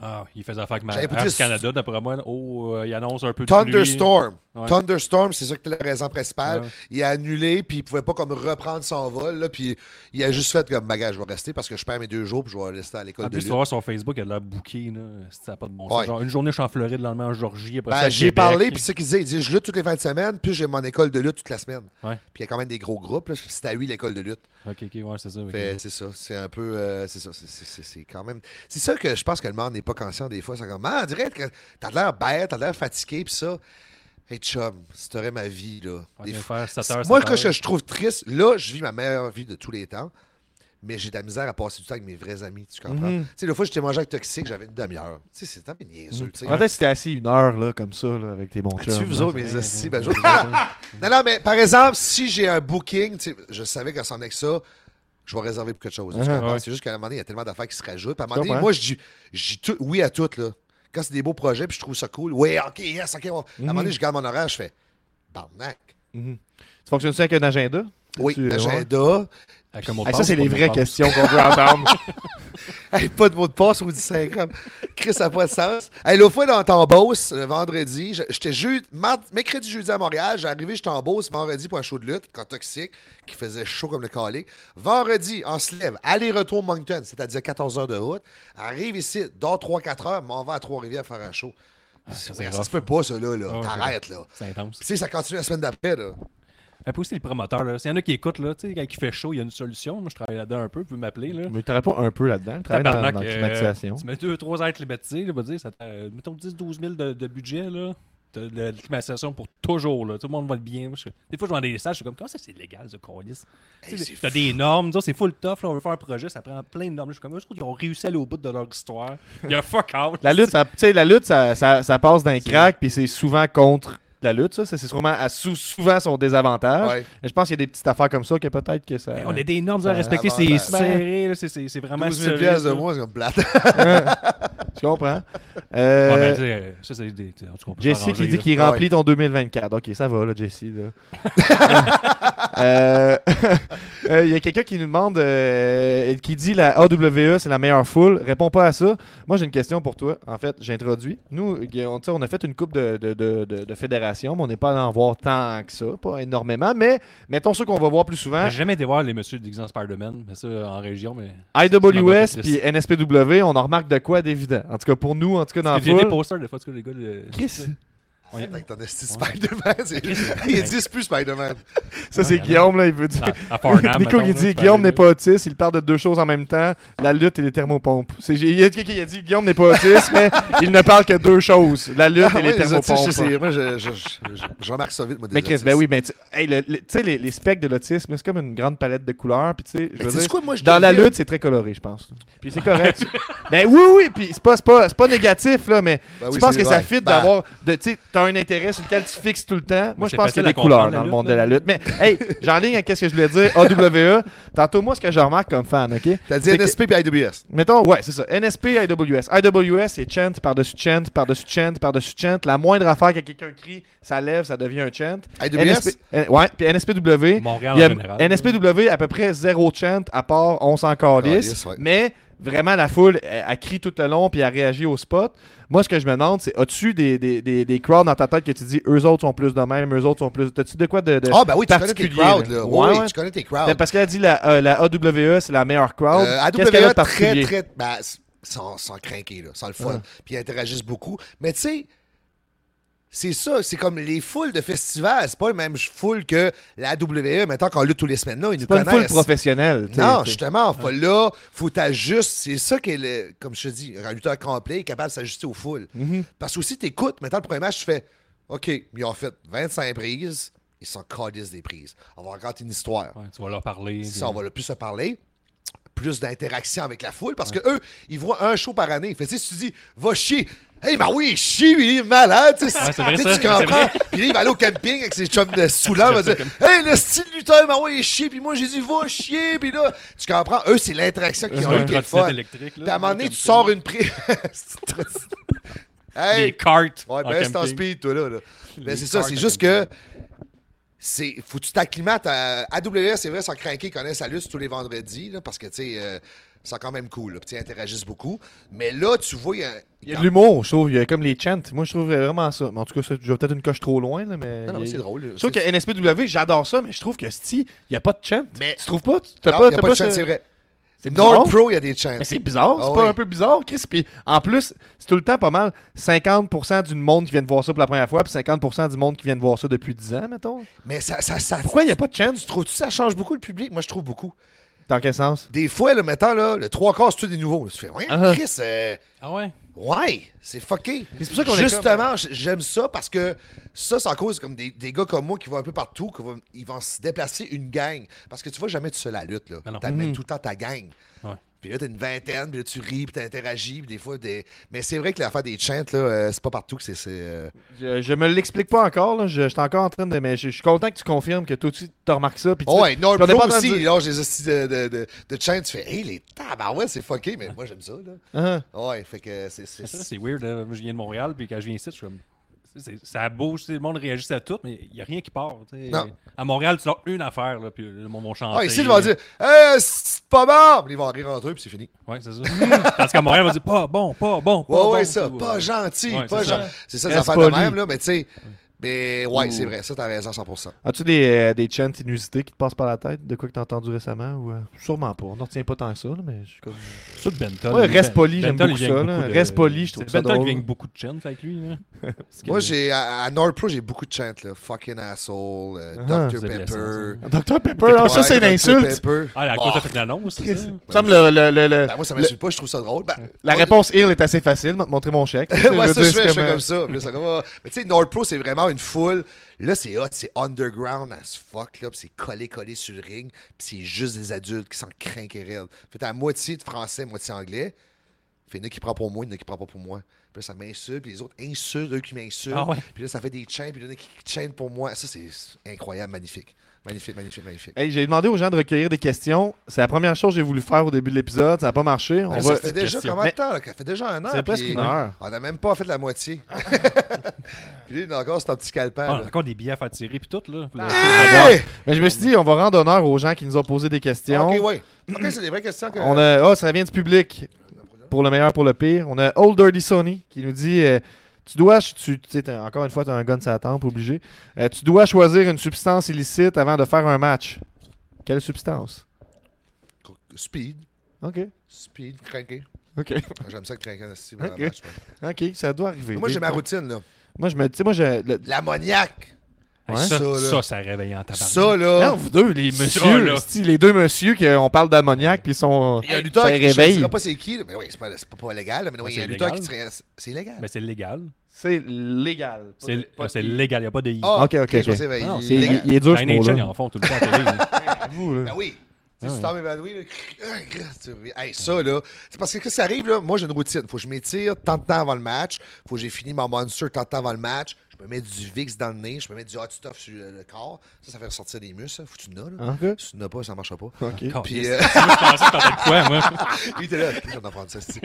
S3: Ah, il faisait affaire avec ma...
S2: J'avais pas dit
S3: Air
S2: ce-
S3: Canada, d'après moi. là. Oh, euh, il annonce un peu de pluie.
S2: Thunderstorm.
S3: Ouais.
S2: Thunderstorm, c'est ça qui était la raison principale.
S3: Ouais.
S2: Il a annulé, puis il pouvait pas comme reprendre son vol. Là, puis il a juste fait comme bagage, je vais rester parce que je perds mes deux jours, puis je vais rester à l'école
S3: En
S2: de
S3: plus, tu
S2: lutte.
S3: vas voir sur Facebook, elle a l'air bouquée, là. Ça a pas de bon sens.
S2: Ouais.
S3: Genre, une journée, je suis en Floride, le lendemain, en Georgie, après
S2: Ben,
S3: ça, à
S2: j'ai
S3: Québec.
S2: parlé, puis c'est ce qu'il disait. Il dit Je lutte toutes les fins de semaine, puis j'ai mon école de lutte toute la semaine.
S3: Ouais.
S2: Puis il y a quand même des gros groupes. là. C'est à lui l'école de lutte.
S3: Ok, ok, ouais, c'est ça. ok.
S2: Fait, C'est ça. C'est un peu. euh, c'est ça. c'est- c'est- C'est c'est quand même. C'est ça que je pense que le monde n'est pas conscient des fois. C'est comme Ah, on dirait que t'as l'air bête, t'as l'air fatigué, puis ça. Hey, chum, c'était ma vie, là.
S3: On
S2: Des
S3: vient faire 7 heures,
S2: Moi,
S3: 7
S2: ce que je-
S3: heures.
S2: je trouve triste, là, je vis ma meilleure vie de tous les temps, mais j'ai de la misère à passer du temps avec mes vrais amis, tu comprends?
S1: Mhm.
S2: Tu sais, la fois, j'étais mangé avec Toxique, j'avais une demi-heure. Tu sais, c'est tant niaiseux, tu sais.
S1: En fait, c'était assis une heure là, comme ça là, avec tes bons
S2: Tu
S1: chums,
S2: vous
S1: là.
S2: autres, mes hosties, ben, je- Non, non, mais par exemple, si j'ai un booking, tu sais, je savais qu'en s'en avec ça, je vais réserver pour quelque chose. tu
S1: Ah,
S2: comprends?
S3: ouais.
S2: C'est juste qu'à un moment donné, il y a tellement d'affaires qui se rajoutent. Puis À un
S1: Je
S2: moment donné,
S1: comprends.
S2: moi, je dis- je dis tout- oui à tout, là. Quand c'est des beaux projets, puis je trouve ça cool. Oui, OK, yes, OK. on- À un moment donné, je garde mon horaire, je fais barnac.
S1: Mhm. Tu fonctionnes-tu avec un agenda?
S2: Oui,
S1: Tu-
S2: agenda.
S3: Ah, comme on
S1: Ah, ça,
S3: pense,
S1: c'est
S3: pas
S1: les
S3: on
S1: vraies
S3: pense.
S1: questions qu'on veut entendre.
S2: Hey, pas de mot de passe au 10-50. Chris, ça n'a pas de sens. Hey, L'autre fois, dans ton boss, le vendredi, je- j'étais ju- mart- mercredi, jeudi à Montréal. J'ai arrivé, j'étais en boss vendredi pour un show de lutte, quand toxique, qui faisait chaud comme le calé. Vendredi, on se lève, aller-retour Moncton, c'est-à-dire 14 heures de route. Arrive ici, dors 3-4 heures, m'en va à Trois-Rivières faire un show.
S3: Ah, ça, c'est
S2: Ouais, ça
S3: rough.
S2: se peut pas, ça, là. là.
S3: Ah ouais,
S2: T'arrêtes, là.
S3: C'est intense.
S2: Tu sais, ça continue la semaine d'après, là.
S3: Et puis aussi, les promoteurs, là. S'il y en a qui écoutent, là, tu sais, quand il fait chaud, il y a une solution. Moi, je travaille là-dedans un peu, vous pouvez m'appeler, là.
S1: Mais tu travailles pas un peu là-dedans, tu travailles dans,
S3: Tabarnak,
S1: dans
S3: euh,
S1: climatisation.
S3: tu mets 2-3 heures climatisées, là, va dire, ça t'a- euh, mettons 10-12 000 de, de budget, là. T'as de la climatisation pour toujours, là. Tout le monde va le bien. Moi, je- Des fois, je vends des messages, je suis comme, comment ça, c'est légal, ce colis? Tu
S2: Hey,
S3: sais,
S2: c'est
S3: T'as des normes, disons, c'est full tough, là, on veut faire un projet, ça prend plein de normes. Je suis comme, eux autres, ils ont réussi à aller au bout de leur histoire. Il y a fuck out.
S1: La lutte, ça, tu sais, la lutte ça, ça- ça passe d'un crack, puis c'est souvent contre la lutte. Ça, c'est sûrement à sou- souvent son désavantage.
S2: Ouais.
S1: Mais Je pense qu'il y a des petites affaires comme ça que peut-être que ça.
S3: Mais On a des normes à
S1: Ça-
S3: respecter, c'est
S2: avant-
S3: serré, là, c'est- c'est c'est vraiment
S2: 12 000
S3: serré,
S2: piastres de
S3: là.
S2: moins, c'est comme plate.
S1: Je comprends.
S3: Ouais, ben,
S1: Euh,
S3: mais tu sais, ça, c'est des. tu sais, en tout cas, on peut
S1: Jesse
S3: s'arranger,
S1: qui dit
S3: là.
S1: qu'il
S2: Ah
S1: remplit
S2: ouais.
S1: ton 2024. Ok, ça va, là, Jesse. là. Euh, euh, Il y a quelqu'un qui nous demande, euh, qui dit la AWE, c'est la meilleure foule. Réponds pas à ça. Moi, j'ai une question pour toi. En fait, j'introduis. Nous, on, tu sais, on a fait une coupe de, de, de- de- de fédérations, mais on n'est pas allé en voir tant que ça, pas énormément. Mais mettons ceux qu'on va voir plus souvent,
S3: J'ai jamais été voir les messieurs déguisés en Spider-Man, mais ça, en région, mais.
S1: IWS
S3: c'est-
S1: puis NSPW, on en remarque de quoi d'évident. En tout cas, pour nous, en tout cas, dans la
S3: J'ai des
S1: foule.
S3: posters, des fois, en tout cas, les gars. le-
S1: Chris,
S2: Arrête avec ton esti Spider-Man. c'est- Il existe plus Spider-Man.
S1: Ça,
S3: Ah,
S1: c'est
S3: y en a.
S1: Guillaume, là, il veut dire.
S3: À, à Farnham,
S1: Nico,
S3: mettons,
S1: il
S3: là,
S1: dit
S3: tu peux
S1: Guillaume
S3: aller
S1: n'est
S3: là.
S1: pas autiste, il parle de deux choses en même temps, la lutte et les thermopompes. C'est- j'ai- Il y a quelqu'un qui a dit Guillaume n'est pas autiste, mais il ne parle que deux choses, la lutte
S2: Ah
S1: et les
S2: ouais, les autistes,
S1: thermopompes.
S2: c'est- Moi, je, je, je- je- je remarque ça vite, moi, des
S1: Mais Chris,
S2: autistes.
S1: ben oui, ben tu hey, le- le- tu sais, les, les specs de l'autisme, c'est comme une grande palette de couleurs. Puis tu sais, je
S2: Mais
S1: veux
S2: sais-tu
S1: dire,
S2: quoi, moi, je
S1: dans la
S2: deviens-
S1: lutte, c'est très coloré, je pense. Puis c'est correct. ben oui, oui, puis c'est pas, c'est pas, c'est pas négatif, là, mais
S2: Ben
S1: tu
S2: oui,
S1: penses
S2: c'est
S1: que ça
S2: vrai.
S1: fit
S2: Ben,
S1: d'avoir. de- Tu sais, t'as un intérêt sur lequel tu fixes tout le temps. Moi,
S3: Mais
S1: je
S3: c'est
S1: pense qu'il y a
S3: facile
S1: des
S3: à comprendre,
S1: couleurs
S3: la
S1: dans le
S3: lutte,
S1: monde de la
S3: là.
S1: lutte. Mais hey, j'en ligne à qu'est-ce que je voulais dire. AWE, tantôt, moi, ce que je remarque comme fan, OK?
S2: T'as dit
S1: C'est que-
S2: NSP puis IWS.
S1: Mettons, ouais, c'est ça. NSP, IWS. IWS, c'est chant par-dessus chant, par-dessus chant, par-dessus chant. La moindre affaire que quelqu'un crie, ça lève, ça devient un chant. NSP,
S2: IWS,
S1: N- ouais, puis NSPW,
S3: Montréal
S1: il y a-
S3: en général.
S1: NSPW, à peu près zéro chant, à part on s'en calisse.
S2: Calisse, ouais.
S1: Mais vraiment, la foule, elle, elle crie tout le long, puis elle réagit au spot. Moi, ce que je me demande, c'est as-tu des, des, des, des crowds dans ta tête que tu dis eux autres sont plus de même, eux autres sont plus. T'as-tu de quoi de. de-
S2: Ah, ben oui, tu connais tes
S1: particulier,
S2: crowds,
S1: là.
S2: là.
S1: Ouais,
S2: Oui,
S1: ouais.
S2: tu connais tes
S1: Ben,
S2: crowds.
S1: parce qu'elle dit la, euh, la AWE, c'est la meilleure crowd.
S2: Euh,
S1: Qu'est-ce qu'elle a de
S2: AWA, très,
S1: particulier?
S2: très. Ben, s- sans, sans craquer, là, sans le fun.
S1: Ouais.
S2: Puis ils interagissent beaucoup. Mais tu sais, c'est ça, c'est comme les foules de festivals. C'est pas la même foule que la AWE, maintenant qu'on lutte tous les semaines. Là, ils nous
S1: C'est pas une foule
S2: connaissent.
S1: professionnelle. tu sais,
S2: Non,
S1: c'est-
S2: justement, faut là, faut t'ajuster. C'est ça qui est, le- comme je te dis, un lutteur complet est capable de s'ajuster aux foules.
S1: Mhm.
S2: Parce que aussi, t'écoutes, maintenant, le premier match, tu fais OK, ils ont fait 25 prises, ils sont calistes des prises. On va raconter une histoire.
S3: Ouais, tu vas leur parler.
S2: Ça, on va le plus se parler, plus d'interaction avec la foule, parce que eux, ils voient un show par année. Fait que, tu sais, si tu dis, va chier. Hey, ben oui, il chie, il est malade. tu sais,
S3: Ouais, c'est vrai,
S2: tu sais,
S3: ça,
S2: tu
S3: c'est
S2: comprends?
S3: vrai.
S2: Puis là, il va aller au camping avec ses chums de soulard, il va dire Hey, le style lutteur, ben oui, il chie. Puis moi, j'ai dit, va chier. Puis là, tu comprends? Eux, c'est l'interaction qu'ils
S3: Ils
S2: ont eu
S3: ont
S2: qui est le
S3: une
S2: fun.
S3: trottinette électrique. là,
S2: Puis à un moment donné,
S3: comme
S2: tu
S3: ça.
S2: sors une prise.
S3: Des
S2: hey,
S3: cartes.
S2: Ouais,
S3: en
S2: ben c'est en
S3: camping.
S2: speed, toi, là. là. Ben,
S3: Les
S2: c'est ça, c'est
S3: cartes
S2: juste
S3: en
S2: que. C'est, faut que tu t'acclimates à AWS, c'est vrai, sans craquer, connaissent la lutte tous les vendredis, là, parce que, tu sais, euh, c'est quand même cool, là, puis, tu sais, ils interagissent beaucoup. Mais là, tu vois, il y a-
S1: Il y a de l'humour, je trouve. Il y a comme les chants. Moi, je trouve vraiment ça. Mais en tout cas, ça, je vais peut-être une coche trop loin. Là, mais il
S2: Non, non,
S1: y a-
S2: mais c'est drôle. là.
S1: Je trouve que NSPW, j'adore ça, mais je trouve que si, il n'y a pas de chant.
S2: Mais-
S1: Tu trouves pas? Tu
S2: Non,
S1: t'as pas,
S2: il y
S1: t'as
S2: a pas
S1: pas
S2: de chance,
S1: ce-
S2: c'est vrai.
S1: C'est bizarre.
S2: Nord Pro, il y a des chances.
S1: Mais c'est bizarre, c'est
S2: Ah
S1: pas
S2: oui.
S1: un peu bizarre, Chris. Puis en plus, c'est tout le temps pas mal 50% du monde qui vient de voir ça pour la première fois, puis 50% du monde qui vient de voir ça depuis 10 ans, mettons.
S2: Mais ça, ça, ça,
S1: Pourquoi il n'y a pas de chant?
S2: tu trouves-tu ça change beaucoup le public? Moi, je trouve beaucoup.
S1: Dans quel sens?
S2: Des fois, là, mettons, là, le trois quarts, c'est tout des nouveaux. là. Tu fais, ouais,
S1: Ah.
S2: Chris, euh,
S3: Ah ouais.
S2: Ouais, c'est fucké.
S1: C'est pour ça qu'on est
S2: Justement, j- j'aime ça parce que ça, ça cause comme des, des gars comme moi qui vont un peu partout, qui vont, ils vont se déplacer une gang. Parce que tu vas jamais tout seul à la lutte. là.
S1: Ah
S3: Ben non.
S1: Mm-hmm.
S2: T'amènes tout le temps ta gang.
S3: Ouais.
S2: Puis là, t'as une vingtaine, puis là, tu ris, puis t'interagis, puis des fois, des... Mais c'est vrai que l'affaire des chants, là, euh, c'est pas partout que c'est... c'est, euh,
S1: Je, je me l'explique pas encore, là. Je, je suis encore en train de. Mais je, je suis content que tu confirmes que toi aussi, tu remarques ça. Puis tu-
S2: Oh, ouais, non,
S1: puis on est pas en train de
S2: aussi,
S1: dire-
S2: il lâche des hosties de, de, de, de chants, tu fais « Hey, les tabarouettes, c'est fucké! » Mais moi, j'aime ça, là.
S1: Hein?
S2: Ouais, fait que c'est...
S3: Mais
S2: c'est-
S3: ça, c'est weird. là. Moi, je viens de Montréal, puis quand je viens ici, je suis comme. c'est- Ça bouge, tu sais, le monde réagit à tout, mais il n'y a rien qui part. tu sais.
S2: Non.
S3: À Montréal, tu sors une affaire, là, puis le monde va chanter.
S2: Ah, ici, ils vont dire « Hey, c'est pas bon! » Puis ils vont rire entre eux, puis c'est fini.
S3: Ouais, c'est ça. Parce qu'à Montréal, on va dire pas bon, pas bon, pas
S2: Ouais,
S3: bon.
S2: ouais,
S3: tu
S2: ça.
S3: vois.
S2: Pas gentil,
S3: Ouais,
S2: pas
S3: c'est ça.
S2: gentil. C'est ça, les
S1: Reste
S2: affaires de
S1: poli.
S2: même, là, mais tu sais. Mais ouais,
S1: Ouh.
S2: c'est vrai, ça, t'as raison 100%.
S1: As-tu des, euh, des chants inusités qui te passent par la tête de quoi que t'as entendu récemment ou euh, sûrement pas. On n'en retient pas tant que ça, là, mais je suis comme.
S3: Ça de Benton.
S1: Ouais,
S3: Ben-
S1: reste poli, j'aime
S3: Benton,
S1: beaucoup
S3: il vient
S1: ça,
S3: avec
S1: là.
S3: beaucoup
S1: Reste poli, je trouve
S3: C'est
S1: ça
S3: Benton
S1: drôle.
S3: qui gagne beaucoup de chants avec lui. là. Parce que-
S2: Moi, j'ai à, à Nord Pro, j'ai beaucoup de chants, là. Fucking asshole, euh,
S1: Ah,
S2: Dr.
S3: c'est blessant,
S2: Pepper.
S1: Dr Pepper, ah, ça
S2: Ouais,
S1: c'est une
S2: Dr.
S1: insulte.
S2: Pepper.
S3: Ah, la
S2: Oh,
S3: cause de l'annonce, c'est ça?
S1: Il me semble le- le- le- le-
S2: ben, moi, ça m'insulte pas, je trouve ça drôle. Ben,
S1: la
S2: moi,
S1: réponse Hill est assez facile, m- montrer mon chèque.
S2: ouais,
S1: veux
S2: ça,
S1: dire,
S2: je fais, je
S1: c'est
S2: fais
S1: comme,
S2: comme ça. Puis là, c'est comme, ah. Mais tu sais, Nord Pro, c'est vraiment une foule. Là, c'est hot, c'est underground as fuck, là. Puis c'est collé-collé sur le ring. Puis c'est juste des adultes qui sont crinqués raides. Fait à moitié de français, moitié anglais. Fait il y en a qui prend pour moi, il y en a qui prend pas pour moi. Puis là, ça m'insulte, puis les autres insultent, eux qui m'insultent.
S3: Ah ouais.
S2: Puis là, ça fait des chains, puis il y en a qui chaînent pour moi. Ça, c'est incroyable, magnifique. Magnifique, magnifique, magnifique.
S1: Hey, j'ai demandé aux gens de recueillir des questions. C'est la première chose que j'ai voulu faire au début de l'épisode. Ça n'a pas marché. On
S2: Ben,
S1: va...
S2: ça fait déjà
S3: question.
S2: combien de
S1: Mais-
S2: temps? Là? Ça fait déjà un an.
S1: C'est presque
S2: puis
S1: une heure.
S2: On n'a même pas fait la moitié. puis là, il a encore son petit calepin.
S3: Ah,
S2: là. Ah!
S3: encore des billets à faire tirer, puis tout, là. Puis là,
S2: Hey!
S1: Mais je me suis dit, on va rendre honneur aux gens qui nous ont posé des questions.
S2: Ah, Ok, ouais. Ok, c'est des vraies questions. Que...
S1: On a... Ah, ça vient du public. Pour le meilleur, pour le pire. On a Old Dirty Sony qui nous dit... euh, tu dois, ch- tu, tu sais, t'as- encore une fois, tu as un gun sur la tempe, obligé. Euh, tu dois choisir une substance illicite avant de faire un match. Quelle substance?
S2: Speed.
S1: OK.
S2: Speed, craqué.
S1: OK.
S2: J'aime ça, craquer.
S1: Ok. OK, ça doit arriver.
S2: Moi, j'ai
S1: Des-
S2: ma routine, là.
S1: Moi, je me. Tu sais, moi, je. le-
S2: L'ammoniac.
S1: Ouais.
S2: Ça,
S3: ça,
S2: là.
S3: ça, ça réveille en tabarnak.
S2: Ça, là.
S3: Ah.
S1: Non, vous deux, les
S3: Ça,
S1: messieurs,
S3: là.
S1: esti, les deux messieurs qui euh, on parle d'ammoniac puis ils sont
S2: Il y a un lutteur
S1: ça
S2: qui. Je
S1: réveille.
S2: ne sais pas c'est qui, là, mais oui, c'est pas, c'est pas, pas légal, là, mais oui, il y a un
S3: c'est
S2: lutteur qui
S3: légal.
S2: serait. C'est légal.
S3: Mais c'est légal.
S1: C'est légal. Pas de-
S3: C'est
S1: pas de-
S3: c'est légal, il n'y a pas de I.
S2: Ah,
S1: Ok, ok,
S2: je
S1: ok.
S2: pensais, ben,
S3: Non,
S2: il-
S1: C'est- il,
S2: légal.
S1: il est dur
S3: La
S1: ce
S3: NHL, ils
S1: mot-là.
S3: en font tout le temps à la télé, là.
S1: Vous, là.
S2: Ben oui. Tu sais, tu
S3: Ah ouais.
S2: tombes évanoui, là. Ah, grâce, tu reviens. Hey, ça, là. C'est parce que quand ça arrive, là, moi, j'ai une routine. Faut que je m'étire tant de temps avant le match. Faut que j'ai fini mon monster tant de temps avant le match. Je me mets du VIX dans le nez. Je me mets du hot stuff sur le le corps. Ça, ça fait ressortir les muscles. ça. Faut que tu n'as, là.
S1: Hein?
S2: Si tu n'as pas, ça marchera pas.
S1: Ok.
S2: Puis,
S3: Ah, Caliste.
S2: euh,
S3: Moi, je pensais que t'en avais de quoi, moi.
S2: il était là. Je viens d'en prendre ça, c'est-tu.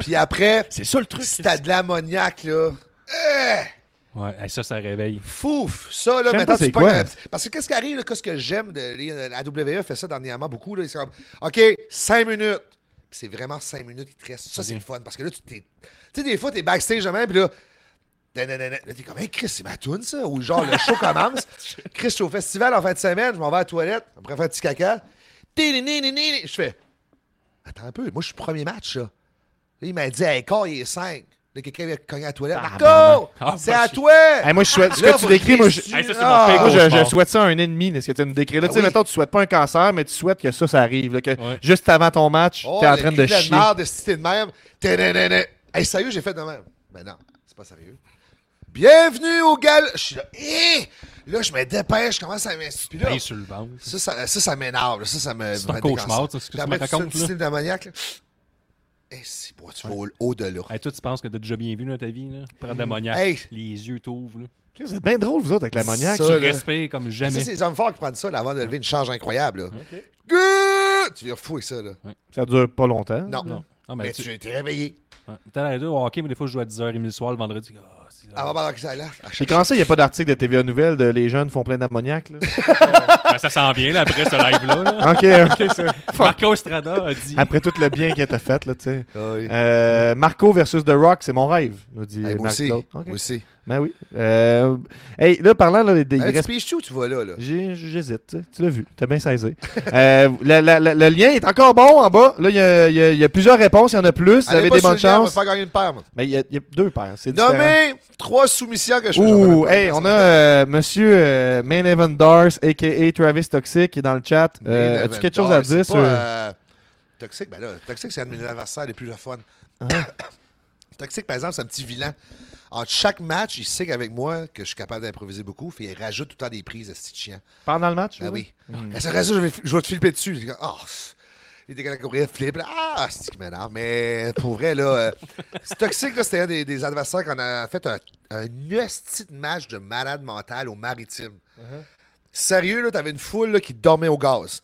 S2: Puis après,
S3: C'est ça le truc.
S2: si t'as de l'ammoniac, là. eh,
S3: Ouais, hey, ça, ça réveille.
S2: Fouf! Ça, là,
S1: Je sais
S2: maintenant,
S1: pas
S2: tu
S1: c'est
S2: pognes
S1: quoi.
S2: un petit- Parce que qu'est-ce qui arrive, là, qu'est-ce que j'aime de les- la WWE fait ça dernièrement beaucoup, là, c'est comme, OK, 5 minutes. Puis c'est vraiment 5 minutes qui te restent. Ça, c'est le fun, parce que là, tu t'es... Tu sais, des fois, t'es backstage de même, puis là... nananana, Là, t'es comme, hey, Chris, c'est ma toune, ça? Ou genre, le show commence. Chris, je suis au festival en fin de semaine, je m'en vais à la toilette, après faire un petit caca. Tinininini. Je fais, attends un peu, moi, je suis premier match, là. Là, il m'a dit, hey, corps, il est 5. Là, quelqu'un vient cogner à la toilette. Marco!
S3: Ah,
S2: c'est
S3: bah,
S2: à
S3: je-
S2: toi!
S1: Hey, moi, je souhaite, ce
S2: Là,
S1: que tu
S2: faut
S1: décris, moi, je,
S2: Christ,
S3: Hey, ça, c'est
S2: ah,
S3: mon
S1: Hey, moi, je,
S3: cauchemar.
S1: je souhaites ça à un ennemi, là, ce que tu me décris là. tu sais,
S2: oui.
S1: mettons, tu souhaites pas un cancer, mais tu souhaites que ça, ça arrive. là, que
S3: Ouais.
S1: Juste avant ton match,
S2: Oh,
S1: t'es en
S2: le
S1: train
S2: cul
S1: de
S2: la
S1: chier.
S2: marde, si t'es de même. Tadadada. Hey, sérieux, j'ai fait de même. Ben non, c'est pas sérieux. Bienvenue au gal. Je suis là. Hé! Là, je me dépêche, je commence à m'inspirer. Puis là,
S3: Hey, sur le ventre.
S2: Ça, ça, ça, ça m'énerve. là. Ça, ça me.
S3: C'est
S2: me
S3: un
S2: fait
S3: cauchemar,
S2: des cancers.
S3: ça, ce que
S2: Puis
S3: tu
S2: après,
S3: me
S2: fais
S3: racontes,
S2: le
S3: là.
S2: style d'ammoniac, là. Hé, c'est bon, tu vas au- au-delà.
S3: Hey, toi, tu penses que t'as déjà bien vu dans ta vie, là? Prendre de l'ammoniaque,
S2: Hmm. Hey.
S3: les yeux t'ouvrent, là.
S1: Vous êtes bien drôle, vous autres, avec l'ammoniac.
S2: Ça,
S3: Tu
S2: là.
S3: respires comme
S2: Ça, c'est
S3: jamais.
S2: les hommes forts qui prennent ça là, avant de lever une charge incroyable. là. Gueuh! Tu viens fou avec ça, là.
S1: Ça dure pas longtemps.
S2: Non.
S3: Non. Non, mais,
S2: Mais
S3: tu
S2: tu es réveillé.
S3: ouais. T'es à la deux au hockey, mais des fois, je joue à 10h30 le soir, le vendredi. Ah, c'est-
S2: Avant pendant que bah, ça Ah, là. à
S1: Chez
S2: chaque-
S1: Crancé, il n'y a pas d'article de TVA Nouvelle de Les jeunes font plein d'ammoniac. là.
S2: Ah.
S3: Ben, ça s'en vient, là, après ce live-là. là.
S1: Ah, ok, ok, ça.
S3: Marco Estrada a dit.
S1: Après tout le bien qu'elle t'a fait, là, tu sais.
S2: Ah oui.
S1: Euh, Marco versus The Rock, c'est mon rêve, nous dit
S2: Hey, moi aussi.
S1: Marc-Claude.
S2: Moi
S1: Ok.
S2: aussi.
S1: Ben oui. Euh, hey, là, parlant là, des. il
S2: Hey, Tu
S1: reste-
S2: piges-tu ou tu vas là, là?
S1: J'ai- J'hésite. tu sais. Tu l'as vu. T'as bien saisi. Euh, la- la- la- le lien est encore bon en bas. Là, il y a, il y a- il y a plusieurs réponses. Il y en a plus. Vous
S2: Allez
S1: avez
S2: pas
S1: des
S2: sur
S1: bonnes
S2: le lien,
S1: chances.
S2: On va faire gagner une paire. moi.
S1: Mais il y, a- il y a deux paires. C'est différent.
S2: Nommez trois soumissions que je fais. J'en
S1: Ouh,
S2: fais pas
S1: hey,
S2: une
S1: on a
S2: personne.
S1: euh, monsieur euh, Main Event Dars, a.k.a. Travis Toxic, qui est dans le chat. Euh,
S2: Main
S1: As-tu
S2: event.
S1: quelque chose
S2: Ah,
S1: à
S2: c'est
S1: dire
S2: pas,
S1: sur.
S2: euh, Toxic, ben là, Toxic, c'est un de mes adversaires les plus le fun.
S1: Ah.
S2: Toxic, par exemple, c'est un petit vilain. En chaque match, il sait qu'avec moi, que je suis capable d'improviser beaucoup, fait, il rajoute tout le temps des prises à ce petit chiant.
S1: Pendant le match?
S2: Ah oui.
S3: Mm.
S2: Ah, Ça, reste, je, vais, je vais te flipper dessus. Il dit, Oh, pff. il était quand courir, flippe. Ah, c'est qui m'énerve. Mais pour vrai, là, euh, c'est toxique. là, C'était un des, des adversaires qu'on a fait un, un esti de match de malade mental au maritime.
S3: Uh-huh.
S2: Sérieux, là, t'avais une foule là, qui dormait au gaz.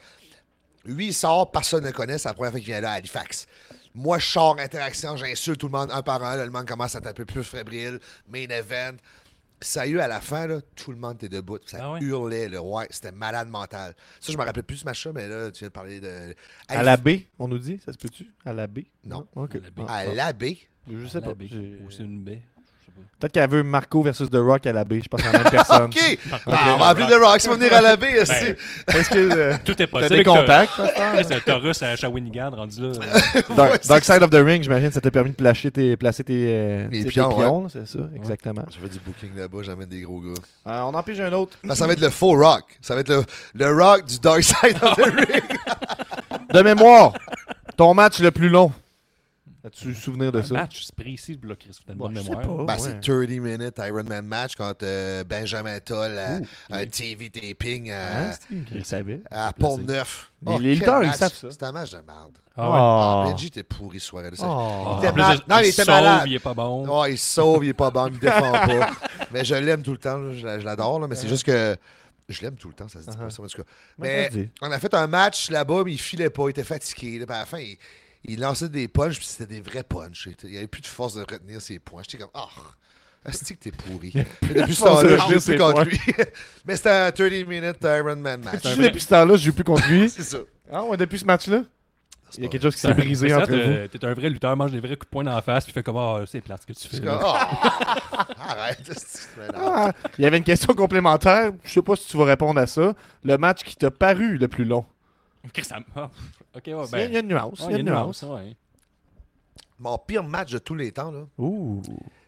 S2: Lui, il sort, personne ne le connaît, c'est la première fois qu'il vient là à Halifax. Moi, je sors, interaction, j'insulte tout le monde un par un. là, le monde commence à taper plus fébrile, main event. Sérieux, à la fin, là, tout le monde était debout. Ça
S3: Ah ouais?
S2: hurlait, là. Ouais, c'était malade mental. Ça, je me rappelle plus ce machin, mais là, tu viens de parler de.
S1: À la B, on nous dit, ça se peut-tu? À la B?
S2: Non.
S1: Ok.
S3: À la B.
S1: Ah,
S2: À
S1: ah.
S2: la baie.
S1: Je sais
S3: La
S1: pas.
S3: baie.
S1: J'ai-
S3: Ou c'est une baie. Je sais pas.
S1: Peut-être qu'elle veut Marco versus The Rock à la B. Je pense à la même personne.
S2: OK! Ah, on va appeler The Rock, ça va venir à la baie aussi.
S3: Ben,
S1: Est-ce que euh,
S3: Tout
S1: t'as
S3: est possible.
S1: des contacts? ça,
S3: T'as- Ouais, C'est un Taurus à Shawinigan rendu là. euh,
S1: Dark, Dark Side of the Ring, j'imagine, ça t'a permis de placer tes, placer tes, euh,
S2: Les
S1: tes- tes
S2: pions,
S1: là, c'est ça, exactement.
S2: Je fais du booking là-bas, j'amène des gros gars.
S1: Euh, on en pige un autre.
S2: Ben, ça va être le faux rock. Ça va être le, le rock du Dark Side of the Ring.
S1: De mémoire, ton match le plus long. As-tu souvenir de
S3: Un
S1: ça?
S3: match, c'est précis, là, Chris. T'as une bonne
S1: je sais
S3: mémoire.
S1: pas. Ouais.
S2: Ben, C'est 30 minutes Iron Man match contre euh, Benjamin Toll euh, à,
S1: Ouh,
S2: un TV taping
S1: Hein,
S2: à,
S1: c'est-tu qu'il le savait.
S3: Ah,
S2: à Pont-Neuf.
S1: Mais les lutteurs, ils savent ça.
S2: C'était un match de merde.
S3: Ah ouais.
S2: Ah,
S1: Oh.
S2: Benji était pourri ce soir-là. ça.
S1: Oh.
S2: était
S3: En plus,
S2: malade.
S3: il-
S2: Non, il
S3: il
S2: était
S3: sauve,
S2: malade.
S3: Il est pas bon.
S2: Oh, il se sauve, il est pas bon, il me défend pas. Mais je l'aime tout le temps, là, je, la- je l'adore, là, mais
S1: Euh.
S2: c'est juste que. Je l'aime tout le temps, ça se
S1: Uh-huh.
S2: dit pas ça, en tout cas.
S1: Moi,
S2: Mais
S1: je le dis.
S2: on a fait un match là-bas, mais il filait pas, il était fatigué. là, puis à la fin, il, il lançait des punches, puis c'était des vrais punches. Il n'y avait plus de force de retenir ses points. J'étais comme, ah, asti que t'es pourri. Mais depuis ce
S1: force de
S2: temps-là, je
S1: retenir
S2: joue
S1: ses
S2: plus contre
S1: points.
S2: lui. mais c'était un 30 minutes Iron Man match.
S1: Tu sais, depuis ce temps-là, je joue plus contre lui.
S2: C'est ça.
S1: Ah, ouais, depuis ce match-là, il y a quelque chose qui s'est
S3: C'est
S1: brisé entre vous.
S3: euh, T'es un vrai lutteur, mange des vrais coups de poing dans la face, puis fait comme Ah, c'est plate ce que tu fais.
S2: J'étais
S3: là.
S2: comme, Ah, arrête, asti, tu m'énerves.
S1: Ah, il y avait une question complémentaire. Je sais pas si tu vas répondre à ça. Le match qui t'a paru le plus long.
S3: Chris, ça me- ah, Ok, ouais,
S1: Il y a-
S3: ben.
S1: il y a une nuance.
S3: ouais,
S1: il y a une nuance.
S3: ouais.
S2: Mon pire match de tous les temps, là.
S1: Ouh.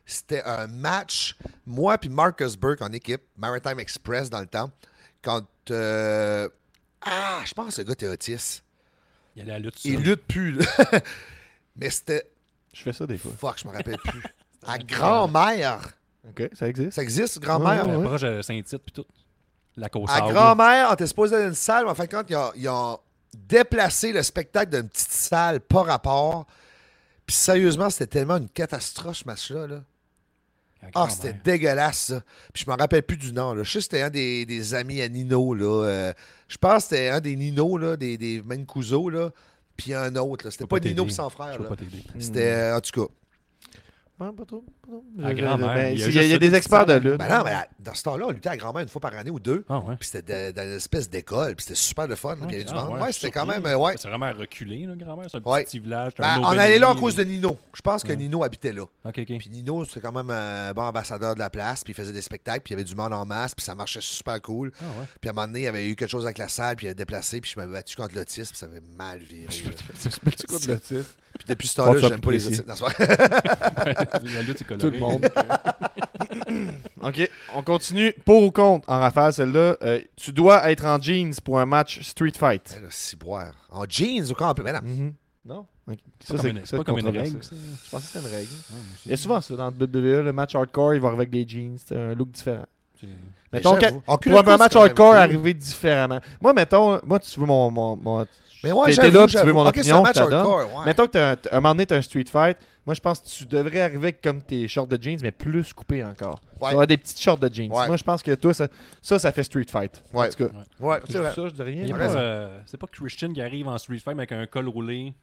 S2: C'était un match, moi puis Marcus Burke en équipe, Maritime Express dans le temps, quand. euh, ah, je pense que le gars était autiste.
S3: Il y a la lutte.
S2: Il
S3: seul.
S2: lutte plus, là. Mais c'était.
S1: Je fais ça des fois.
S2: Fuck, je me rappelle plus. À grand-mère.
S1: OK, ça existe.
S2: Ça existe, grand-mère?
S1: Ouais,
S3: La
S1: ouais.
S3: proche de Saint-Tite puis tout. La cause
S2: À grand-mère, on était supposé dans une salle, mais en fin de compte, ils ont, ils ont déplacé le spectacle d'une petite salle, pas rapport. Puis sérieusement, c'était tellement une catastrophe, ce match-là. là. Ah, c'était dégueulasse, ça. Puis je me rappelle plus du nom. Là. Je sais que c'était un des, des amis à Nino. Là. Euh, je pense que c'était un des Nino, là, des, des Mancuso, là. puis un autre. là. C'était pas, Nino et son frère.
S3: Je peux
S2: là.
S3: pas t'aider. Mm.
S2: C'était, euh, en tout cas...
S1: Ah, pas trop, pas trop.
S3: À
S1: Je- je-
S3: grand-mère,
S1: mais
S3: il y a
S1: s'il y a, Ah,
S3: juste
S1: il y a
S3: ça,
S1: des
S3: des
S1: experts de
S3: salles.
S1: lutte.
S2: Ben non, mais à- dans ce temps-là, on luttait à grand-mère une fois par année ou deux.
S3: Ah ouais.
S2: Puis c'était de- dans une espèce d'école, puis c'était super le fun. là, puis il y avait du
S3: Ah,
S2: monde.
S3: ouais,
S2: Ouais,
S3: je suis
S2: c'était quand
S3: surpris.
S2: même. euh, Ouais.
S3: C'est vraiment reculé, là, grand-mère. C'est un
S2: Ouais.
S3: petit village. c'est
S2: Ben,
S3: un
S2: on allait là à
S3: Aubénier,
S2: cause de Nino. Je pense que
S3: Ouais.
S2: Nino habitait là.
S3: Ok, ok.
S2: Puis Nino, c'était quand même un bon ambassadeur de la place, puis il faisait des spectacles, puis il y avait du monde en masse, puis ça marchait super cool.
S3: Ah ouais.
S2: Puis à un moment donné, il y avait eu quelque chose avec la salle, puis il avait déplacé, puis je m'avais battu contre l'autisme, puis ça avait mal viré. là.
S1: Explique-tu quoi de l'autisme?
S2: puis depuis ce
S1: Pense
S2: temps-là,
S1: à
S2: j'aime pas les
S1: apprécier.
S2: autistes. Non, c'est vrai.
S3: La lutte, c'est coloré.
S1: Tout le monde. OK, on continue. Pour ou contre, en rafale, celle-là, euh, tu dois être en jeans pour un match Street Fight.
S2: Ben là, ciboire. En jeans ou quand on peut. Ben non.
S1: Mhm. Non? Ok.
S3: C'est pas comme une-
S1: ça,
S3: c'est pas comme une
S1: controversé.
S3: règle. ça.
S1: Je pensais que c'était une règle.
S3: Ah, moi aussi.
S1: Il y a souvent ça dans le WWE, le match hardcore, il va avec des jeans, c'est un look différent.
S3: C'est-
S2: Mais
S1: Mettons que,
S2: j'avoue. En
S1: pour
S2: culotte courte,
S1: un match
S2: c'est quand même
S1: hardcore,
S2: cool.
S1: arriver différemment. Moi, mettons, moi, tu veux mon. mon, mon-
S2: Mais ouais,
S1: T'étais
S2: j'avoue,
S1: là, puis tu veux
S2: j'avoue.
S1: mon
S2: Ok, c'est
S1: opinion,
S2: un match
S1: je te la donne.
S2: hardcore, ouais.
S1: Mettons que t'as un, t'as- un moment donné, t'as un street fight. Moi, je pense que tu devrais arriver avec comme tes shorts de jeans, mais plus coupés encore.
S2: Ouais.
S1: Tu auras des petites shorts de jeans.
S2: Ouais.
S1: Moi, je pense que toi, ça, ça, ça fait street fight.
S2: Ouais.
S1: En tout cas,
S2: Ouais,
S1: je
S2: c'est
S1: dis
S2: vrai.
S1: ça, je dis rien.
S3: Il y a
S1: mais-
S2: T'as
S3: pas,
S2: raison.
S3: euh, C'est pas Christian qui arrive en Street Fight mais avec un col roulé,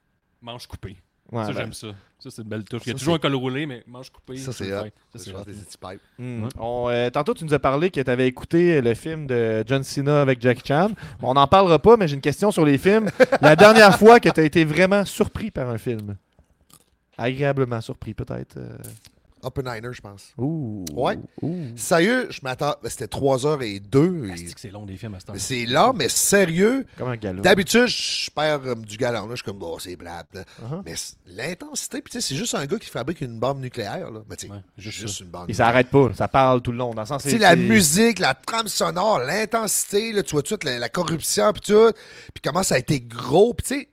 S3: manche coupée.
S1: Ouais,
S3: ça,
S1: ben,
S3: j'aime ça. Ça, c'est une belle touche. Il y a
S2: Ça,
S3: toujours
S2: c'est-
S3: un col roulé, mais manche coupée.
S2: Ça, c'est
S3: Street
S2: hot.
S3: Fight. Ça,
S2: Je
S3: c'est
S2: pense
S3: hot.
S2: que c'est des petits pipes.
S1: Hmm.
S3: Ouais.
S1: On, euh, tantôt, tu nous as parlé que tu avais écouté le film de John Cena avec Jackie Chan. Bon, on n'en parlera pas, mais j'ai une question sur les films. La dernière fois que tu as été vraiment surpris par un film Agréablement surpris, peut-être. euh.
S2: Oppenheimer, je pense.
S1: Ouh.
S2: Ouais.
S1: Ouh.
S2: Sérieux, je m'attends. C'était 3h02.
S3: Asti que C'est long des films à ce temps
S2: C'est lent, mais sérieux.
S1: Comme un galop.
S2: D'habitude, je perds euh, du galon. Là. Je suis comme, oh, c'est plate. là.
S1: Uh-huh.
S2: Mais c- l'intensité, puis tu sais, c'est juste un gars qui fabrique une bombe nucléaire. Là. Mais tu sais,
S3: Ouais, juste
S2: juste, une bombe
S1: Et
S2: nucléaire.
S1: ça arrête pas, ça parle tout le long. Dans le sens,
S2: Tu sais, la musique, la trame sonore, l'intensité, là, tu vois tout, la, la corruption, puis tout. Puis comment ça a été gros, puis tu sais,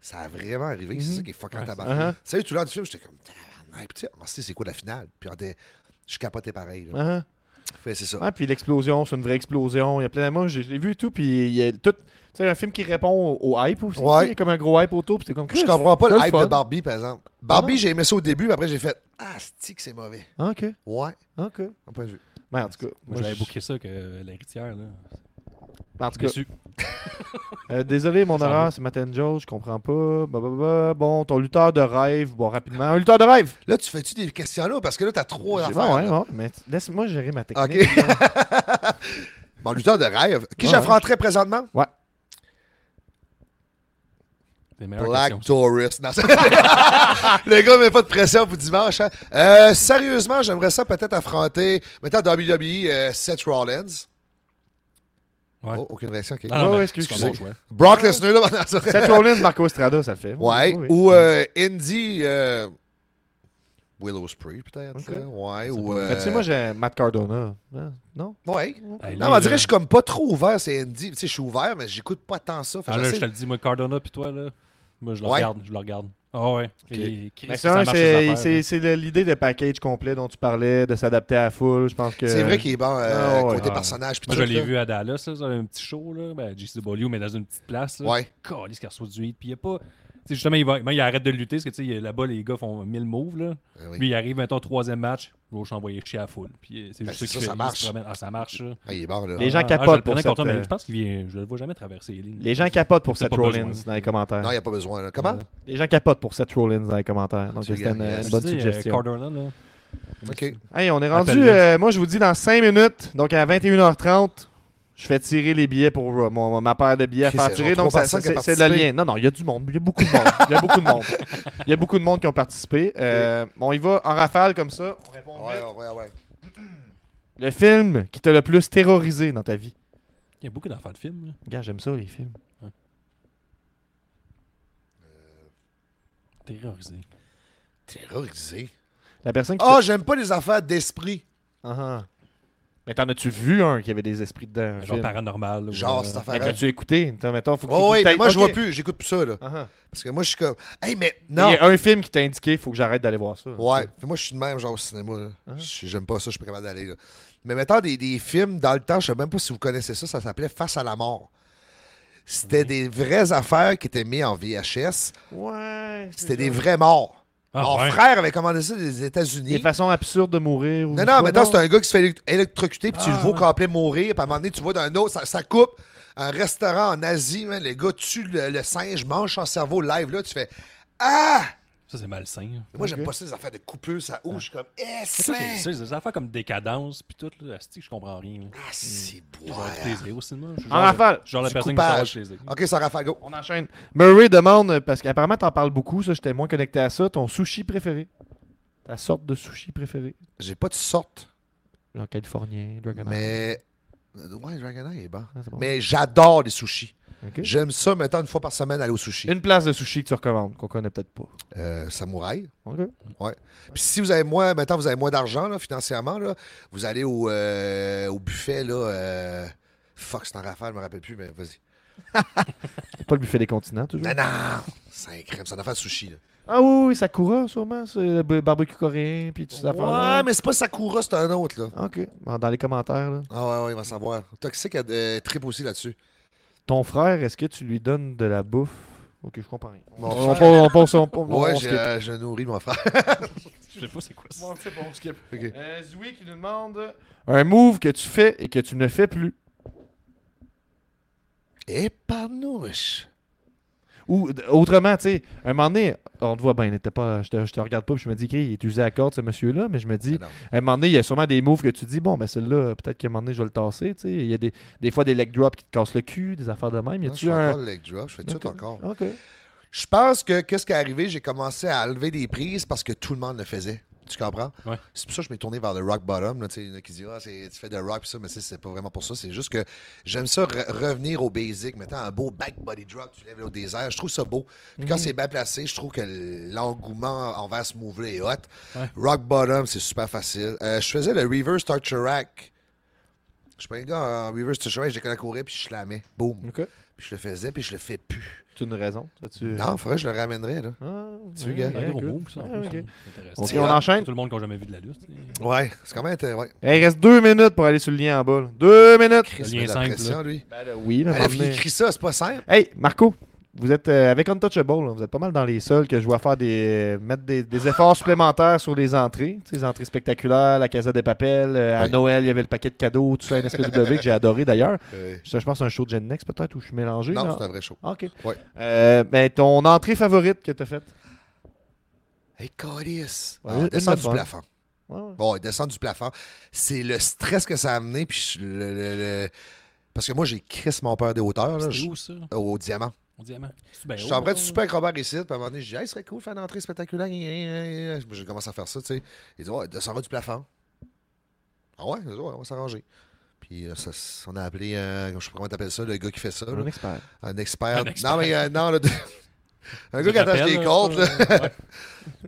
S2: ça a vraiment arrivé. C'est ça qui est fucking
S3: Ouais,
S2: tabac.
S1: Mm-hmm. uh-huh.
S2: Tu sais, tout le long du film, j'étais comme, tabarnak. Puis tu sais, on sait c'est quoi la finale. Puis on était- je capotais pareil. là.
S1: Uh-huh.
S2: Fait, c'est ça.
S1: Ouais, puis l'explosion, c'est une vraie explosion. Il y a plein de moi, j'ai j'ai vu et tout, puis il y a tout. Tu sais, un film qui répond au, au hype aussi.
S2: Ouais.
S1: Il y a comme un gros hype autour, puis c'est comme.
S2: Je comprends pas
S1: c'est
S2: le
S1: le
S2: hype
S1: fun.
S2: de Barbie, par exemple. Barbie, j'ai aimé ça au début, mais après, j'ai fait Ah, c'est que c'est mauvais.
S1: Ah, Ok,
S2: Ouais,
S1: ok.
S2: un point de vue.
S1: Mais en tout cas,
S3: Moi,
S1: moi,
S3: j'avais
S1: je-
S3: booké ça que euh, l'héritière, là.
S1: En tout cas,
S3: Déçu.
S1: Euh, désolé, mon
S3: Ça
S1: horreur, c'est Matin Joe, je comprends pas. Bah, bah, bah. Bon, ton lutteur de rêve, bon, rapidement. Un lutteur de rêve!
S2: Là, tu fais-tu des questions là Parce que là, t'as trois
S1: J'ai-
S2: affaires.
S1: ouais,
S2: là.
S1: ouais, mais t- laisse-moi gérer ma
S2: Ok.
S1: technique.
S2: Bon, lutteur de rêve. Qui
S1: Ouais,
S2: j'affronterais présentement
S3: Des meilleures
S2: Black
S3: questions.
S2: Taurus. Non, c'est- le gars met pas de pression pour dimanche. hein. Euh, sérieusement, j'aimerais ça peut-être affronter, mettons WWE, euh, Seth Rollins.
S3: Ouais.
S2: Oh, aucune réaction, ok.
S3: Ah non,
S1: Ouais,
S3: mais
S1: ouais, excuse-
S3: c'est un bon choix.
S2: Brock Lesnar, là, pendant ça.
S1: Seth Rollins, Marco Estrada, ça le fait. Oui,
S2: Ouais.
S1: oui.
S2: Ou euh, Indy. euh, Willow Spree, peut-être.
S1: Ok.
S2: là. Ouais.
S3: Ça
S2: Ou.
S3: peut-
S2: euh,
S1: Mais Ben, Tu sais, moi, j'ai Matt Cardona. Hein? Non?
S2: Ouais.
S3: Hey,
S2: Non,
S3: lui, euh,
S2: mais on
S3: là,
S2: dirait que je suis comme pas trop ouvert, c'est Andy. Tu sais, je suis ouvert, mais j'écoute pas tant ça. Fait que
S3: Ah, là,
S2: j'essaie-
S3: je te le dis, moi, Cardona, puis toi, là. Moi, je le
S2: Ouais.
S3: regarde. Je le regarde. Ah ouais. Et Chris,
S1: Mais Ben, c'est
S3: ça hein.
S1: un,
S3: marche, ses
S1: c'est-
S3: affaires,
S1: c'est- c'est le- l'idée de package complet dont tu parlais, de s'adapter à la foule. Je pense que.
S2: C'est vrai qu'il est bon euh,
S1: Ah, ouais.
S2: côté
S3: Ah.
S2: personnage. puis
S3: Moi,
S2: tout,
S3: je l'ai
S2: là.
S3: vu à Dallas, là, dans un petit show, là, ben, JCW, mais dans une petite place. Là.
S2: Ouais.
S3: Calisse qu'il reçoit du hit. Puis il n'y a pas. Tu sais, justement, il, va, ben, il arrête de lutter parce que tu sais, il- là-bas, les gars font 1000 moves. Là.
S2: Ah oui.
S3: Lui, il arrive, mettons, troisième match. Bro, je suis envoyé chier à la foule. Puis euh, c'est
S2: Ben,
S3: juste
S2: c'est ça,
S3: qu'il fait,
S2: ça
S3: il
S2: marche.
S3: se promène. Ah, ça marche. là.
S2: Ah, il est bon, là.
S1: Les gens
S3: Ah, ah,
S1: capotent
S3: je
S1: pour
S3: le prenais
S1: cette,
S3: contre, mais
S1: euh,
S3: je pense qu'il vient. Je le vois jamais traverser les lignes.
S1: Les gens capotent pour
S3: C'est
S1: Seth
S3: pas besoin.
S1: Rollins dans les commentaires.
S2: Non, il n'y a pas besoin. là. Comment
S1: Les gens capotent pour Seth Rollins dans les commentaires. Donc,
S2: Tu
S1: c'était une,
S2: regardes,
S1: une
S2: yes.
S1: bonne
S3: Tu sais, euh,
S1: suggestion.
S3: Cardona, là.
S2: Ok.
S1: Hey, on est rendu,
S3: Appelle-le.
S1: euh, moi je vous dis dans 5 minutes, donc à 21h30, je fais tirer les billets pour Raw. Mon- ma paire de billets à
S2: Chris,
S1: faire
S2: c'est
S1: tirer,
S2: genre
S1: donc
S4: trois
S1: ça-
S4: personnes qui
S1: c'est
S4: ont
S1: c'est le
S4: participé.
S1: lien. Non, non, il y a du monde, il y a beaucoup de monde, il y a beaucoup de monde. Il y a beaucoup de monde qui ont participé. Euh, Bon, il va en rafale comme ça. On répond
S2: Ouais,
S1: vite.
S2: ouais, ouais.
S1: Le film qui t'a le plus terrorisé dans ta vie.
S3: Il y a beaucoup d'enfants de films. là.
S1: Regarde, j'aime ça les films.
S3: Terrorisé.
S2: Terrorisé.
S1: La personne qui.
S4: Oh,
S2: Ah, j'aime pas les affaires d'esprit.
S1: Ah, ah. Mais t'en as-tu vu un qui avait des esprits dedans? un
S3: Genre
S1: film?
S3: paranormal. ou,
S2: Genre,
S3: euh,
S2: cette
S1: Mais
S2: affaire-là.
S1: t'as-tu écouté? Attends, mettons, faut que
S2: Oh,
S1: faut que
S2: oui, mais
S1: t'ailles-
S2: moi, je
S1: Ok.
S2: vois plus. J'écoute plus ça, là.
S1: Ah, ah.
S2: Parce que moi, je suis comme. Hey, mais
S1: Il
S2: non!
S1: y a un film qui t'a indiqué, faut que j'arrête d'aller voir ça.
S2: Ouais, Puis moi je suis de même genre au cinéma. là. Je- J'aime pas ça, je suis pas capable d'aller là. Mais mettons des, des films dans le temps, je sais même pas si vous connaissez ça, ça s'appelait Face à la mort. C'était des vraies affaires qui étaient mises en VHS.
S1: Ouais. c'est
S2: C'était
S1: ça.
S2: des vrais morts.
S3: Ah,
S2: Mon
S3: ouais.
S2: frère avait commandé ça des
S1: Des
S2: États-Unis.
S1: façons absurdes de mourir. ou
S2: Non,
S1: je
S2: non,
S1: sais
S2: mettons,
S1: pas,
S2: c'est un gars qui se fait élect- électrocuter, puis tu le
S3: Ah,
S2: vois
S3: ouais.
S2: complet mourir, puis à un moment donné, tu vois d'un autre, ça, ça coupe. Un restaurant en Asie, man, le gars tue le, le singe, mange son cerveau live, là, tu fais Ah!
S3: Ça, c'est malsain. hein.
S2: Moi, j'aime pas ça, les affaires de coupeux, ça ouvre, je suis comme Eh,
S3: Ça, C'est
S2: c'est.
S3: ça, c'est des affaires comme décadence, puis tout, là, asti, je comprends rien. là.
S2: Ah, c'est
S3: J'ai
S2: boire.
S3: genre du plaisir au cinéma. je suis
S1: En
S3: genre-
S1: rafale.
S3: Genre la
S2: Du
S3: personne
S2: coupage. Ah.
S3: qui sort chez
S2: Ok, ça Rafago.
S1: On enchaîne. Murray demande, euh, parce qu'apparemment, t'en parles beaucoup, ça, j'étais moins connecté à ça, ton sushi préféré. Ta sorte de sushi préféré.
S2: J'ai pas de sorte,
S1: Genre californien, Dragon
S2: mais. Ouais, Dragon Eye est bon.
S1: Ah, c'est bon.
S2: Mais j'adore les sushis.
S1: Ok.
S2: J'aime ça, mettons, une fois par semaine, aller au sushi.
S1: Une place de sushi que tu recommandes, qu'on connaît peut-être pas.
S2: Euh, samouraï.
S1: Ok.
S2: Puis si vous avez moins, mettons, vous avez moins d'argent, là, financièrement, là, vous allez au, euh, au buffet, là. euh, Fuck, c'est en Raphaël, je me rappelle plus, mais vas-y.
S1: C'est pas le buffet des continents, toujours.
S2: Non, non! C'est un crème, c'est une affaire de sushi, là.
S1: Ah oui, oui, Sakura, sûrement. C'est le b- barbecue coréen, puis tout ça.
S2: Ouais, mais c'est pas Sakura, c'est un autre, là.
S1: OK. Bon, Dans les commentaires, là.
S2: Ah ouais, ouais, il va savoir. Toxic a euh, trip aussi là-dessus.
S1: Ton frère, est-ce que tu lui donnes de la bouffe? OK, je comprends rien.
S2: Mon
S1: on, on, on, pense- on- on- on-
S2: Ouais,
S1: on
S2: j'ai-
S1: skip.
S2: euh, je nourris mon frère.
S3: Je sais pas c'est quoi ça.
S1: Bon, c'est bon, on skip.
S2: Ok.
S1: Euh, Zoui qui nous demande un move que tu fais et que tu ne fais plus.
S2: Et parnouche!
S1: Ou d- autrement, tu sais, un moment donné, on te voit bien, t'es pas, je, te, je te regarde pas, puis je me dis, OK, il est usé à corde, ce monsieur-là, mais je me dis,
S2: Ah non.
S1: à un moment donné, il y a sûrement des moves que tu dis, bon, ben celle-là, peut-être qu'à un moment donné, je vais le tasser. tu sais. Il y a des, des fois des leg drops qui te cassent le cul, des affaires de même. Y
S2: Non, Je
S1: a-tu
S2: suis
S1: un.
S2: encore le leg drop, je fais tout
S1: Ok.
S2: encore.
S1: OK.
S2: Je pense que qu'est-ce qui est arrivé, j'ai commencé à lever des prises parce que tout le monde le faisait. Tu comprends?
S3: Ouais.
S2: C'est pour ça que je m'ai tourné vers le rock bottom. Là, Tu sais, il y en a qui disent Ah, c'est- tu fais de rock, pis ça, mais c'est- c'est pas vraiment pour ça. C'est juste que j'aime ça re- revenir au basic. Mettons un beau back body drop, tu lèves au désert. Je trouve ça beau. Puis
S3: Mhm.
S2: quand c'est bien placé, je trouve que l'engouement envers ce move-là est hot.
S3: Ouais.
S2: Rock bottom, c'est super facile. Euh, je faisais le reverse torture rack. Je suis pas un gars en reverse torture rack, je décollais à courir, puis je slamais. Boum.
S3: Mm.
S1: OK.
S2: Puis je le faisais, puis je le fais plus.
S1: Tu as une raison. Ça,
S3: Euh.
S1: tu...
S2: Non, faudrait que je le ramènerais, là.
S1: Ah,
S2: Tu veux
S1: ouais,
S2: gagner,
S1: ouais,
S3: Un gros
S1: good.
S3: mot, ça. en
S1: Ah,
S3: plus, hein.
S1: ok.
S3: c'est intéressant.
S1: Ok,
S2: C'est
S1: on
S2: hot.
S1: enchaîne.
S3: Tout le monde qui n'a jamais vu de la lutte. tu sais.
S2: Ouais, c'est quand même intéressant. Ouais.
S1: Eh, Il reste deux minutes pour aller sur le lien en bas. là. Deux minutes.
S2: Chris,
S3: lien
S2: met de la
S3: simple,
S2: pression,
S3: là.
S2: lui.
S1: Ben là, oui, là,
S2: Elle
S1: à un
S2: a
S1: moment donné.
S2: écrit ça, c'est pas simple.
S1: Hey, Marco, vous êtes euh, avec Untouchable, là, vous êtes pas mal dans les seuls que je vois faire des euh, mettre des, des efforts supplémentaires sur les entrées. Tu sais, Les entrées spectaculaires, la Casa des Papel, euh, à
S2: Oui.
S1: Noël, il y avait le paquet de cadeaux, tout ça, NSPW que j'ai adoré d'ailleurs.
S3: Euh,
S1: Ça, je pense, c'est un show de Gen Next peut-être où je suis mélangé.
S2: non,
S1: là.
S2: c'est un vrai show.
S1: Ah, OK.
S2: Ouais.
S1: Euh, ben, ton entrée favorite que t'as faite.
S2: Hey, Codice!
S1: Ouais,
S2: Ah,
S1: une
S2: descend
S1: de
S2: du
S1: fun.
S2: plafond.
S1: Ouais, ouais.
S2: Bon, descend du plafond. C'est le stress que ça a amené, puis je- le- le- le- Parce que moi, j'ai Chris mon peur des hauteurs, là,
S3: C'était
S2: Ah, je-
S3: où oh. ça
S2: au diamant.
S3: Au diamant. ben, C'est bien
S2: Je
S3: haut,
S2: suis en train de
S3: là.
S2: super avec Robert ici, puis à un moment donné, je dis, hey, ce serait cool de faire une entrée spectaculaire. Hein, hein, hein. Je commence à faire ça, tu sais. Il dit, ouais, descendra du plafond. Ah ouais, ouais, on va s'arranger. Puis euh, ça- on a appelé, euh, je sais pas comment t'appelles ça, le gars qui fait ça. là.
S1: Un expert.
S2: Un expert.
S3: Un expert.
S2: Non, mais euh, non, là, de- un gars qui attache
S3: rappel,
S2: des
S3: là,
S2: comptes, là.
S3: ça, ouais.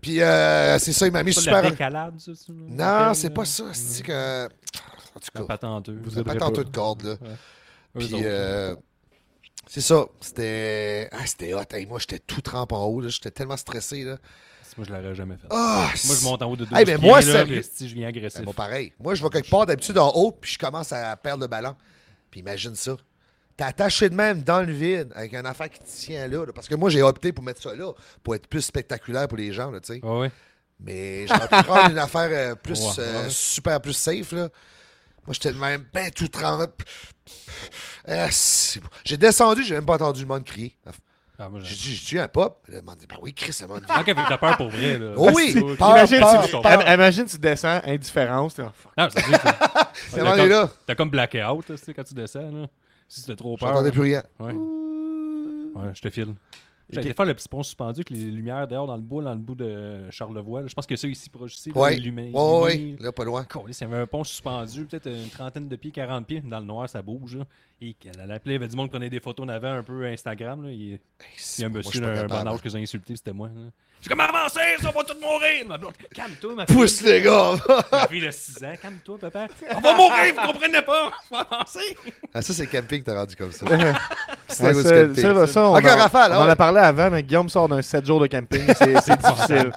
S2: Puis euh, c'est ça, il m'a mis
S3: C'est pas de la
S2: super.
S3: décalade, ça, tu- euh,
S2: Non,
S3: rappel,
S2: c'est
S3: là.
S2: pas ça. C'est que. En
S3: C'est
S2: tout cas,
S3: pas tenteux.
S1: Vous
S2: c'est
S1: êtes-
S2: pas
S1: aiderez
S2: tantôt
S1: pas.
S2: de corde, là.
S3: Eux
S2: Puis
S3: autres,
S2: euh, c'est ça. C'était. Ah, c'était hot. Hey, moi, j'étais tout trempé en haut, là. J'étais tellement stressé, là.
S3: Moi, je l'aurais jamais fait.
S2: Ah,
S3: Moi, je
S2: c'est-
S3: monte en haut de deux.
S2: Hey, mais moi,
S3: là,
S2: sérieux-
S3: puis, si je viens agressif.
S2: Ben, moi, pareil. Moi, je vais quelque part d'habitude en haut, puis je commence à perdre le ballon. Puis imagine ça. T'es attaché de même dans le vide avec un affaire qui te tient là, là. Parce que moi, j'ai opté pour mettre ça là, pour être plus spectaculaire pour les gens, là, tu sais.
S3: Ouais, Ah, ouais.
S2: Mais j'aurais pu prendre une affaire euh, plus
S3: Ouais,
S2: euh,
S3: ouais.
S2: super plus safe là. Moi j'étais de même ben tout trempé. Ah, c'est bon. j'ai descendu, j'ai même pas entendu le monde crier.
S3: Ah, moi, j'ai-
S2: J'ai dit, j'ai tué un pop. Le monde dit, ben oui, Chris, ça va.
S3: Ah, ok, t'as peur pour vrai, là.
S2: Oh oui,
S3: Ouais,
S2: peur,
S3: imagine
S2: peur,
S3: si-
S2: peur.
S3: Ah,
S1: Im- Imagine, tu descends, indifférence. t'es en fuck.
S3: non, c'est vrai, ça.
S2: C'est
S3: T'as
S2: vraiment
S3: comme-
S2: là.
S3: T'as comme blackout, là, tu sais, quand tu descends, là. Si c'était trop peur.
S2: J'entendais plus rien.
S3: Ouais. Ouais, je te file. J'ai été faire le petit pont suspendu avec les lumières dehors dans le bois, dans le bout de Charlevoix. là. Je pense que ça ici proche ici, là,
S2: Ouais.
S3: illumé.
S2: Ouais, ouais,
S3: illumé.
S2: là, pas loin.
S3: Câlisse, Il y avait un pont suspendu, peut-être une trentaine de pieds, 40 pieds. Dans le noir, ça bouge. là. Et qu'elle allait appeler, il y avait du monde qui prenait des photos en avant, un peu Instagram. là. Il il y a un
S2: Moi, je suis
S3: monsieur,
S2: pas
S3: un
S2: capable.
S3: bon âge que j'ai insulté, c'était moi. là. Je suis comme avancez, on va tous mourir! Ma blonde, Calme-toi, ma fille.
S2: Pousse, les gars!
S3: Ma fille de 6 ans, calme-toi, papa. On va mourir, vous comprenez pas! Faut avancer!
S2: Ah, ça, c'est camping que t'as rendu comme ça. C'est
S1: Ouais,
S2: un goût de
S1: ça,
S2: camping.
S1: ça, ça, on,
S2: Ok,
S1: en,
S2: Raphaël, ah
S1: on
S2: ouais.
S1: en a parlé avant, mais Guillaume sort d'un 7 jours de camping. C'est c'est difficile.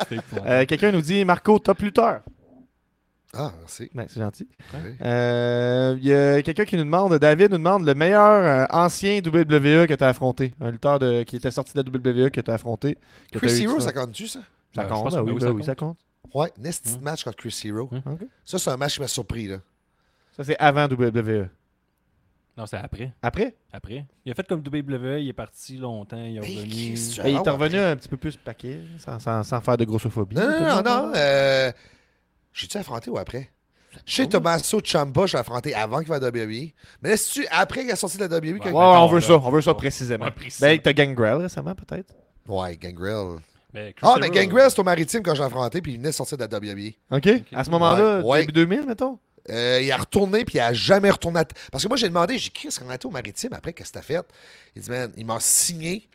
S1: Euh, Quelqu'un nous dit Marco, top lutteur.
S2: Ah, merci.
S1: Ben, c'est gentil.
S2: Oui.
S1: Euh, Il y a quelqu'un qui nous demande David nous demande le meilleur euh, ancien WWE que tu as affronté. Un lutteur de, qui était sorti de la WWE que tu as affronté. que t'as
S2: Chris
S1: eu,
S2: Hero,
S1: tu-
S2: ça compte-tu, ça?
S1: Ça
S3: Euh, je
S1: compte,
S3: pense
S1: ben
S3: que
S1: oui,
S3: oui,
S1: ben
S3: ça
S1: oui, ça compte.
S2: Ouais, next petit match contre Chris Hero.
S3: Hum.
S1: Hein? Ok.
S2: Ça, c'est un match qui m'a surpris, là.
S1: Ça, c'est avant WWE.
S3: Non, c'est après.
S1: Après,
S3: Après. Il a fait comme WWE, il est parti longtemps, il est
S2: Hey,
S3: revenu.
S2: Chris, tu as
S1: ben, il est
S2: raison.
S1: revenu un petit peu plus paquet, sans, sans- sans faire de grossophobie.
S2: Non, non, non, non. euh, J'ai-tu affronté ou après? Chez Tommaso Ciampa, j'ai affronté avant qu'il va à WWE. Mais là, si tu après qu'il a sorti de la E WWE,
S1: Ouais,
S2: quand-
S1: ouais, on veut
S3: là.
S1: ça, on veut ça précisément.
S3: Ouais,
S1: Ben,
S3: précisément.
S1: t'as Gangrel récemment, peut-être.
S2: Ouais, Gangrel.
S3: Mais Chris
S2: Ah, mais
S3: Hero,
S2: Gangrel, c'est au maritime quand j'ai affronté, puis il venait de sortir de la WWE.
S1: OK? À ce moment-là,
S2: Ouais, ouais.
S1: début 2000, mettons.
S2: Euh, il a retourné, puis il a jamais retourné. à t- Parce que moi, j'ai demandé, j'ai dit, Chris, quand on était au maritime, après, qu'est-ce que t'as fait? Il dit, man, il m'a signé.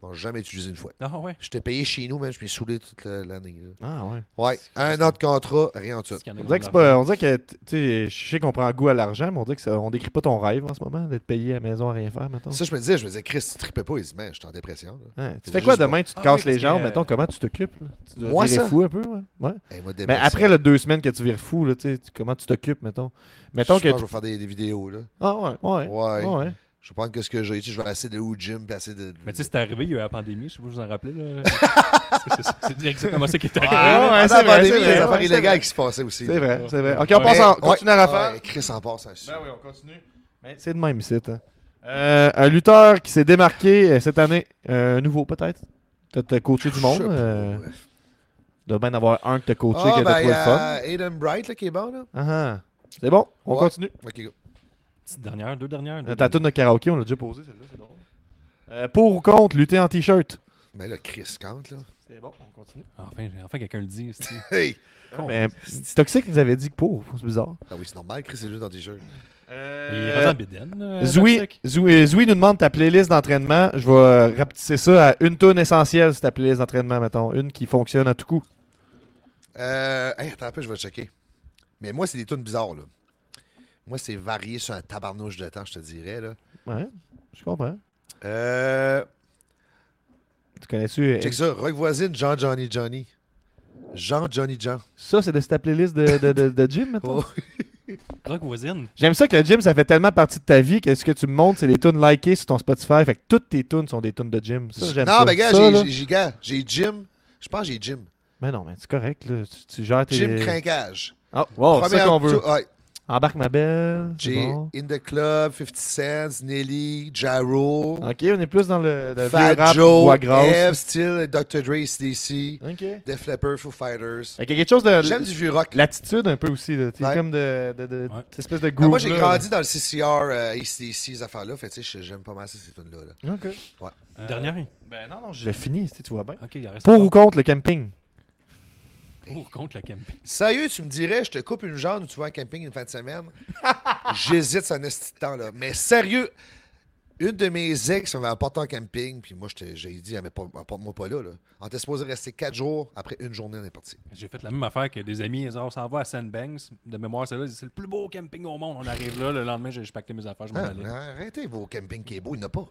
S2: Ils m'ont jamais utilisé une fois.
S3: Non, Ah, ouais.
S2: J'étais payé chez nous, man, je m'ai saoulé toute la- l'année. là.
S1: Ah, ouais.
S2: Ouais, un an de contrat, rien en dessous.
S3: Parce qu'il y en a
S1: On
S3: qui
S1: dirait
S3: ont
S1: que, c'est
S3: de l'argent.
S1: pas, euh, on dirait que tu sais, je sais qu'on prend goût à l'argent, mais on dirait que ça- on décrit pas ton rêve en ce moment d'être payé à la maison à rien faire, mettons.
S2: Ça, je me disais, je me disais, Chris, tu tripais pas. Il dit, man, je suis en dépression. là.
S1: Hein, tu
S2: c'est
S1: fais quoi
S2: juste
S1: demain? Tu te
S3: Ah oui,
S1: casses les
S3: parce
S1: jambes,
S3: que-
S1: mettons, comment tu t'occupes? là? Tu dois
S2: Moi,
S1: virer
S2: ça?
S1: fou un peu, ouais. ouais.
S2: Eh, moi,
S1: Mais
S2: dépression.
S1: après les deux semaines que tu vires fou, là, tu sais, tu- comment tu t'occupes, mettons? Mettons que.
S2: je pense que je
S1: tu-
S2: vais faire des, des vidéos, là.
S1: Ah, ouais, ouais.
S2: Ouais.
S1: ouais.
S2: Je vais prendre que ce que j'ai. Tu sais, Je vais essayer de au gym, puis essayer de.
S3: Mais tu sais, c'est arrivé, il y a eu la pandémie, je sais pas si vous en rappelez. là. C'est- c'est- C'est exactement ça qui est arrivé.
S1: Ah, ouais,
S2: Pendant la
S1: c'est vrai,
S2: pandémie,
S1: c'est
S2: il
S1: vrai,
S2: y a des affaires
S1: ouais,
S2: illégales qui se passaient aussi.
S1: C'est
S2: là.
S1: vrai, c'est vrai. Ok, on
S3: Ouais.
S1: passe en.
S2: Ouais.
S1: Continue à Raphaël.
S2: Ouais, Chris en passe
S3: Ben
S2: un super.
S1: oui, on continue. c'est de même ici. hein. Euh, un lutteur qui s'est démarqué euh, cette année, euh, nouveau peut-être. Peut-être euh, coaché du monde.
S2: Je sais pas,
S1: euh,
S2: ouais.
S1: Il doit bien en avoir un que t'as coaché
S2: Ah,
S1: que t'as
S2: ben, il
S1: trouvé
S2: y
S1: le fun.
S2: a Aiden Bright, là, qui est bon, là.
S1: Ah, ah. C'est bon, on
S2: Ouais.
S1: continue.
S2: Ok, go.
S3: Petite dernière, deux dernières.
S1: Euh, Ta toune de karaoké, on l'a déjà posée, celle-là, c'est drôle. Euh, pour ou contre, lutter en t-shirt.
S2: Mais Ben là, Chris compte, là.
S1: C'est bon, on continue.
S3: Enfin, enfin quelqu'un le dit. c'est-
S2: Hey!
S1: Mais, Toxic nous avait dit que pour, c'est bizarre.
S2: Ah oui, c'est normal, Chris, c'est juste dans des jeux.
S3: Il est rendu en bédaine, euh,
S1: Euh, Zoui,
S3: Patrick.
S1: Zoui- Zoui nous demande ta playlist d'entraînement. Je vais euh, rapetisser ça à une tonne essentielle, c'est ta playlist d'entraînement, mettons. Une qui fonctionne à tout coup.
S2: Euh, hey, attends un peu, je vais checker. Mais moi, c'est des tunes bizarres, là. Moi, c'est varié sur un tabarnouche de temps, je te dirais, là.
S1: Ouais, je comprends.
S2: Euh.
S1: Tu connais-tu. euh,
S2: Check ça, Rock Voisine, Jean Johnny Johnny. Jean Johnny Jean.
S1: Ça, c'est de ta playlist de, de, de, de gym, mettons.
S2: Oh.
S3: Rock voisine.
S1: J'aime ça que le gym, ça fait tellement partie de ta vie que ce que tu me montres, c'est les tunes likées sur ton Spotify. Fait que toutes tes tunes sont des tunes de gym. Ça, j'aime ça.
S2: non, mais gars,
S1: Ça,
S2: j'ai-
S1: là-
S2: j'ai- j'ai gars, j'ai Jim. Je pense que j'ai Jim.
S1: Mais non, mais c'est correct, là. Tu, tu gères tes.
S2: Jim Crinquage.
S1: Oh, wow, c'est ça
S2: Première-
S1: qu'on veut.
S2: tu- ouais,
S1: Embarque ma belle. c'est
S2: j'ai
S1: bon.
S2: In the Club, 50 Cent, Nelly, Jaro,
S1: Ok, on est plus dans Ah, le, le vieux
S2: Fat
S1: rap, voix
S2: Joe,
S1: grasse.
S2: Eve, Steel, Dr. Dre, CDC,
S1: Ok.
S2: Def Leppard, Foo Fighters.
S1: Fait qu'il y a quelque chose de.
S2: J'aime du vieux rock.
S1: L'attitude un peu aussi, là. T'sais,
S2: Ouais.
S1: comme de, de, de-
S3: Ouais.
S1: cette espèce de
S2: Ah,
S1: groove.
S2: moi, j'ai grandi dans le CCR, euh, ACDC, ces affaires-là. Fait, tu sais, j'aime pas mal ça, ces tunes-là. là.
S1: Ok.
S3: Une Dernière.
S1: Ben non, non, je l'ai fini, tu sais, tu vois bien.
S3: Euh, Ok, il en reste
S1: Pour ou
S3: encore.
S1: contre le camping?
S3: Pour ou contre le camping.
S2: Sérieux, tu me dirais, je te coupe une jambe ou tu vas en camping une fin de semaine? J'hésite, ça n'est temps, là. Mais sérieux, une de mes ex m'avait apporté en camping, puis moi, j'étais- j'ai dit, Ah, mais pas- apporte-moi pas là, là. On était supposé rester quatre jours, après une journée, on est parti.
S3: J'ai fait la même affaire que des amis. Ils ont- on s'en va à Sandbanks. De mémoire, c'est là. C'est le plus beau camping au monde. On arrive là. Le lendemain, j'ai j'ai packé mes affaires. Je m'en
S2: Ah,
S3: allais.
S2: arrêtez vos campings qui est beau, il n'y en a pas.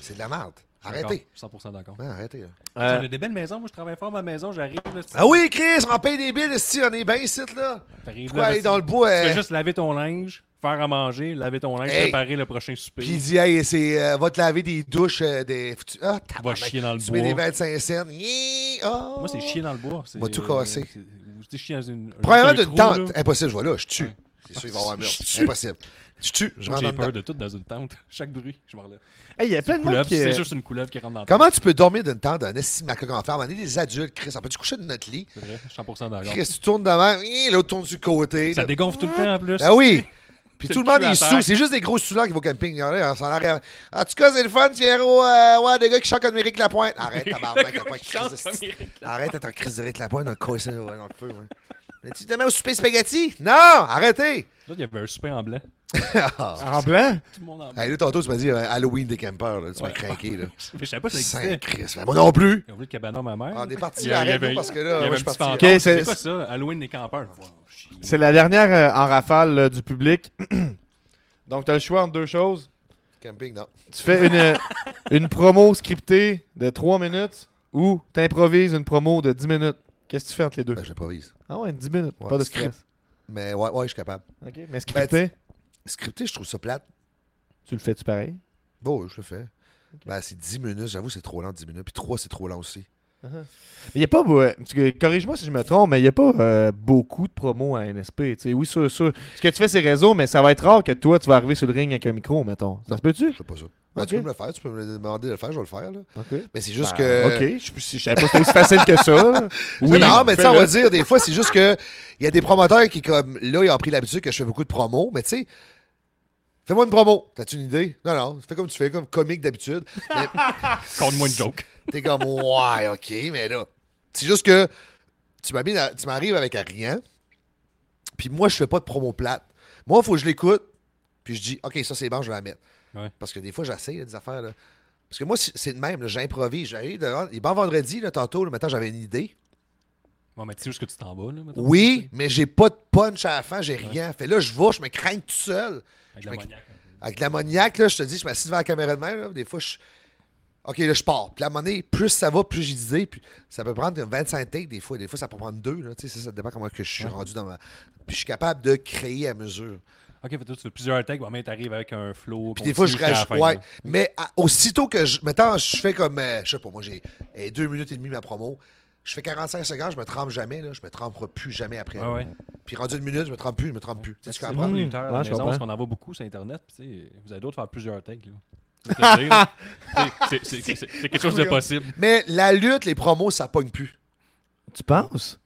S2: C'est de la merde.
S3: Je suis d'accord,
S2: Arrêtez.
S3: 100% d'accord.
S2: Ah, arrêtez, là.
S3: On a des belles maisons. Moi, je travaille fort à ma maison. J'arrive là.
S2: Ah oui, Chris, on paye des billes ici, on est bien ici, là.
S3: T'arrives
S2: Pourquoi
S3: là,
S2: aller
S3: tu-
S2: dans le bois?
S3: Tu
S2: euh,
S3: fais juste laver ton linge, faire à manger, laver ton linge,
S2: Hey!
S3: préparer le prochain souper.
S2: Puis il dit, hey, c'est, euh, va te laver des douches, euh, des. foutu- Ah,
S3: Va
S2: tabarnak.
S3: chier dans le
S2: Tu mets des
S3: bois.
S2: 25 cents. Yee, oh.
S3: Moi, c'est chier dans le bois. c'est-
S2: Va tout casser.
S3: c'est- Vous étiez chier dans une.
S2: Premièrement,
S3: un
S2: d'une
S3: trou,
S2: tente.
S3: là.
S2: Impossible, je vois là, je tue. C'est sûr, il va y avoir un meurtre. Impossible. Je tue, je rentre
S3: J'ai
S2: dans
S3: peur
S2: le
S3: de tout dans une tente. Chaque bruit, je m'en relève.
S1: Hey, il y a plein de monde
S3: Couleuvre,
S1: qui.
S3: C'est
S1: euh,
S3: juste une couleuvre qui rentre dans la tente.
S2: Comment tu peux dormir d'une tente d'un esti macaque en ferme? On est des adultes, Chris. On peut-tu coucher dans notre lit?
S3: C'est vrai, 100% d'accord.
S2: Chris, tu tournes devant, hii, l'autre tourne du côté.
S3: Ça
S2: là.
S3: dégonfle tout le temps en plus.
S2: Ben oui! Puis
S3: C'est
S2: tout le
S3: le
S2: monde
S3: cul à
S2: est
S3: terre.
S2: sous. C'est juste des gros sous-là qui vont au camping. Il y en a, ça a l'air- En tout cas, c'est le fun, Pierrot. Euh, ouais, des gars qui chantent comme Éric Lapointe. Arrête, tabarnak, t'as pas de crise de- Arrête d'être un crise de Éric Lapointe dans le coin, ça, ouais, dans le feu. Ouais. tu demain au souper spaghetti? Non, arrêtez!
S3: Là, il y avait un souper en blanc.
S2: Ah.
S1: En blanc?
S3: Tout le monde en blanc.
S2: Hey, là, tantôt, tu m'as dit euh, Halloween des campeurs. Là. Tu m'as
S3: Ouais.
S2: craqué. Là.
S3: Mais Je savais pas si ça
S2: Saint
S3: existait.
S2: Christ. ben, Moi non plus. Ah,
S3: Ils ont vu le cabanon à ma mère.
S2: On est
S3: Il
S2: parti.
S3: y a- il y
S2: Arrête
S3: avait-
S2: parce que
S3: il y
S2: là,
S3: avait
S2: moi, je
S3: un
S2: suis parti.
S3: petit pancarte.
S1: Ok, c'est-
S3: C'est quoi ça? Halloween des campeurs. Wow, chier.
S1: C'est la dernière euh, en rafale là, du public. Donc, tu as le choix entre deux choses.
S2: Camping, non.
S1: Tu fais une, une promo scriptée de 3 minutes ou tu improvises une promo de 10 minutes. Qu'est-ce que tu fais entre les deux?
S2: Ben, j'improvise.
S1: Ah ouais, 10 minutes,
S2: Ouais,
S1: pas de
S2: script.
S1: stress.
S2: Mais ouais, ouais, je suis capable.
S1: Ok, Mais scripté,
S2: Scripté, je trouve ça plate.
S1: tu le fais-tu pareil?
S2: Bon, je le fais. Ben, c'est 10 minutes. J'avoue, c'est trop lent, 10 minutes. Puis 3, c'est trop lent aussi.
S1: Il n'y a pas. euh, parce que, Corrige-moi si je me trompe, mais il n'y a pas euh, beaucoup de promos à NSP. tu sais. Oui, sûr, sûr. Ce que tu fais, c'est réseau, mais ça va être rare que toi, tu vas arriver sur le ring avec un micro, mettons. Ça se peut-tu?
S2: Je fais pas ça. Ben,
S1: Ok.
S2: Tu peux me le faire. Tu peux me le demander de le faire. Je vais le faire. Là.
S1: Ok.
S2: Mais c'est juste
S1: Ben,
S2: que.
S1: Ok, je je savais pas que c'était aussi facile que ça. Oui,
S2: non, mais tu sais, on
S1: fais-le.
S2: va dire, des fois, c'est juste que il y a des promoteurs qui, comme là, ils ont pris l'habitude que je fais beaucoup de promos, mais tu sais, fais-moi une promo. T'as-tu une idée? Non, non, fais comme tu fais, comme comique d'habitude. Mais
S3: Conte-moi une joke.
S2: t'es comme, ouais, ok, mais là. C'est juste que tu m'as mis dans- tu m'arrives avec rien, puis moi, je fais pas de promo plate. Moi, il faut que je l'écoute, puis je dis, ok, ça, c'est bon, je vais la mettre.
S3: Ouais.
S2: Parce que des fois, j'essaye là, des affaires, là. Parce que moi, c'est c'est de même, là, j'improvise. J'arrive devant. Il est bon vendredi, là, tantôt, le matin, j'avais une idée.
S3: Bon, mais tu sais où est-ce que tu t'en vas, là, mettons?
S2: Oui, mais j'ai pas de punch à la fin, j'ai rien. Fait là, je vais, je me crains tout seul.
S3: Avec de la
S2: Je me-
S3: maniaque.
S2: Avec l'ammoniaque, là, je te dis, je m'assis devant la caméra de même, là, des fois, je. Ok, là, je pars. Puis la monnaie, plus ça va, plus j'ai d'idées. Puis ça peut prendre comme 25 takes des fois. Des fois, ça peut prendre deux. Là, tu sais, ça, ça dépend comment que je suis rendu dans ma. Puis je suis capable de créer à mesure.
S3: Ok, fait que toi, tu fais plusieurs tags, mais t'arrives avec un flow.
S2: Puis des fois, je
S3: continu jusqu'à la
S2: rajoute.
S3: fin,
S2: Ouais.
S3: là.
S2: Mais à- aussitôt que je. Mettons, je fais comme. euh, je sais pas, moi, j'ai euh, deux minutes et demie ma promo. Je fais 45 secondes, je me trempe jamais. Là, je me tremperai plus jamais après.
S3: Ah Ouais, ouais.
S2: Puis rendu une minute, je me trempe plus, je me trempe plus. Tu sais, tu
S3: C'est
S2: comprends?
S3: bon, les
S1: Hmm.
S3: lutteurs à la
S1: Ouais, je
S3: maison,
S1: comprends.
S3: parce qu'on en voit beaucoup sur Internet. puis tu sais, vous allez d'autres faire plusieurs tags. là. Je veux te dire, c'est- c'est- C'est c'est- c'est quelque chose de possible.
S2: Mais la lutte, les promos, ça pogne plus.
S1: Tu penses?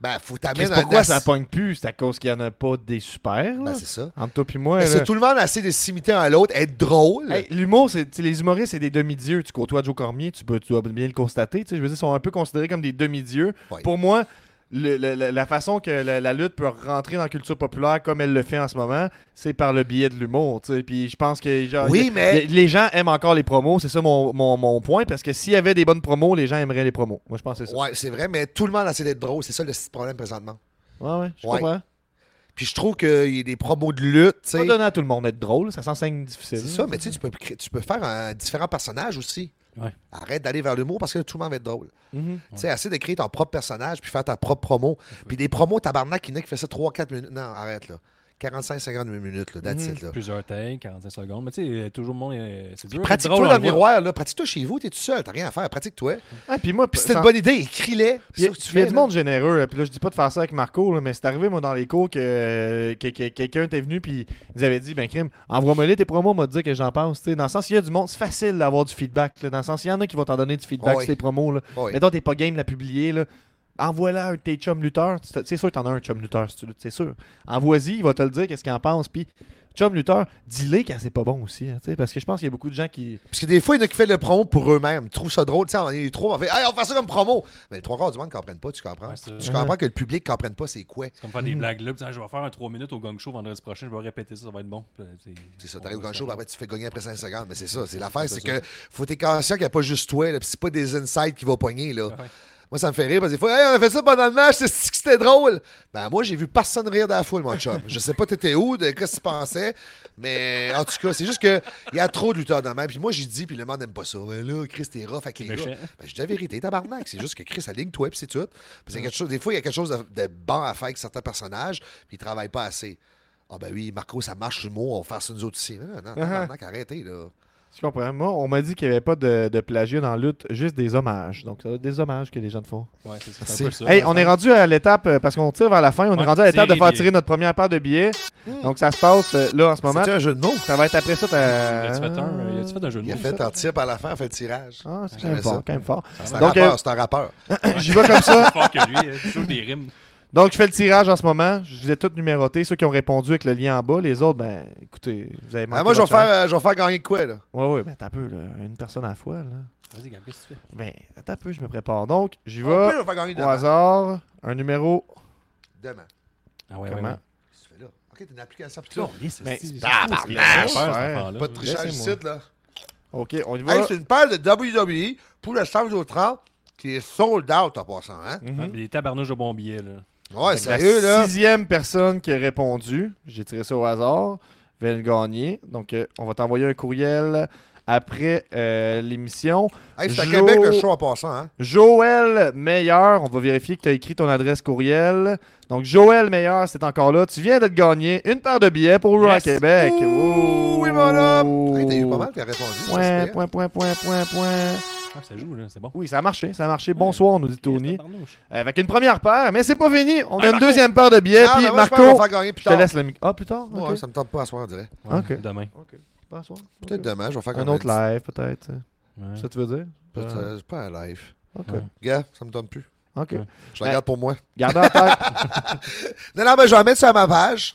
S2: Ben, faut
S1: Chris,
S2: t'amener dans
S1: pourquoi
S2: dans-
S1: ça pogne plus? C'est à cause qu'il n'y en a pas des super, là?
S2: Ben, c'est ça.
S1: Entre toi puis moi,
S2: Ben, c'est
S1: là.
S2: tout le monde assez de s'imiter un à l'autre, être drôle.
S1: Hey, L'humour, c'est tu sais, les humoristes, c'est des demi-dieux. Tu côtoies Joe Cormier, tu, peux, tu dois bien le constater. tu sais, Je veux dire, ils sont un peu considérés comme des demi-dieux.
S2: Ouais.
S1: Pour moi, le- le- le- la façon que la, la lutte peut rentrer dans la culture populaire comme elle le fait en ce moment, c'est par le biais de l'humour. tu sais. Puis je pense que genre,
S2: Oui,
S1: Ah, y-
S2: mais-
S1: y- les gens aiment encore les promos. C'est ça mon, mon- mon point. Parce que s'il y avait des bonnes promos, les gens aimeraient les promos. Moi, je pense que c'est ça.
S2: Ouais, c'est vrai, mais tout le monde assez d'être drôle. C'est ça le problème présentement.
S1: Ouais, ouais, je
S2: Ouais.
S1: comprends.
S2: Puis je trouve qu'il y a des promos de lutte, tu
S1: Pas
S2: sais.
S1: donner à tout le monde d'être drôle, ça s'enseigne difficile.
S2: C'est ça, mais tu sais, tu peux, cré- tu peux faire un différent personnage aussi.
S3: Ouais.
S2: Arrête d'aller vers l'humour parce que tout le monde va être drôle.
S1: Mhm.
S2: Tu sais, assez de créer ton propre personnage puis faire ta propre promo. Puis des promos tabarnak, il y en a qui fait ça 3-4 minutes. Non, arrête là. 45-50 minutes, là, that's
S1: Mhm.
S2: it, là.
S3: Plusieurs tags, 45 secondes. Mais tu sais, toujours le monde. est- C'est dur.
S2: Pratique-toi
S3: drôle,
S2: dans
S3: on
S2: le
S3: voit.
S2: miroir, là. Pratique-toi chez vous, t'es tout seul, t'as rien à faire, pratique-toi.
S1: Ah, puis moi,
S2: Puis si c'est
S1: sans-
S2: une bonne idée, écris-les.
S1: Il y,
S2: C'est ça que tu
S1: a
S2: fais,
S1: du
S2: là.
S1: monde généreux. là. Puis là, je dis pas de faire ça avec Marco, là, mais c'est arrivé, moi, dans les cours, que, euh, que- que quelqu'un était venu, puis ils avaient dit, ben, crime, envoie-moi les tes promos, on va te dire que j'en pense. tu sais. Dans le sens, il y a du monde, c'est facile d'avoir du feedback. là. Dans le sens, il y en a qui vont t'en donner du feedback
S2: Ouais.
S1: sur tes promos. Là.
S2: Ouais.
S1: Mettons, t'es pas game de la publier, là. Envoie-la à un de tes chums lutteurs. Tu te- C'est sûr que t'en as un chum lutteur, si tu luttes, c'est sûr. Envoie-y, il va te le dire, qu'est-ce qu'il en pense. Puis, chum lutteur, dis-le quand c'est pas bon aussi. hein, tu sais, parce que je pense qu'il y a beaucoup de gens qui.
S2: Parce que des fois, il y en a qui font le promo pour eux-mêmes. Ils trouvent ça drôle. Tu sais, on est trop. On fait, hey, on fait ça comme promo. Mais les trois quarts du monde ne comprennent pas, tu comprends?
S3: Ouais, c'est
S2: tu
S3: ça.
S2: comprends que le public ne comprenne pas c'est quoi.
S3: C'est comme faire des blagues là. puis, ah, Je vais faire un 3 minutes au gang show vendredi prochain. Je vais répéter ça, ça va être bon. Puis, tu sais,
S2: C'est ça,
S3: on
S2: t'arrives au
S3: va
S2: grand
S3: se
S2: show, puis
S3: faire.
S2: après tu fais gagner après 5 secondes. Mais c'est ça, c'est l'affaire, c'est que
S3: c'est
S2: faut être conscient qu'il n'y a pas juste toi, là, puis c'est pas des insides qui vont pogner, là.
S3: Ouais.
S2: Moi, ça me fait rire parce que des fois, hey, on a fait ça pendant le match, c'est c'est que c'était drôle. Ben, moi, j'ai vu personne rire dans la foule, mon chum. Je sais pas t'étais où, de qu'est-ce que tu pensais, mais en tout cas, c'est juste que il y a trop de lutteurs dans le même. Puis moi, j'ai dit, puis le monde n'aime pas ça. Ben là, Chris, t'es rough avec les gars.
S3: méchant.
S2: Ben, j'ai dit la vérité, tabarnak. C'est juste que Chris aligne toi, puis c'est tout. Parce qu'il y a quelque chose, des fois, il y a quelque chose de, de bon à faire avec certains personnages, puis ils travaillent pas assez. Ah ben oui, Marco, ça marche l'humour, on va faire ça nous autres ici. Non,
S1: Uh-huh.
S2: non, non, tabarnak, arrêtez, là.
S1: Je comprends. Moi, on m'a dit qu'il n'y avait pas de, de plagiat dans la lutte, juste des hommages. Donc, ça doit être des hommages que les gens te font.
S3: Ouais, c'est ça, c'est un peu ça.
S1: Hey, on est rendu à l'étape, euh, parce qu'on tire vers la fin, on est
S3: Ouais,
S1: rendu à l'étape de
S3: tirer
S1: faire
S3: des-
S1: tirer notre première paire de billets.
S2: Hmm.
S1: Donc ça se passe euh, là en ce moment.
S2: C'est un jeu de mots.
S1: Ça va être après ça.
S3: Y
S1: ta-
S3: a-tu fait un, euh, y a-tu fait un jeu de
S2: Il a
S3: mots?
S2: fait un tir par la fin, on fait le tirage.
S1: Ah, c'est quand
S2: J'aimais
S1: même
S2: ça.
S1: fort, quand même fort.
S2: C'est un
S1: Donc,
S2: rappeur,
S1: euh,
S2: c'est un rappeur.
S1: J'y vais comme ça.
S3: Plus fort que lui, hein, euh, toujours des rimes.
S1: Donc, je fais le tirage en ce moment. Je vous ai tous numérotés, ceux qui ont répondu avec le lien en bas. Les autres, ben, écoutez, vous avez manqué
S2: Ah, moi, je vais
S1: votre
S2: faire,
S1: chance.
S2: euh, je vais faire gagner de quoi, là?
S1: Ouais, ouais, ben, attends un peu, là. Une personne à la fois, là.
S3: Vas-y, Gab, qu'est-ce que tu fais?
S1: Ben, attends un peu, je me prépare. Donc, j'y
S2: En plus, je
S1: vais
S2: vais faire gagner
S1: au
S2: demain.
S1: hasard. Un numéro.
S2: Demain.
S3: Ah ouais,
S1: Comment?
S2: Qu'est-ce que tu fais là? Ok, t'as une application.
S3: Tu l'as c'est
S1: Mais-
S3: c'est-
S2: Tabarnak!
S3: c'est- c'est- c'est- c'est-
S1: Ouais.
S3: enfant-là.
S2: Pas de trichage
S1: Laissez-moi.
S2: ici, là.
S1: OK, on y va.
S2: Hey, c'est une paire de WWE pour le 5 au 30 qui est sold out en passant, hein?
S1: Mhm.
S3: Ah, mais Des tabarnouches de bons billets, là.
S2: Ouais,
S1: Fait que la
S2: sérieux, là.
S1: sixième personne qui a répondu, j'ai tiré ça au hasard, va le gagner. Donc, euh, on va t'envoyer un courriel après euh, l'émission.
S2: Hey, c'est à
S1: Jo-
S2: Québec le show en passant, hein?
S1: Joël Meilleur, on va vérifier que tu as écrit ton adresse courriel. Donc, Joël Meilleur, c'est encore là. Tu viens d'être gagné une paire de billets pour Raw
S3: Yes.
S1: Québec.
S2: Ouh,
S1: Ouh.
S2: oui, mon homme! Hey, t'as eu pas mal qui a répondu. ça,
S1: Point,
S2: c'est bien.
S1: point, point, point, point, point.
S3: Ah, ça joue, là, c'est bon.
S1: Oui, ça a marché, ça a marché. Bonsoir, nous dit Tony.
S3: Tabarnouche.
S1: Avec une première paire, mais c'est pas fini. On a
S3: Hey,
S1: une
S3: Marco.
S1: deuxième paire de billets.
S2: Ah,
S1: Puis
S2: ben, moi, je pense qu'on va
S1: Marco,
S2: faire gagner plus
S1: je te
S2: tard.
S1: laisse le micro. Ah, plus tard?
S2: Ouais,
S1: Ok.
S2: ça me tente pas à soir, on dirait.
S3: Ouais,
S1: Ok.
S3: Demain.
S1: Bonsoir.
S2: Peut-être demain, je vais faire
S1: Un
S2: comme
S1: autre
S2: dit.
S1: live, peut-être.
S3: Ouais.
S1: Ça, tu veux dire?
S2: Peut-être, euh, c'est Pas un live.
S1: OK.
S3: Ouais.
S2: Gars, ça me donne plus.
S1: OK.
S3: Ouais.
S2: Je la garde pour moi.
S1: Gardez en tête.
S2: Non, non, mais je vais la mettre sur ma page.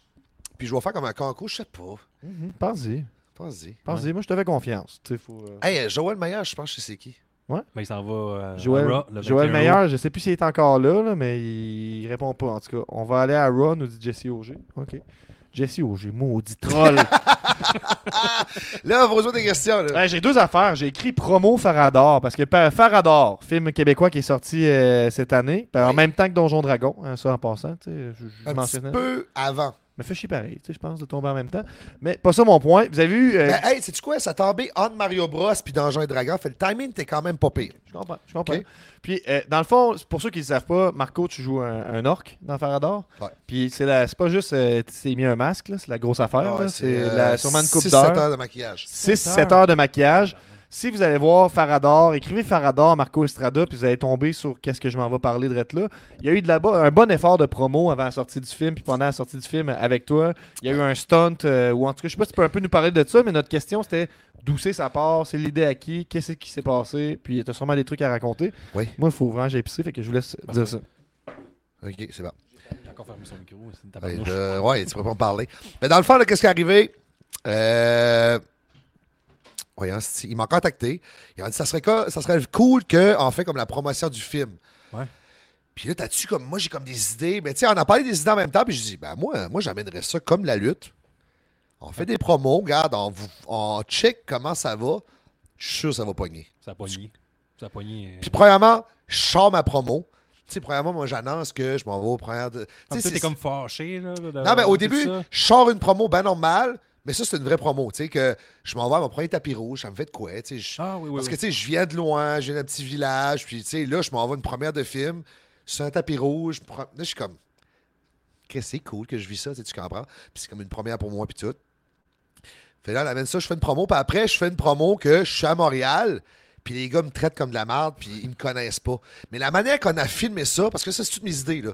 S2: Puis je vais faire comme un concours, je sais pas.
S1: Mhm. Pense-y.
S2: Pense-y.
S1: Pense-y. Moi, je te fais confiance. Tu sais, faut, euh,
S2: Hey, euh, Joël Maillard, je pense que c'est qui.
S3: Mais il s'en va. euh, à
S1: Joël,
S3: Raw, le
S1: Joël
S3: 21
S1: Meilleur, je sais plus s'il est encore là, là, mais il... il répond pas. En tout cas, on va aller à Raw, nous dit Jesse Auger. OK. Jesse Auger, maudit troll.
S2: Là, pose-moi des questions, là.
S1: Ouais, Euh, j'ai deux affaires. J'ai écrit promo Farador parce que pa- Farador, film québécois qui est sorti euh, cette année, ben, en
S2: Oui.
S1: même temps que Donjon Dragon, hein, ça en passant. tu sais, Je, je
S2: Un petit
S1: mentionnais.
S2: peu avant.
S1: Me fait chier pareil, tu sais, je pense, de tomber en même temps. Mais pas ça mon point. Vous avez vu. euh,
S2: Ben, hey, sais-tu quoi? Ça tombait entre Mario Bros puis Donjons et Dragons. Fait le timing, t'es quand même pas pire.
S1: Je comprends, je comprends.
S2: Ok.
S1: Puis, euh, dans le fond, c'est pour ceux qui ne savent pas, Marco, tu joues un, un orc dans Farador.
S2: Ouais.
S1: Puis, c'est la- c'est pas juste euh, tu t'es mis un masque, là, c'est la grosse affaire.
S2: Ah ouais,
S1: là. c'est
S2: euh,
S1: la- sûrement une coupe
S2: six, sept
S1: d'heures.
S2: heures de maquillage.
S1: 6-7 heures de maquillage. Si vous allez voir Farador, écrivez Farador, Marco Estrada, puis vous allez tomber sur qu'est-ce que je m'en vais parler de Rett là. Il y a eu de là-bas un bon effort de promo avant la sortie du film, puis pendant la sortie du film avec toi. Il y a eu un stunt, euh, ou en tout cas, je sais pas si tu peux un peu nous parler de ça, mais notre question c'était d'où c'est sa part, c'est l'idée à qui, qu'est-ce qui s'est passé, puis tu as sûrement des trucs à raconter.
S2: Oui.
S1: Moi, il faut vraiment que j'aille pisser, fait que je vous laisse dire ça.
S2: OK, c'est bon.
S3: Il a encore fermé son micro. C'est une
S2: Hey,
S3: tabarnouche.
S2: euh, ouais, tu peux pas en parler. Mais dans le fond, là, qu'est-ce qui est arrivé? Euh... Voyons, si- ils m'ont contacté. Ils m'ont dit ça serait, co- ça serait cool qu'on fait comme la promotion du film.
S3: Ouais.
S2: Puis là, t'as-tu comme. Moi, j'ai comme des idées. Mais tu sais, on a parlé des idées en même temps. Puis je dis, ben moi, moi j'amènerais ça comme la lutte. On fait des promos, regarde, on, vous- on check comment ça va. Je suis sûr que ça va pogner.
S3: Ça a poigné. Ça a poigné. euh,
S2: Puis, premièrement, je sors ma promo. Tu sais, premièrement, moi, j'annonce que je m'en vais au première. de- Tu
S3: comme
S2: sais,
S3: ça,
S2: c'est-
S3: t'es comme fâché. Là, de-
S2: non, mais au
S3: tout
S2: début,
S3: ça.
S2: je sors une promo bien normale, mais ça, c'est une vraie promo. Tu sais, que je m'en vais à mon premier tapis rouge, ça me fait de quoi? Tu sais, je-
S3: Ah oui, oui.
S2: Parce que,
S3: oui.
S2: tu sais, je viens de loin, je viens d'un petit village, puis, tu sais, là, je m'en vais une première de film, sur un tapis rouge. pro- Là, je suis comme, Chris, c'est cool que je vis ça, tu sais, tu comprends? Puis c'est comme une première pour moi, puis tout. Fait là, on amène ça, je fais une promo, puis après, je fais une promo que je suis à Montréal, puis les gars me traitent comme de la merde, puis ils me connaissent pas. Mais la manière qu'on a filmé ça, parce que ça, c'est toutes mes idées, là.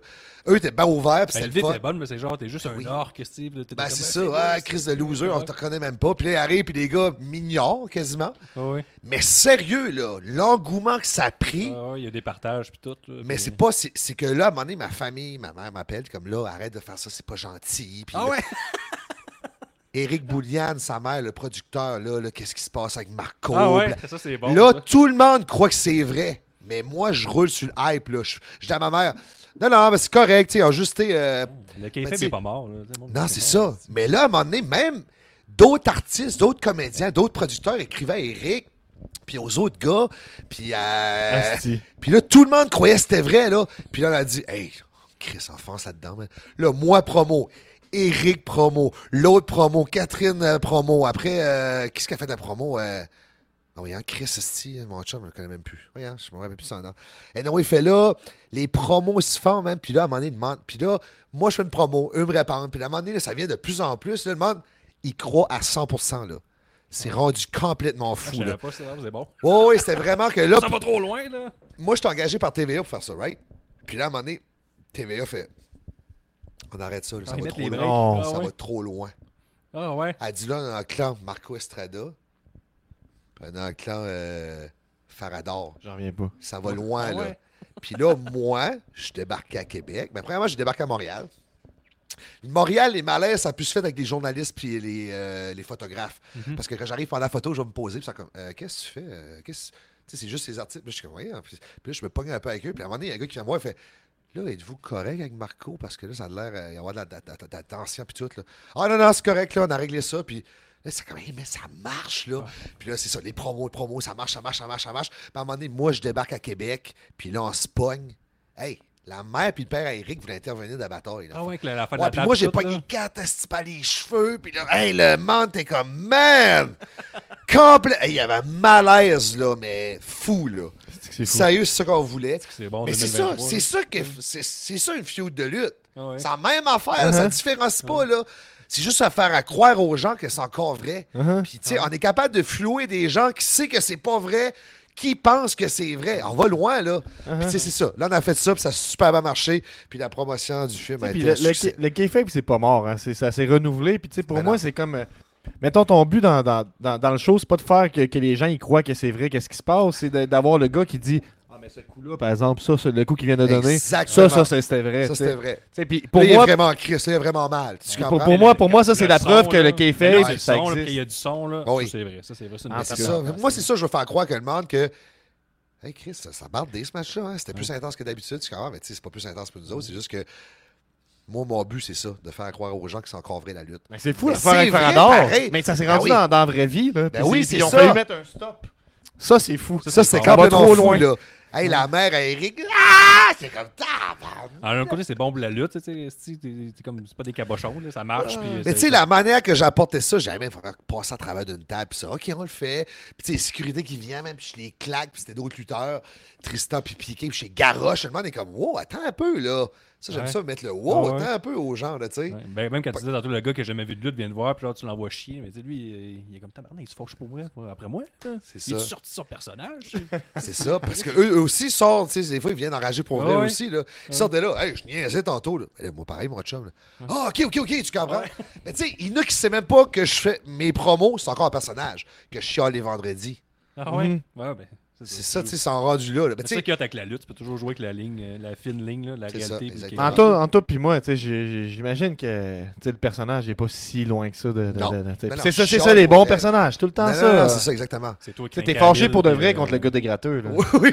S2: Eux étaient bien ouverts, puis
S3: Ben,
S2: c'était le
S3: L'idée
S2: fun.
S3: était bonne, mais c'est genre, t'es juste un
S2: Oui.
S3: orc, Steve. là, t'es
S2: Ben,
S3: comme,
S2: c'est
S3: Ah,
S2: ça,
S3: c'est
S2: ouais,
S3: cool,
S2: crise de
S3: c'est cool,
S2: loser,
S3: ouais.
S2: on te reconnaît même pas. Puis là, il arrive, puis les gars m'ignorent quasiment.
S3: Ah oui.
S2: Mais sérieux, là, l'engouement que ça a pris.
S3: Ah oui, il y a des partages, puis tout. là,
S2: Mais
S3: puis-
S2: c'est pas, c'est c'est que là, à un moment donné, ma famille, ma mère m'appelle, comme là, arrête de faire ça, c'est pas gentil. Puis
S3: Ah
S2: là,
S3: ouais?
S2: Éric Bouliane, sa mère, le producteur, là, là, qu'est-ce qui se passe avec Marco?
S3: Ah
S2: Bla-
S3: ouais, ça, c'est bon.
S2: là,
S3: ça.
S2: tout le monde croit que c'est vrai. Mais moi, je roule sur le hype, là. Je, je dis à ma mère, non, non, mais c'est correct, tu sais, euh, ajusté.
S3: Le
S2: Mais
S3: KFM
S2: tu-
S3: n'est pas mort. là, tout le monde
S2: Non,
S3: est
S2: c'est
S3: mort.
S2: ça. Mais là, à un moment donné, même d'autres artistes, d'autres comédiens, d'autres producteurs écrivaient à Eric, puis aux autres gars, puis à...
S1: Asti.
S2: Puis là, tout le monde croyait que c'était vrai, là. Puis là, on a dit, hey, Chris, enfance là-dedans, man. Là, moi, promo. Eric promo, l'autre promo, Catherine euh, promo. Après, euh, qu'est-ce qu'elle fait de la promo? Euh... Non, voyons, Chris, esti, mon chum, je le connais même plus. Voyons, je me rappelle plus de son nom. Et non, il fait là, les promos se font, même. Puis là, à un moment donné, il demande. Puis là, moi, je fais une promo, eux me répondent. Puis là, à un moment donné, là, ça vient de plus en plus. Là, le monde, il croit à 100 là. C'est rendu complètement
S3: Ah, Je
S2: fou, là.
S3: savais pas, c'est c'est bon.
S2: Oui, oui, c'était vraiment que là,
S3: Ça va trop loin, là.
S2: moi, je suis engagé par TVA pour faire ça, right? Puis là, à un moment donné, TVA fait On arrête ça, là, ça,
S3: Ils
S2: va
S3: mettent
S2: trop
S3: les
S2: loin.
S3: breaks.
S1: Non,
S3: Ah
S2: ça
S3: ouais.
S2: va trop loin.
S3: Ah ouais.
S2: Elle dit là, on a un clan Marco Estrada, puis on a un clan euh, Farador.
S1: J'en reviens pas.
S2: Ça va loin,
S3: Ah
S2: là.
S3: ouais.
S2: Puis là, moi, je débarquais à Québec. Mais premièrement, je débarqué à Montréal. Montréal, les malaises, ça a plus se fait avec les journalistes puis les, euh, les photographes.
S3: Mhm.
S2: Parce que quand j'arrive pendant la photo, je vais me poser, puis ça comme Euh, Qu'est-ce que tu fais? Euh, qu'est-ce- Tu sais, c'est juste ces articles. Puis je suis comme, voyons. Puis, puis là, je me pogne un peu avec eux. Puis à un moment donné, il y a un gars qui vient me voir et fait Là, êtes-vous correct avec Marco? Parce que là, ça a l'air euh, y avoir de la, de la- de la- de la tension puis tout. Là. Ah non, non, c'est correct, là, on a réglé ça. Puis là, c'est comme Hey, mais ça marche, là. Puis là, c'est ça, les promos, les promos, ça marche, ça marche, ça marche, ça marche. Puis à un moment donné, moi, je débarque à Québec, puis là, on se pogne. Hey, la mère puis le père à Eric voulaient intervenir dans la bataille. là.
S3: Ah ouais, que la, la fin de
S2: Ouais,
S3: la
S2: puis
S3: table,
S2: moi, j'ai
S3: tout,
S2: pogné
S3: là.
S2: quatre esti par les cheveux, puis là, hey, le monde, t'es comme, man! Complet. Hey, Il y avait un malaise, là, mais fou, là.
S1: C'est fou.
S2: Sérieux, c'est ça qu'on voulait.
S3: C'est bon,
S2: Mais c'est ça,
S3: 2023,
S2: c'est
S3: là.
S2: ça que c'est c'est ça une feud de lutte.
S3: Ah ouais. Ah.
S2: C'est la même affaire,
S1: Ah
S2: ça ne différencie pas, là. C'est juste à faire à croire aux gens que c'est encore vrai.
S1: Ah. Uh-huh.
S2: Puis, tu sais, on est capable de flouer des gens qui savent que c'est pas vrai, qui pensent que c'est vrai. On va loin, là.
S1: Ah
S2: Puis, tu sais, c'est ça. Là, on a fait ça, puis ça a super bien marché. Puis, la promotion du film a été
S1: Puis le,
S2: un
S1: le,
S2: Ben, succès.
S1: le kayfabe, c'est pas mort. hein. C'est- ça s'est renouvelé. Puis, tu sais, pour
S2: Ben
S1: moi,
S2: non.
S1: c'est comme. euh, Mettons, ton but dans, dans, dans, dans le show, c'est pas de faire que, que les gens ils croient que c'est vrai, qu'est-ce qui se passe. C'est de- d'avoir le gars qui dit Ah, mais ce coup-là, par exemple, ça, c'est le coup qu'il vient de donner. Ça,
S2: Exactement.
S1: ça, c'est- c'était vrai.
S2: Ça,
S1: tu sais.
S2: c'était vrai.
S1: Tu sais, puis
S2: Pour
S1: pour
S2: il est
S1: moi,
S2: vraiment Chris, il est vraiment mal. Tu
S1: pour-
S2: comprends?
S1: pour, moi, pour moi, ça,
S3: Le
S1: c'est la
S3: son,
S1: preuve que
S3: là.
S1: le
S3: Mais
S1: kayfabe,
S3: là, le
S1: ça
S3: son, là, qu'il
S1: existe.
S3: y a du son, là.
S2: Oui.
S3: Ça, c'est vrai. Ça, c'est vrai. c'est une
S1: Ah,
S3: bonne
S2: C'est
S1: c'est
S2: ça.
S3: affaire.
S2: Moi, c'est ça, je veux faire croire que le monde que. Hey Chris, ça, ça barre des ce match-là. hein. C'était plus intense que d'habitude. Tu comprends? ah, Mais tu sais, c'est pas plus intense que nous autres. C'est juste que. Moi, mon but, c'est ça, de faire croire aux gens qui sont encore vrais la lutte.
S1: Mais ben, C'est fou
S2: Mais
S1: l'affaire avec
S2: c'est vrai,
S1: Farador.
S2: pareil.
S1: Mais ça s'est
S2: Ben
S1: rendu
S2: oui.
S1: dans, dans la vraie vie. Là.
S2: Ben
S1: Puis
S2: oui,
S1: puis
S2: c'est
S1: ils ont
S2: ça.
S1: failli mettre un stop. Ça, c'est fou.
S2: Ça, c'est
S1: On va
S2: complètement
S1: trop
S2: fou,
S1: loin.
S2: là. Hey, la mère à Eric. Ah! C'est comme. Tabarnak!
S3: Alors, d'un côté, c'est bon pour la lutte, tu sais, c'est- c'est c'est comme, c'est pas des cabochons, là, ça marche. puis, euh,
S2: Mais
S3: c'est-
S2: tu sais, la manière que j'apportais ça, j'avais passer à travers d'une table, puis ça, OK, on le fait. Puis tu sais, sécurité qui vient, même, puis je les claque, puis c'était d'autres lutteurs, Tristan, puis Piqué, puis chez Garoche, le monde est comme, wow, attends un peu, là. Ça, j'aime
S3: Ouais.
S2: ça, mettre le wow,
S3: Ah ouais.
S2: attends un peu aux gens, là, tu sais.
S3: Ouais, ben, même quand tu disais tantôt le gars que j'ai jamais vu de lutte vient te voir, puis là tu l'envoies chier, mais tu sais, lui, euh, il est comme tabarnak, il se fâche pour moi, pour- après moi. hein.
S2: C'est
S3: Il est
S2: ça.
S3: sorti de son personnage.
S2: C'est ça, parce qu'eux eux aussi sortent, tu sais, des fois, ils viennent enrager pour vrai
S3: Ah Ouais.
S2: aussi, là. Ils sortent de là, hey, je niaisais tantôt, là. Eh, Moi, pareil, mon chum, là. Ah, OK, OK, OK, tu comprends. Mais tu sais, il y en a qui ne savent même pas que je fais mes promos, c'est encore un personnage, que je chiale les vendredis.
S3: ah ouais?
S1: Mhm.
S3: Ouais, ben,
S2: C'est ça, tu sais, ils sont rendus là, là. Mais
S3: C'est
S2: tu sais,
S3: ça qu'il y a avec la lutte, tu peux toujours jouer avec la ligne, euh, la fine ligne, là, la
S2: C'est ça,
S3: réalité. puis
S2: exactement.
S3: le
S1: En
S3: kayfabe.
S1: toi, en toi puis moi, tu sais, j'ai- j'ai- j'imagine que tu sais, le personnage n'est pas si loin que ça. De, de-
S2: Non.
S1: de- de- tu sais.
S2: Mais non,
S1: c'est ça,
S2: je
S1: c'est
S2: chiale
S1: ça les
S2: pour
S1: bons
S2: elle.
S1: personnages, tout le temps
S2: Non, non,
S1: ça.
S2: non, c'est ça, exactement.
S3: C'est toi qui
S1: Tu sais, T'es
S3: incarne
S1: fâché pour de
S3: puis,
S1: vrai
S3: euh,
S1: contre le gars des gratteux. là.
S2: Oui,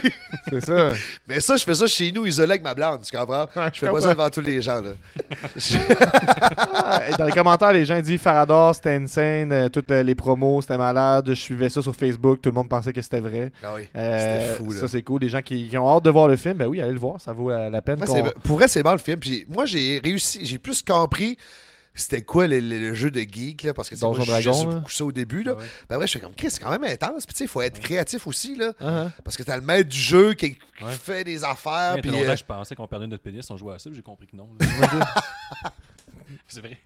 S1: C'est ça.
S2: mais ça, je fais ça chez nous, isolé avec ma blonde, tu comprends? je fais pas ça devant tous les gens, là.
S1: Ah, et Dans les commentaires, les gens disent Farador, c'était insane, euh, toutes euh, les promos, c'était malade. Je suivais ça sur Facebook, tout le monde pensait que c'était vrai.
S2: Ah oui,
S1: Euh,
S2: c'était fou, là.
S1: Ça, c'est cool. Les gens qui, qui ont hâte de voir le film, ben oui, allez le voir, ça vaut euh, la peine.
S2: Moi,
S1: qu'on-
S2: c'est- Pour vrai, c'est bon le film. Puis moi, j'ai réussi, j'ai plus compris c'était quoi le, le- le jeu de geek, là, parce que tu sais, moi,
S1: Donjon
S2: je
S1: Dragon,
S2: suis
S1: là.
S2: beaucoup ça au début, là.
S3: Ah ouais.
S2: Ben vrai, je fais comme, Chris, c'est quand même intense. Puis tu sais, il faut être créatif aussi, là.
S1: Ah, ah.
S2: Parce que t'as le maître du jeu qui qui
S3: Ouais.
S2: fait des affaires.
S3: Ouais, il y a
S2: puis,
S3: longtemps,
S2: euh,
S3: je pensais qu'on perdait notre pénis, on jouait à ça, puis j'ai compris que non. là. c'est vrai.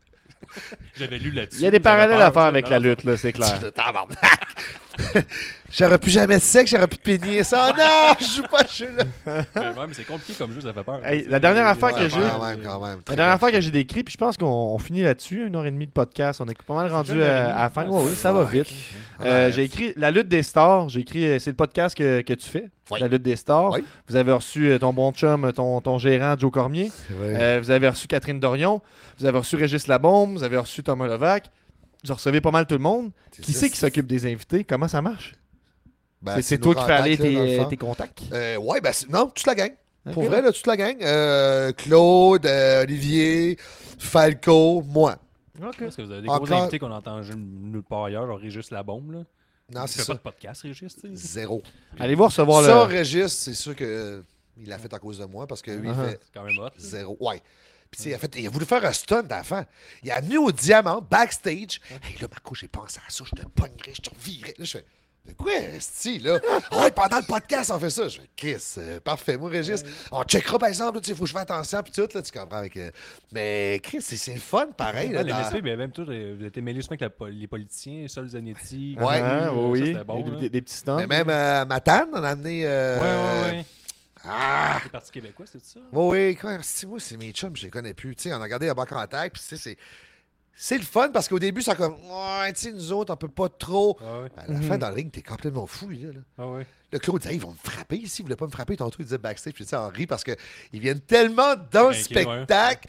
S3: J'avais lu là-dessus.
S1: Il y a des
S3: j'avais
S1: parallèles
S3: peur,
S1: à faire
S3: tu sais,
S1: avec
S3: non,
S1: la
S3: non,
S1: lutte, là, c'est clair.
S2: Tabarnak! j'aurais plus jamais de sexe, j'aurais plus de pénis. Ah non, je joue pas, je suis là.
S3: Mais ouais, mais c'est compliqué comme jeu, ça fait peur.
S1: Hey, la dernière affaire que
S2: Ouais,
S1: j'ai-
S2: quand même, quand même.
S1: La dernière fois que j'ai décrit, puis je pense qu'on on finit là-dessus, une heure et demie de podcast. On est pas mal rendu
S3: Une heure et
S1: à,
S3: demie.
S1: à la fin. Ouais, oui, ça va vite. Euh, j'ai écrit La lutte des stars. J'ai écrit, euh, c'est le podcast que, que tu fais,
S2: Oui.
S1: La lutte des stars.
S2: Oui.
S1: Vous avez reçu euh, ton bon chum, ton, ton gérant, Joe Cormier. Euh, vous avez reçu Catherine Dorion. Vous avez reçu Régis Labombe. Vous avez reçu Thomas Levac. Vous recevez pas mal tout le monde. Qui c'est qui s'occupe des invités? Comment ça marche?
S2: Ben,
S1: C'est- c'est
S2: nos
S1: toi qui fais aller
S2: contacts, là, dans le
S1: tes,
S2: fond.
S1: tes contacts?
S2: Euh, ouais, ben, c'est- non, toute la gang. Pour
S1: Ok.
S2: vrai, là, toute la gang. Euh, Claude, euh, Olivier, Falco, moi.
S1: Ok.
S3: Parce que vous avez des gros
S2: Encore-
S3: invités qu'on entend juste nulle part ailleurs, genre Régis la bombe là.
S2: Non,
S3: il
S2: c'est
S3: fait
S2: ça.
S3: pas de podcast, Régis, tu sais.
S2: Zéro.
S1: Allez voir recevoir
S2: Ça,
S1: le.
S2: Régis, c'est sûr que euh, il l'a fait à cause de moi parce que lui, il
S1: Uh-huh.
S2: fait
S3: C'est quand même hot. là.
S2: zéro. Ouais. Puis, tu sais, il a, fait, il a voulu faire un stunt d'enfant. Il a amené au diamant, backstage. Hey, là, Marco, j'ai pensé à ça. Je te pognerai, je te revirai. Là, je fais. De quoi est-ce là? Ah Ouais, pendant le podcast, on fait ça. Je fais, Chris, euh, parfait. Moi, Régis, on checkera, par exemple, là, tu sais, faut que je fasse attention, puis tout, là, tu comprends. Avec, euh, Mais, Chris, c'est c'est le fun, pareil.
S3: Ouais,
S2: là,
S3: le
S2: dans-
S3: MSP, mais même tout, euh, vous étiez mêlé souvent avec la po- les politiciens, Sol Zanetti.
S2: Ouais.
S1: Ah,
S3: Gandhi, là, ça,
S1: oui,
S3: c'était bon,
S1: des,
S3: là.
S1: des- des petits stands.
S2: Mais même euh, Matane, on a amené. euh,
S3: hein. Ouais, ouais, ouais.
S2: Ah!
S3: Les partis québécois, c'est ça?
S2: Oui, oui, quoi, si moi, c'est mes chums, je les connais plus. Tu sais, on a regardé la banque en tête, puis tu sais, c'est. C'est le fun parce qu'au début, c'est comme, ouais, tu sais, nous autres, on peut pas trop.
S3: Ah ouais.
S2: À la fin, dans le ring, t'es complètement fou, lui, là. là.
S3: Ah ouais.
S2: Le Claude disait, Hey, ils vont me frapper ici, ils voulaient pas me frapper. Tantôt, il disait backstage, puis tu sais, on rit parce qu'ils viennent tellement dans le
S3: Craquer, ouais.
S2: spectacle,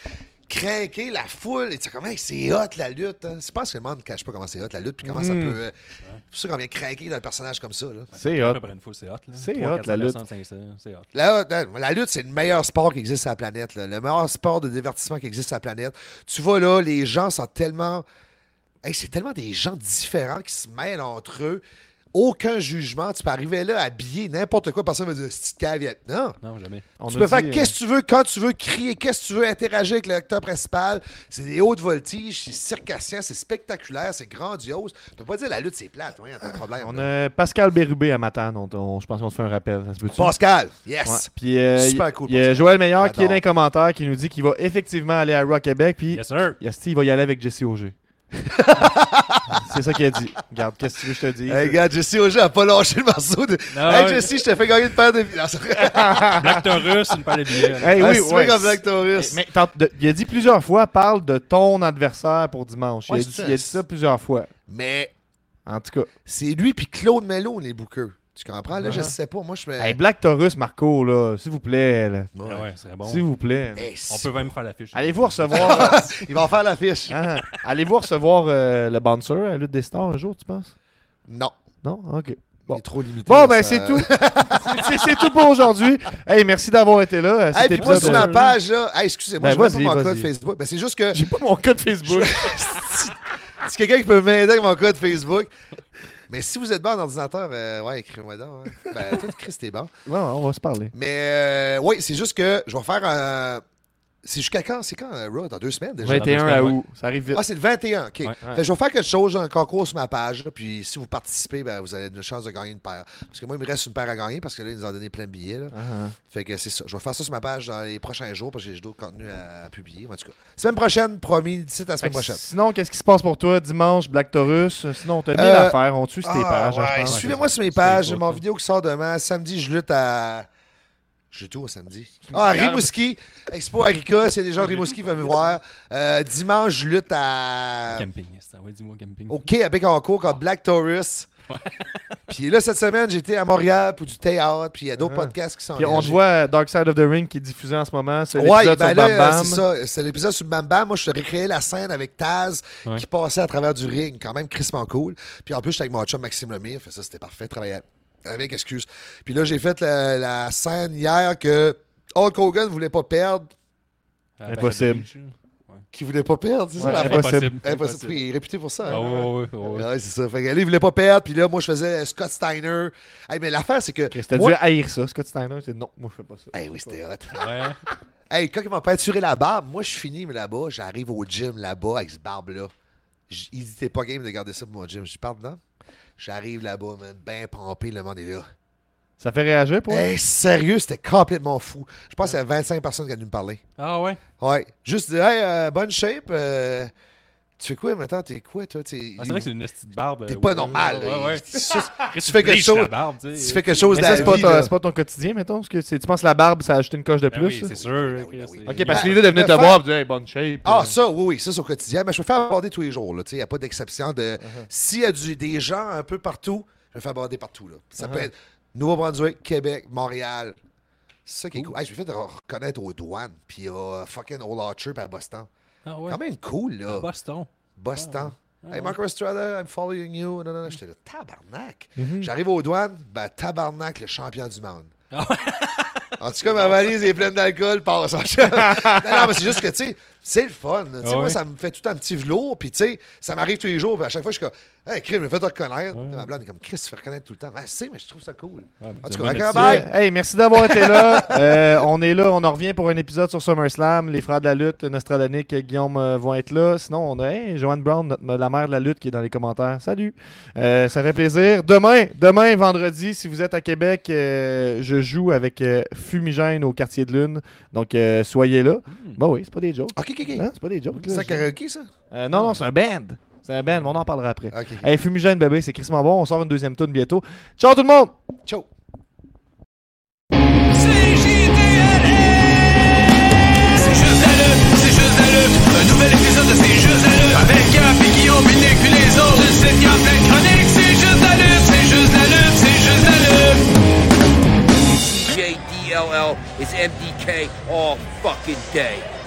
S2: craquer la foule. Et tu sais, comment c'est hot la lutte. hein. Je pense que le monde ne cache pas comment c'est hot la lutte, puis comment ça
S1: Mm.
S2: peut. euh, C'est pour ça qu'on vient craquer dans le personnage comme ça. Là.
S1: C'est
S3: À
S1: hot.
S3: peu près une fois, c'est hot. là.
S1: C'est
S3: Trois,
S1: hot, la
S3: 400, 500, C'est hot.
S2: La, la- la lutte, c'est le meilleur sport qui existe sur la planète. là. Le meilleur sport de divertissement qui existe sur la planète. Tu vois, là, les gens sont tellement. Hey, c'est tellement des gens différents qui se mêlent entre eux. Aucun jugement. Tu peux arriver là, habillé n'importe quoi. Personne va dire, c'est caviar. Non.
S3: Non, jamais.
S1: On
S2: tu
S1: a
S2: peux
S1: dit,
S2: faire
S1: euh,
S2: qu'est-ce que tu veux, quand tu veux, crier qu'est-ce que tu veux, interagir avec l'acteur principal. C'est des hautes voltiges, c'est circassien, c'est spectaculaire, c'est grandiose. Tu peux pas dire la lutte, c'est plate, voyons, t'as un problème.
S1: On
S2: là.
S1: a Pascal Bérubé à Matane. On, on- je pense qu'on se fait un rappel. Ça se peut-tu?
S2: Pascal,
S1: Ouais.
S2: yes!
S1: Puis euh,
S2: Super
S1: il-
S2: cool,
S1: il y a
S2: Pascal.
S1: Joël Meilleur qui est
S2: J'adore.
S1: dans les commentaires qui nous dit qu'il va effectivement aller à Rock Québec. Puis
S3: Yes, sir.
S1: il y a Steve, il va y aller avec Jesse Auger. c'est ça qu'il a dit. Regarde, qu'est-ce que tu veux que je te dise?
S2: Hey, regarde, Jesse Auger a pas lâché le morceau de.
S3: Non,
S1: Ah
S2: hey,
S3: ouais.
S2: Jesse, je t'ai fait gagner une paire de. Ah, Non, c'est vrai.
S3: L'acteur russe, une paire de billets. là.
S1: Hey, Eh
S2: Ah,
S1: oui,
S2: c'est
S1: ouais.
S2: vrai comme Black Taurus.
S1: Mais tant- de- il a dit plusieurs fois, parle de ton adversaire pour dimanche.
S2: Ouais,
S1: il, a
S2: c'est
S1: dit,
S2: ça.
S1: il a dit ça plusieurs fois.
S2: Mais
S1: En tout cas.
S2: c'est lui puis Claude Mello, les bouqueux. Tu comprends? Là, je
S1: Ouais.
S2: sais pas. Moi, je me.
S1: Ah. Hey, Black Taurus, Marco, là, s'il vous plaît. là.
S3: Ah ouais, c'est bon.
S1: S'il vous plaît.
S2: Hey,
S3: On peut même faire l'affiche.
S1: Allez-vous recevoir,
S2: Il va en faire l'affiche.
S1: hein, allez-vous recevoir euh, le bouncer à Lutte des Stars un jour, tu penses?
S2: Non.
S1: Non? OK.
S2: Il
S1: Bon.
S2: est trop limité.
S1: Bon,
S2: là,
S1: ben,
S2: ça-
S1: c'est tout. C'est- C'est tout pour aujourd'hui. Hey, merci d'avoir été là. euh,
S2: Hey,
S1: Cet
S2: puis moi,
S1: épisode-
S2: sur ma page, là, hey, excusez-moi,
S1: Ben,
S2: je vois pas
S1: vas-y,
S2: mon
S1: vas-y.
S2: code Facebook. Ben, c'est juste que.
S1: J'ai pas mon code Facebook.
S2: C'est quelqu'un qui peut m'aider avec mon code Facebook. Mais si vous êtes bon en ordinateur, euh, ouais, écrivez-moi donc. hein. Ben, toi, Chris, t'es bon.
S1: Ouais, on va se parler.
S2: Mais, euh, ouais, c'est juste que je vais faire un. C'est jusqu'à quand C'est quand, euh, Raw Dans deux semaines déjà
S1: 21 à août. Ça arrive vite.
S2: Ah, c'est le 21, ok.
S3: Ouais.
S2: Fait que je vais faire quelque chose, un concours sur ma page. là, Puis si vous participez, ben, vous avez une chance de gagner une paire. Parce que moi, il me reste une paire à gagner parce que là, ils nous ont donné plein de billets. là.
S1: Ah,
S2: Fait que c'est ça. Je vais faire ça sur ma page dans les prochains jours parce que j'ai d'autres contenus à, à publier. En tout cas, semaine prochaine, promis, d'ici la
S1: Fait
S2: semaine
S1: que
S2: prochaine.
S1: Sinon, qu'est-ce qui se passe pour toi dimanche, Black Taurus? Sinon, on t'a mis
S2: Euh,
S1: l'affaire. On tue sur tes
S2: Ah,
S1: pages. hein,
S2: ouais.
S1: je pense.
S2: Suivez-moi sur mes
S1: Sur les
S2: pages. J'ai
S1: autres,
S2: mon
S1: hein.
S2: vidéo qui sort demain. Samedi, je lutte à. J'ai tout au samedi. Ah, à Rimouski. Expo Arica. C'est des gens de Rimouski qui veulent me voir. Euh, dimanche, je lutte à.
S3: Camping, ça. Ouais, dis-moi camping.
S1: Oh,
S2: Au Quai à Bécancourt contre Black Taurus. Puis là, cette semaine, j'étais à Montréal pour du théâtre. Puis il y a d'autres
S1: Ah.
S2: podcasts qui sont
S1: Puis on te voit euh, Dark Side of the Ring qui est diffusé en ce moment. C'est
S2: Ouais,
S1: l'épisode
S2: ben
S1: sur
S2: là,
S1: Bam Bam.
S2: c'est ça. C'est l'épisode sur Bam Bam. Moi, je te recréé la scène avec Taz
S3: Ouais.
S2: qui passait à travers du ring. Quand même, crissement cool. Puis en plus, j'étais avec mon chum Maxime Lemire. Fait ça, c'était parfait. Travailler avec, excuse. Puis là, j'ai fait la, la scène hier que Hulk Hogan voulait pas perdre.
S3: Ah, ben,
S1: Impossible.
S3: ça
S2: Qui voulait pas perdre, c'est ça?
S1: Ouais,
S2: la-
S1: impossible.
S2: Impossible. Il est réputé pour ça.
S3: Ah
S2: hein.
S3: ouais, ouais, ouais, ouais.
S2: Ouais, c'est ça. Fait que, lui, il voulait pas perdre. Puis là, moi, je faisais Scott Steiner. Hey, mais l'affaire, c'est que.
S1: T'as
S2: moi-
S1: dû haïr ça, Scott Steiner. c'est non, moi je fais pas ça.
S2: Hey, oui, c'était hot.
S3: Ouais.
S2: Hey, quand ils m'ont peinturé la barbe, moi, je finis mais là-bas, j'arrive au gym là-bas avec cette barbe-là. J- Il dit, t'es pas game de garder ça pour mon gym. Je dis, pardon? J'arrive là-bas, man, ben pompé, le monde est là.
S1: Ça fait réagir pour
S2: Hey, sérieux, c'était complètement fou. Je pense qu'il y a 25 personnes qui ont dû me parler.
S3: Ah ouais.
S2: Ouais, juste dire, hey, euh, bonne shape, euh, tu fais quoi maintenant? T'es quoi, toi? T'es,
S3: Ah, c'est vrai que c'est une petite barbe.
S2: t'es
S3: euh,
S2: pas
S3: ouais,
S2: normal.
S3: ouais,
S2: là.
S3: ouais.
S2: Tu- tu-
S3: Chris,
S2: tu fais quelque
S3: bleaches la
S2: chose-
S3: barbe, tu sais.
S2: Tu fais quelque chose
S1: Mais ça,
S2: de
S1: c'est
S2: la
S1: pas,
S2: vie,
S1: ton-
S2: là.
S1: c'est pas ton quotidien, mettons? Parce que c'est- tu penses que la barbe, ça ajoute une coche de
S3: Ben
S1: plus?
S3: oui,
S1: ça?
S3: c'est sûr.
S2: oui, ben oui.
S1: ok, parce
S2: Ben,
S1: que les deux devenaient te
S2: le
S1: voir et disaient, hey, bonne shape. euh,
S2: Ah, ça, oui, oui, ça, c'est au quotidien. Mais je me fais aborder tous les jours. là, tu sais, Il n'y a pas d'exception. De...
S1: Uh-huh.
S2: S'il y a du- des gens un peu partout, je me fais aborder partout. Là. Ça
S1: Uh-huh.
S2: peut être Nouveau-Brunswick, Québec, Montréal. C'est ça qui est cool. Hey, je me fais reconnaître aux douanes, puis à fucking Old Archer, puis à Boston.
S3: Ah ouais.
S2: Quand même cool, là.
S3: Boston.
S2: Boston.
S3: Ah Mm-hmm.
S2: Hey,
S3: ouais.
S2: Marco Estrada, I'm following you. Non, non, non. J'étais là, tabarnak. J'arrive aux douanes, ben, tabarnak, le champion du monde.
S3: Ah
S2: En tout cas, ma valise est pleine d'alcool, passe. non, non, mais c'est juste que, tu sais, c'est le fun. là. Tu sais,
S3: Ah
S2: Moi,
S3: ouais.
S2: ça me fait tout un petit velours, puis, tu sais, ça m'arrive tous les jours, puis à chaque fois, je suis comme, hey, Chris, me fais te reconnaître.
S3: Mm.
S2: Puis Ma blonde est comme, Chris, tu fais reconnaître tout le temps. Ben, c'est, mais je trouve ça cool.
S3: mais
S2: en
S3: c'est
S2: tout
S3: bon
S2: cas,
S3: là-dessus.
S2: regarde,
S1: Ouais.
S2: bye.
S1: Hey, merci d'avoir été là. Euh, on est là, on en revient pour un épisode sur SummerSlam. Les frères de la lutte, Nostradanic et Guillaume euh, vont être là. Sinon, on a hey, Joanne Brown, notre- la mère de la lutte, qui est dans les commentaires. Salut. Euh, ça fait plaisir. Demain, demain, vendredi, si vous êtes à Québec, euh, je joue avec euh, Fumigène au quartier de Lune. Donc, euh, soyez là. Bah oui, c'est pas des jokes.
S2: Ok, ok, ok.
S1: Hein, C'est pas des jokes. là.
S2: C'est un karaoké, ça?
S1: Euh, non, non, c'est un band. C'est un band, mais on en parlera après.
S2: Ok.
S1: Hey, Fumigène, bébé, c'est crissement bon. On sort une deuxième tourne bientôt. Ciao tout le monde!
S2: Ciao.
S5: C'est juste la lutte, c'est juste la lutte. Un nouvel épisode de C'est juste la lutte. Avec MDK all fucking day.